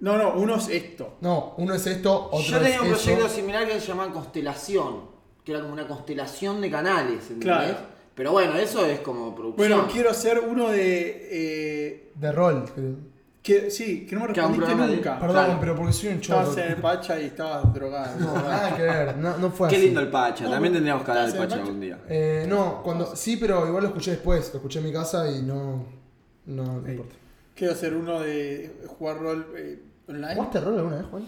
No, no, uno es esto. No, uno es esto, otro Yo es tenía un eso. proyecto similar que se llamaba Constelación, que era como una constelación de canales, ¿entendés? Claro. Pero bueno, eso es como producción. Bueno, quiero hacer uno de. eh, De rol. creo. que, sí, que no me Que haga un respondiste programa de- nunca. Perdón, claro. pero porque soy un chorro. Estabas en el pacha y estabas drogado. No, nada que ver, no, no fue Qué así. lindo el Pacha, No, también no. tendríamos que hablar del ¿Estás en Pacha Pacha? algún día. Eh, no, cuando. Sí, pero igual lo escuché después. Lo escuché en mi casa y no. No, no importa. Quiero hacer uno de jugar rol eh, online. ¿Jugaste rol alguna vez, Juan?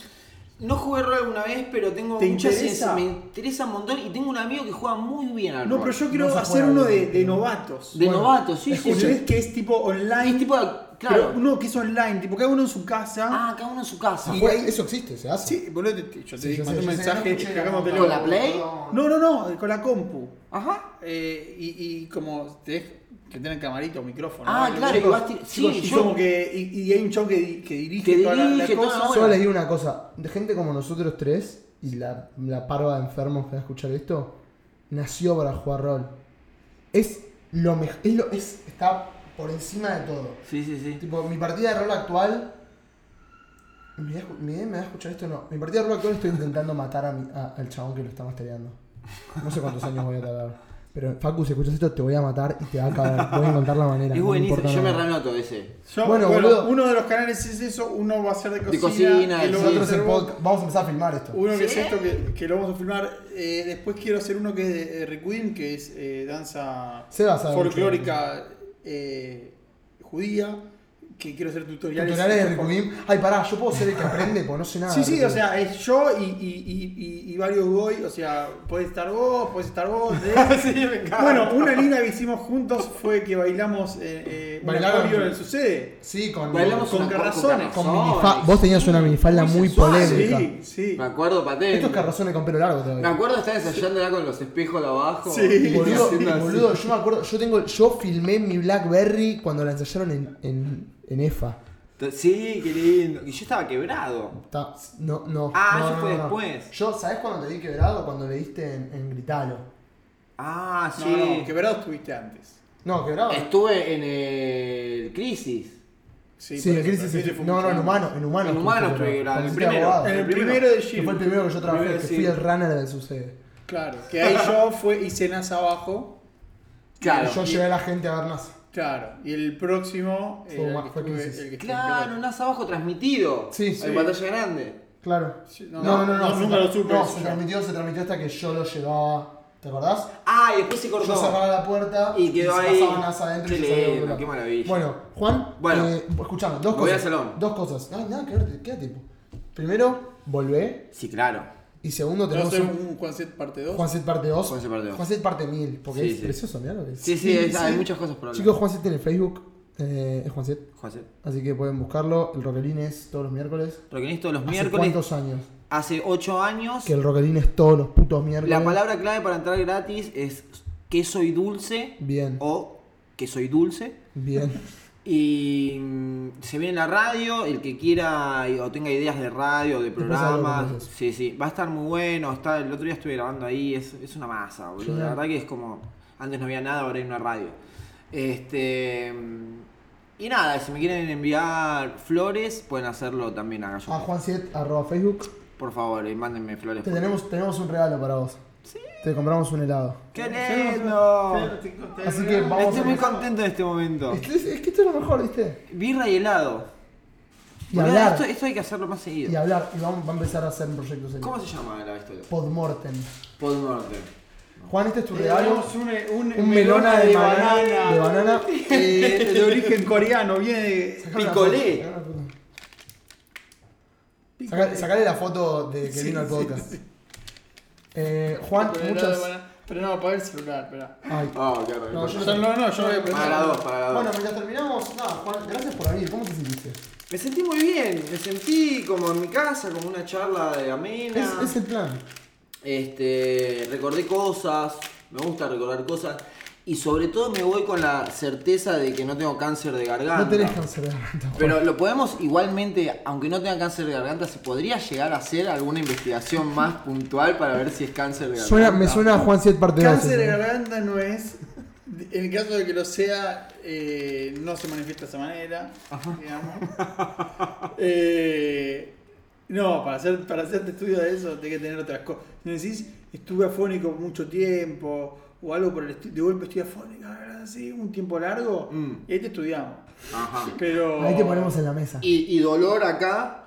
No jugué rol alguna vez, pero tengo ¿Te mucha ciencia, interesa? me interesa un montón y tengo un amigo que juega muy bien al No, rol. pero yo quiero No se hacer juega uno de, bien. de novatos. De Bueno, novato, sí, sí, Escuché sí. que es tipo online. Es tipo, claro. Pero uno que es online, tipo cada uno en su casa. Ah, cada uno en su casa. Ah, juega- Eso existe, se hace. Sí, boludo, te- yo Sí, te yo mandé sé, un yo sé, no mensaje, escuché cagamos de nota. ¿Con loco. la Play? No. No, no, no, con la compu. Ajá. Eh, y, y como te dej- que tienen camarito o micrófono. Ah, ¿no? claro, Chicos, y vas tir- sí, y yo- como que y, y hay un chavo que, di- que dirige Que toda la, la dirige toda cosa. la- Solo bueno. les digo una cosa. De gente como nosotros tres y la, la parva de enfermos que va a escuchar esto, nació para jugar rol. Es lo mejor. Es lo, es, está por encima de todo. Sí, sí, sí. Tipo, mi partida de rol actual. ¿Me voy a escu- me voy a- me voy a escuchar esto? No. Mi partida de rol actual estoy intentando matar a mi- a- al chabón que lo está mastereando. No sé cuántos años voy a tardar. Pero, Facu, si escuchas esto, te voy a matar y te va a cagar. Voy a encontrar la manera. Es no buenísimo, importa yo me nada. reanoto ese. Yo- Bueno, bueno, boludo. uno de los canales es eso, uno va a ser de cocina, cocina, el sí. otro Nosotros es de en podcast- Vamos a empezar a filmar esto. Uno que es ¿Sí? esto que, que lo vamos a filmar. eh, después quiero hacer uno que es de eh, Requiem, que es eh, danza Seba sabe mucho. folclórica eh, judía. Que quiero hacer tutoriales. Tutoriales de Ricubim. Ay, pará, yo puedo ser el que aprende porque no sé nada. Sí, sí, Ricubim. o sea, es yo y, y- y- y- y varios goy. O sea, puedes estar vos, puedes estar vos. ¿eh? Bueno, una linda que hicimos juntos fue que bailamos eh, eh, un Bailaron. acorio en el sucede. Sí, con. Bailamos con una- carrazones. con carrazones. minifa- Vos tenías una minifalda muy, sensual, polémica. Sí, sí. Me acuerdo patente. Estos carrazones con pelo largo todavía. Me acuerdo estar ensayándola con los espejos de abajo. Sí. y Boludo, haciendo así. boludo, yo me acuerdo, yo tengo, yo filmé mi Blackberry cuando la ensayaron en, en, en E EFA. Sí, qué lindo. Y yo estaba quebrado. Ta- No, no. Ah, no, eso no, fue no. después. Yo, ¿sabés cuando te di quebrado? Cuando le diste en, en Gritalo. Ah, sí. No, no, quebrado estuviste antes. No, quebrado. Eh, Estuve en el Crisis. Sí, por en eso, crisis. pero sí. ese fue No, mucho no, en antes. humano. En humano. En estuve humano estuve quebrado, Cuando el hiciste primero. abogado. En el El primero. primero de Que Gil. fue el primero que yo trabajé, Primero, que sí. fui el runner del sucede. Claro, que ahí yo fue, hice NASA abajo. Claro. yo y- llevé a la gente a ver NASA. Claro, y el próximo Fue era más- el, que fue estuve- crisis. el que estuve Claro, en Nas abajo transmitido. Sí, sí. En pantalla grande. Claro. Sí, No, no, no, no, nunca se- lo supe No, eso se yo. transmitió, se transmitió hasta que yo lo llevaba. ¿Te acordás? Ah, y después se Yo cortó. cerraba la puerta Y quedó se ahí. pasaban hacia adentro y Qué yo salía lindo, volando. qué maravilla. Bueno, Juan, Bueno. eh, escuchame, dos Voy cosas. al salón. Dos cosas. Ay, nada, quédate, quédate. Primero, volvé. Sí, claro. Y segundo, ¿Vas a tenemos hacer un un Juan Set parte 2? Juanset parte 2. Juanset parte dos. Juanset parte 1000, porque Sí, es sí. precioso, mirá lo que es. Sí, sí, Sí, es- hay sí. muchas cosas por hablar. Chicos, Juanset tiene Facebook, eh, es Juanset. José. Así que pueden buscarlo. El Roquelín es todos los miércoles. Roquenés todos los ¿Hace miércoles. cuántos años? Hace 8 años. Que el Roquelín es todos los putos miércoles. La palabra clave para entrar gratis es queso y dulce Bien, o queso y dulce. bien. Y mm, se viene la radio, el que quiera y- o tenga ideas de radio, de Después hablo con programas. ellos. Sí, sí, va a estar muy bueno. Está, el otro día estuve grabando ahí, es, es una masa, boludo. Genial. La verdad que es como, antes no había nada, ahora hay una radio. Este mm, Y nada, si me quieren enviar flores, pueden hacerlo también a A Juanset, arroba Facebook. Por favor, eh, mándenme flores. Te tenemos, tenemos un regalo para vos. Te compramos un helado. ¡Qué lindo! Así que vamos Estoy a muy contento en este momento. Es, que- es que esto es lo mejor, ¿viste? Birra y helado. Y Boludo, hablar. Esto, esto hay que hacerlo más Y seguido. hablar. Y vamos, va a empezar a hacer un proyecto serio. ¿Cómo se llama la historia? Podmortem. Podmorte. Juan, este es tu Le regalo. damos un, un, Un melona de, banana. De banana. Eh, de origen coreano, viene de. Picolé. Sacale la foto. Sacale- Sacale la foto de que Sí, vino al sí, podcast. sí. Eh, Juan, Pero era de muchas. banana. Pero no, apagar el celular, espera. Ay. Ah, claro. No, yo No, no, no, yo voy a Para la dos, para la dos. Bueno, mientras terminamos, nada, Juan, gracias por venir. ¿Cómo te sentiste? me sentí muy bien, me sentí como en mi casa, como una charla de amena. Es, es el plan. Este, recordé cosas, me gusta recordar cosas. Y sobre todo me voy con la certeza de que no tengo cáncer de garganta. No tenés cáncer de garganta, Juan. Pero lo podemos igualmente, aunque no tenga cáncer de garganta, se podría llegar a hacer alguna investigación más puntual para ver si es cáncer de garganta. Suena, me suena a Juan Siet parte 2. Cáncer de garganta no es. En el caso de que lo sea, eh, no se manifiesta de esa manera. Digamos. Eh, no, para, hacer, para hacerte estudio de eso, tenés que tener otras cosas. Si me decís, estuve afónico por mucho tiempo, o algo por el estilo, de golpe estoy afónico, así, un tiempo largo, Mm. y ahí te estudiamos. Ajá. Pero. Ahí te ponemos en la mesa. Y, y dolor acá.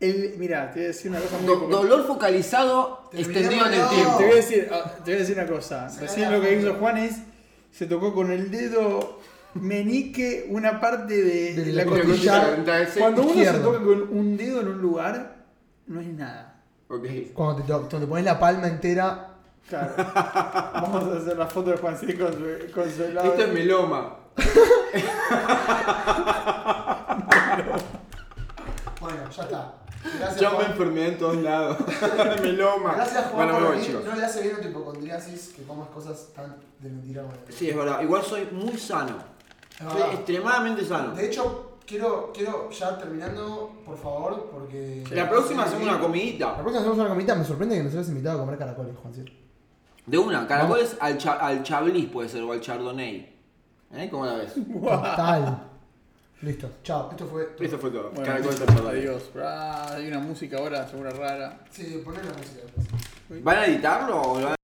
El, mira, te voy a decir una cosa muy do- poco- dolor focalizado Te extendido en el olvidamos, tiempo. no. Te voy a decir, ah, te voy a decir una cosa. Sacá Recién la lo que foto. hizo Juan es se tocó con el dedo meñique una parte de, De la la costilla. costilla, sí. Cuando uno se Izquierdo. toca con un dedo en un lugar, no es nada. Ok. Cuando te, to- cuando te pones la palma entera. Claro. Vamos a hacer la foto de Juan C con su, con su helado. Esto es meloma. Bueno, ya está. Gracias, Llama enfermedad en todos lados. meloma. Gracias, Juan. Bueno, me por voy, venir. chicos. No le hace bien a tu hipocondriasis que comas cosas tan de mentira. este. bueno. Sí, es verdad. Igual soy muy sano. Soy verdad. extremadamente sano. De hecho, quiero, quiero ya terminando, por favor, porque. La próxima Sí, hacemos una La comidita. próxima hacemos una comidita. Me sorprende que nos hayas invitado a comer caracoles, Juan. ¿sí? De una, caracoles al, cha- al chablis puede ser o al chardonnay. ¿Eh? ¿Cómo la ves? Total. Listo. Chao. Esto fue. Esto fue todo. Bueno, caracoles al chardonnay. adiós. Ah, hay una música ahora, segura rara. Sí, poné la música. ¿Van a editarlo o lo van a-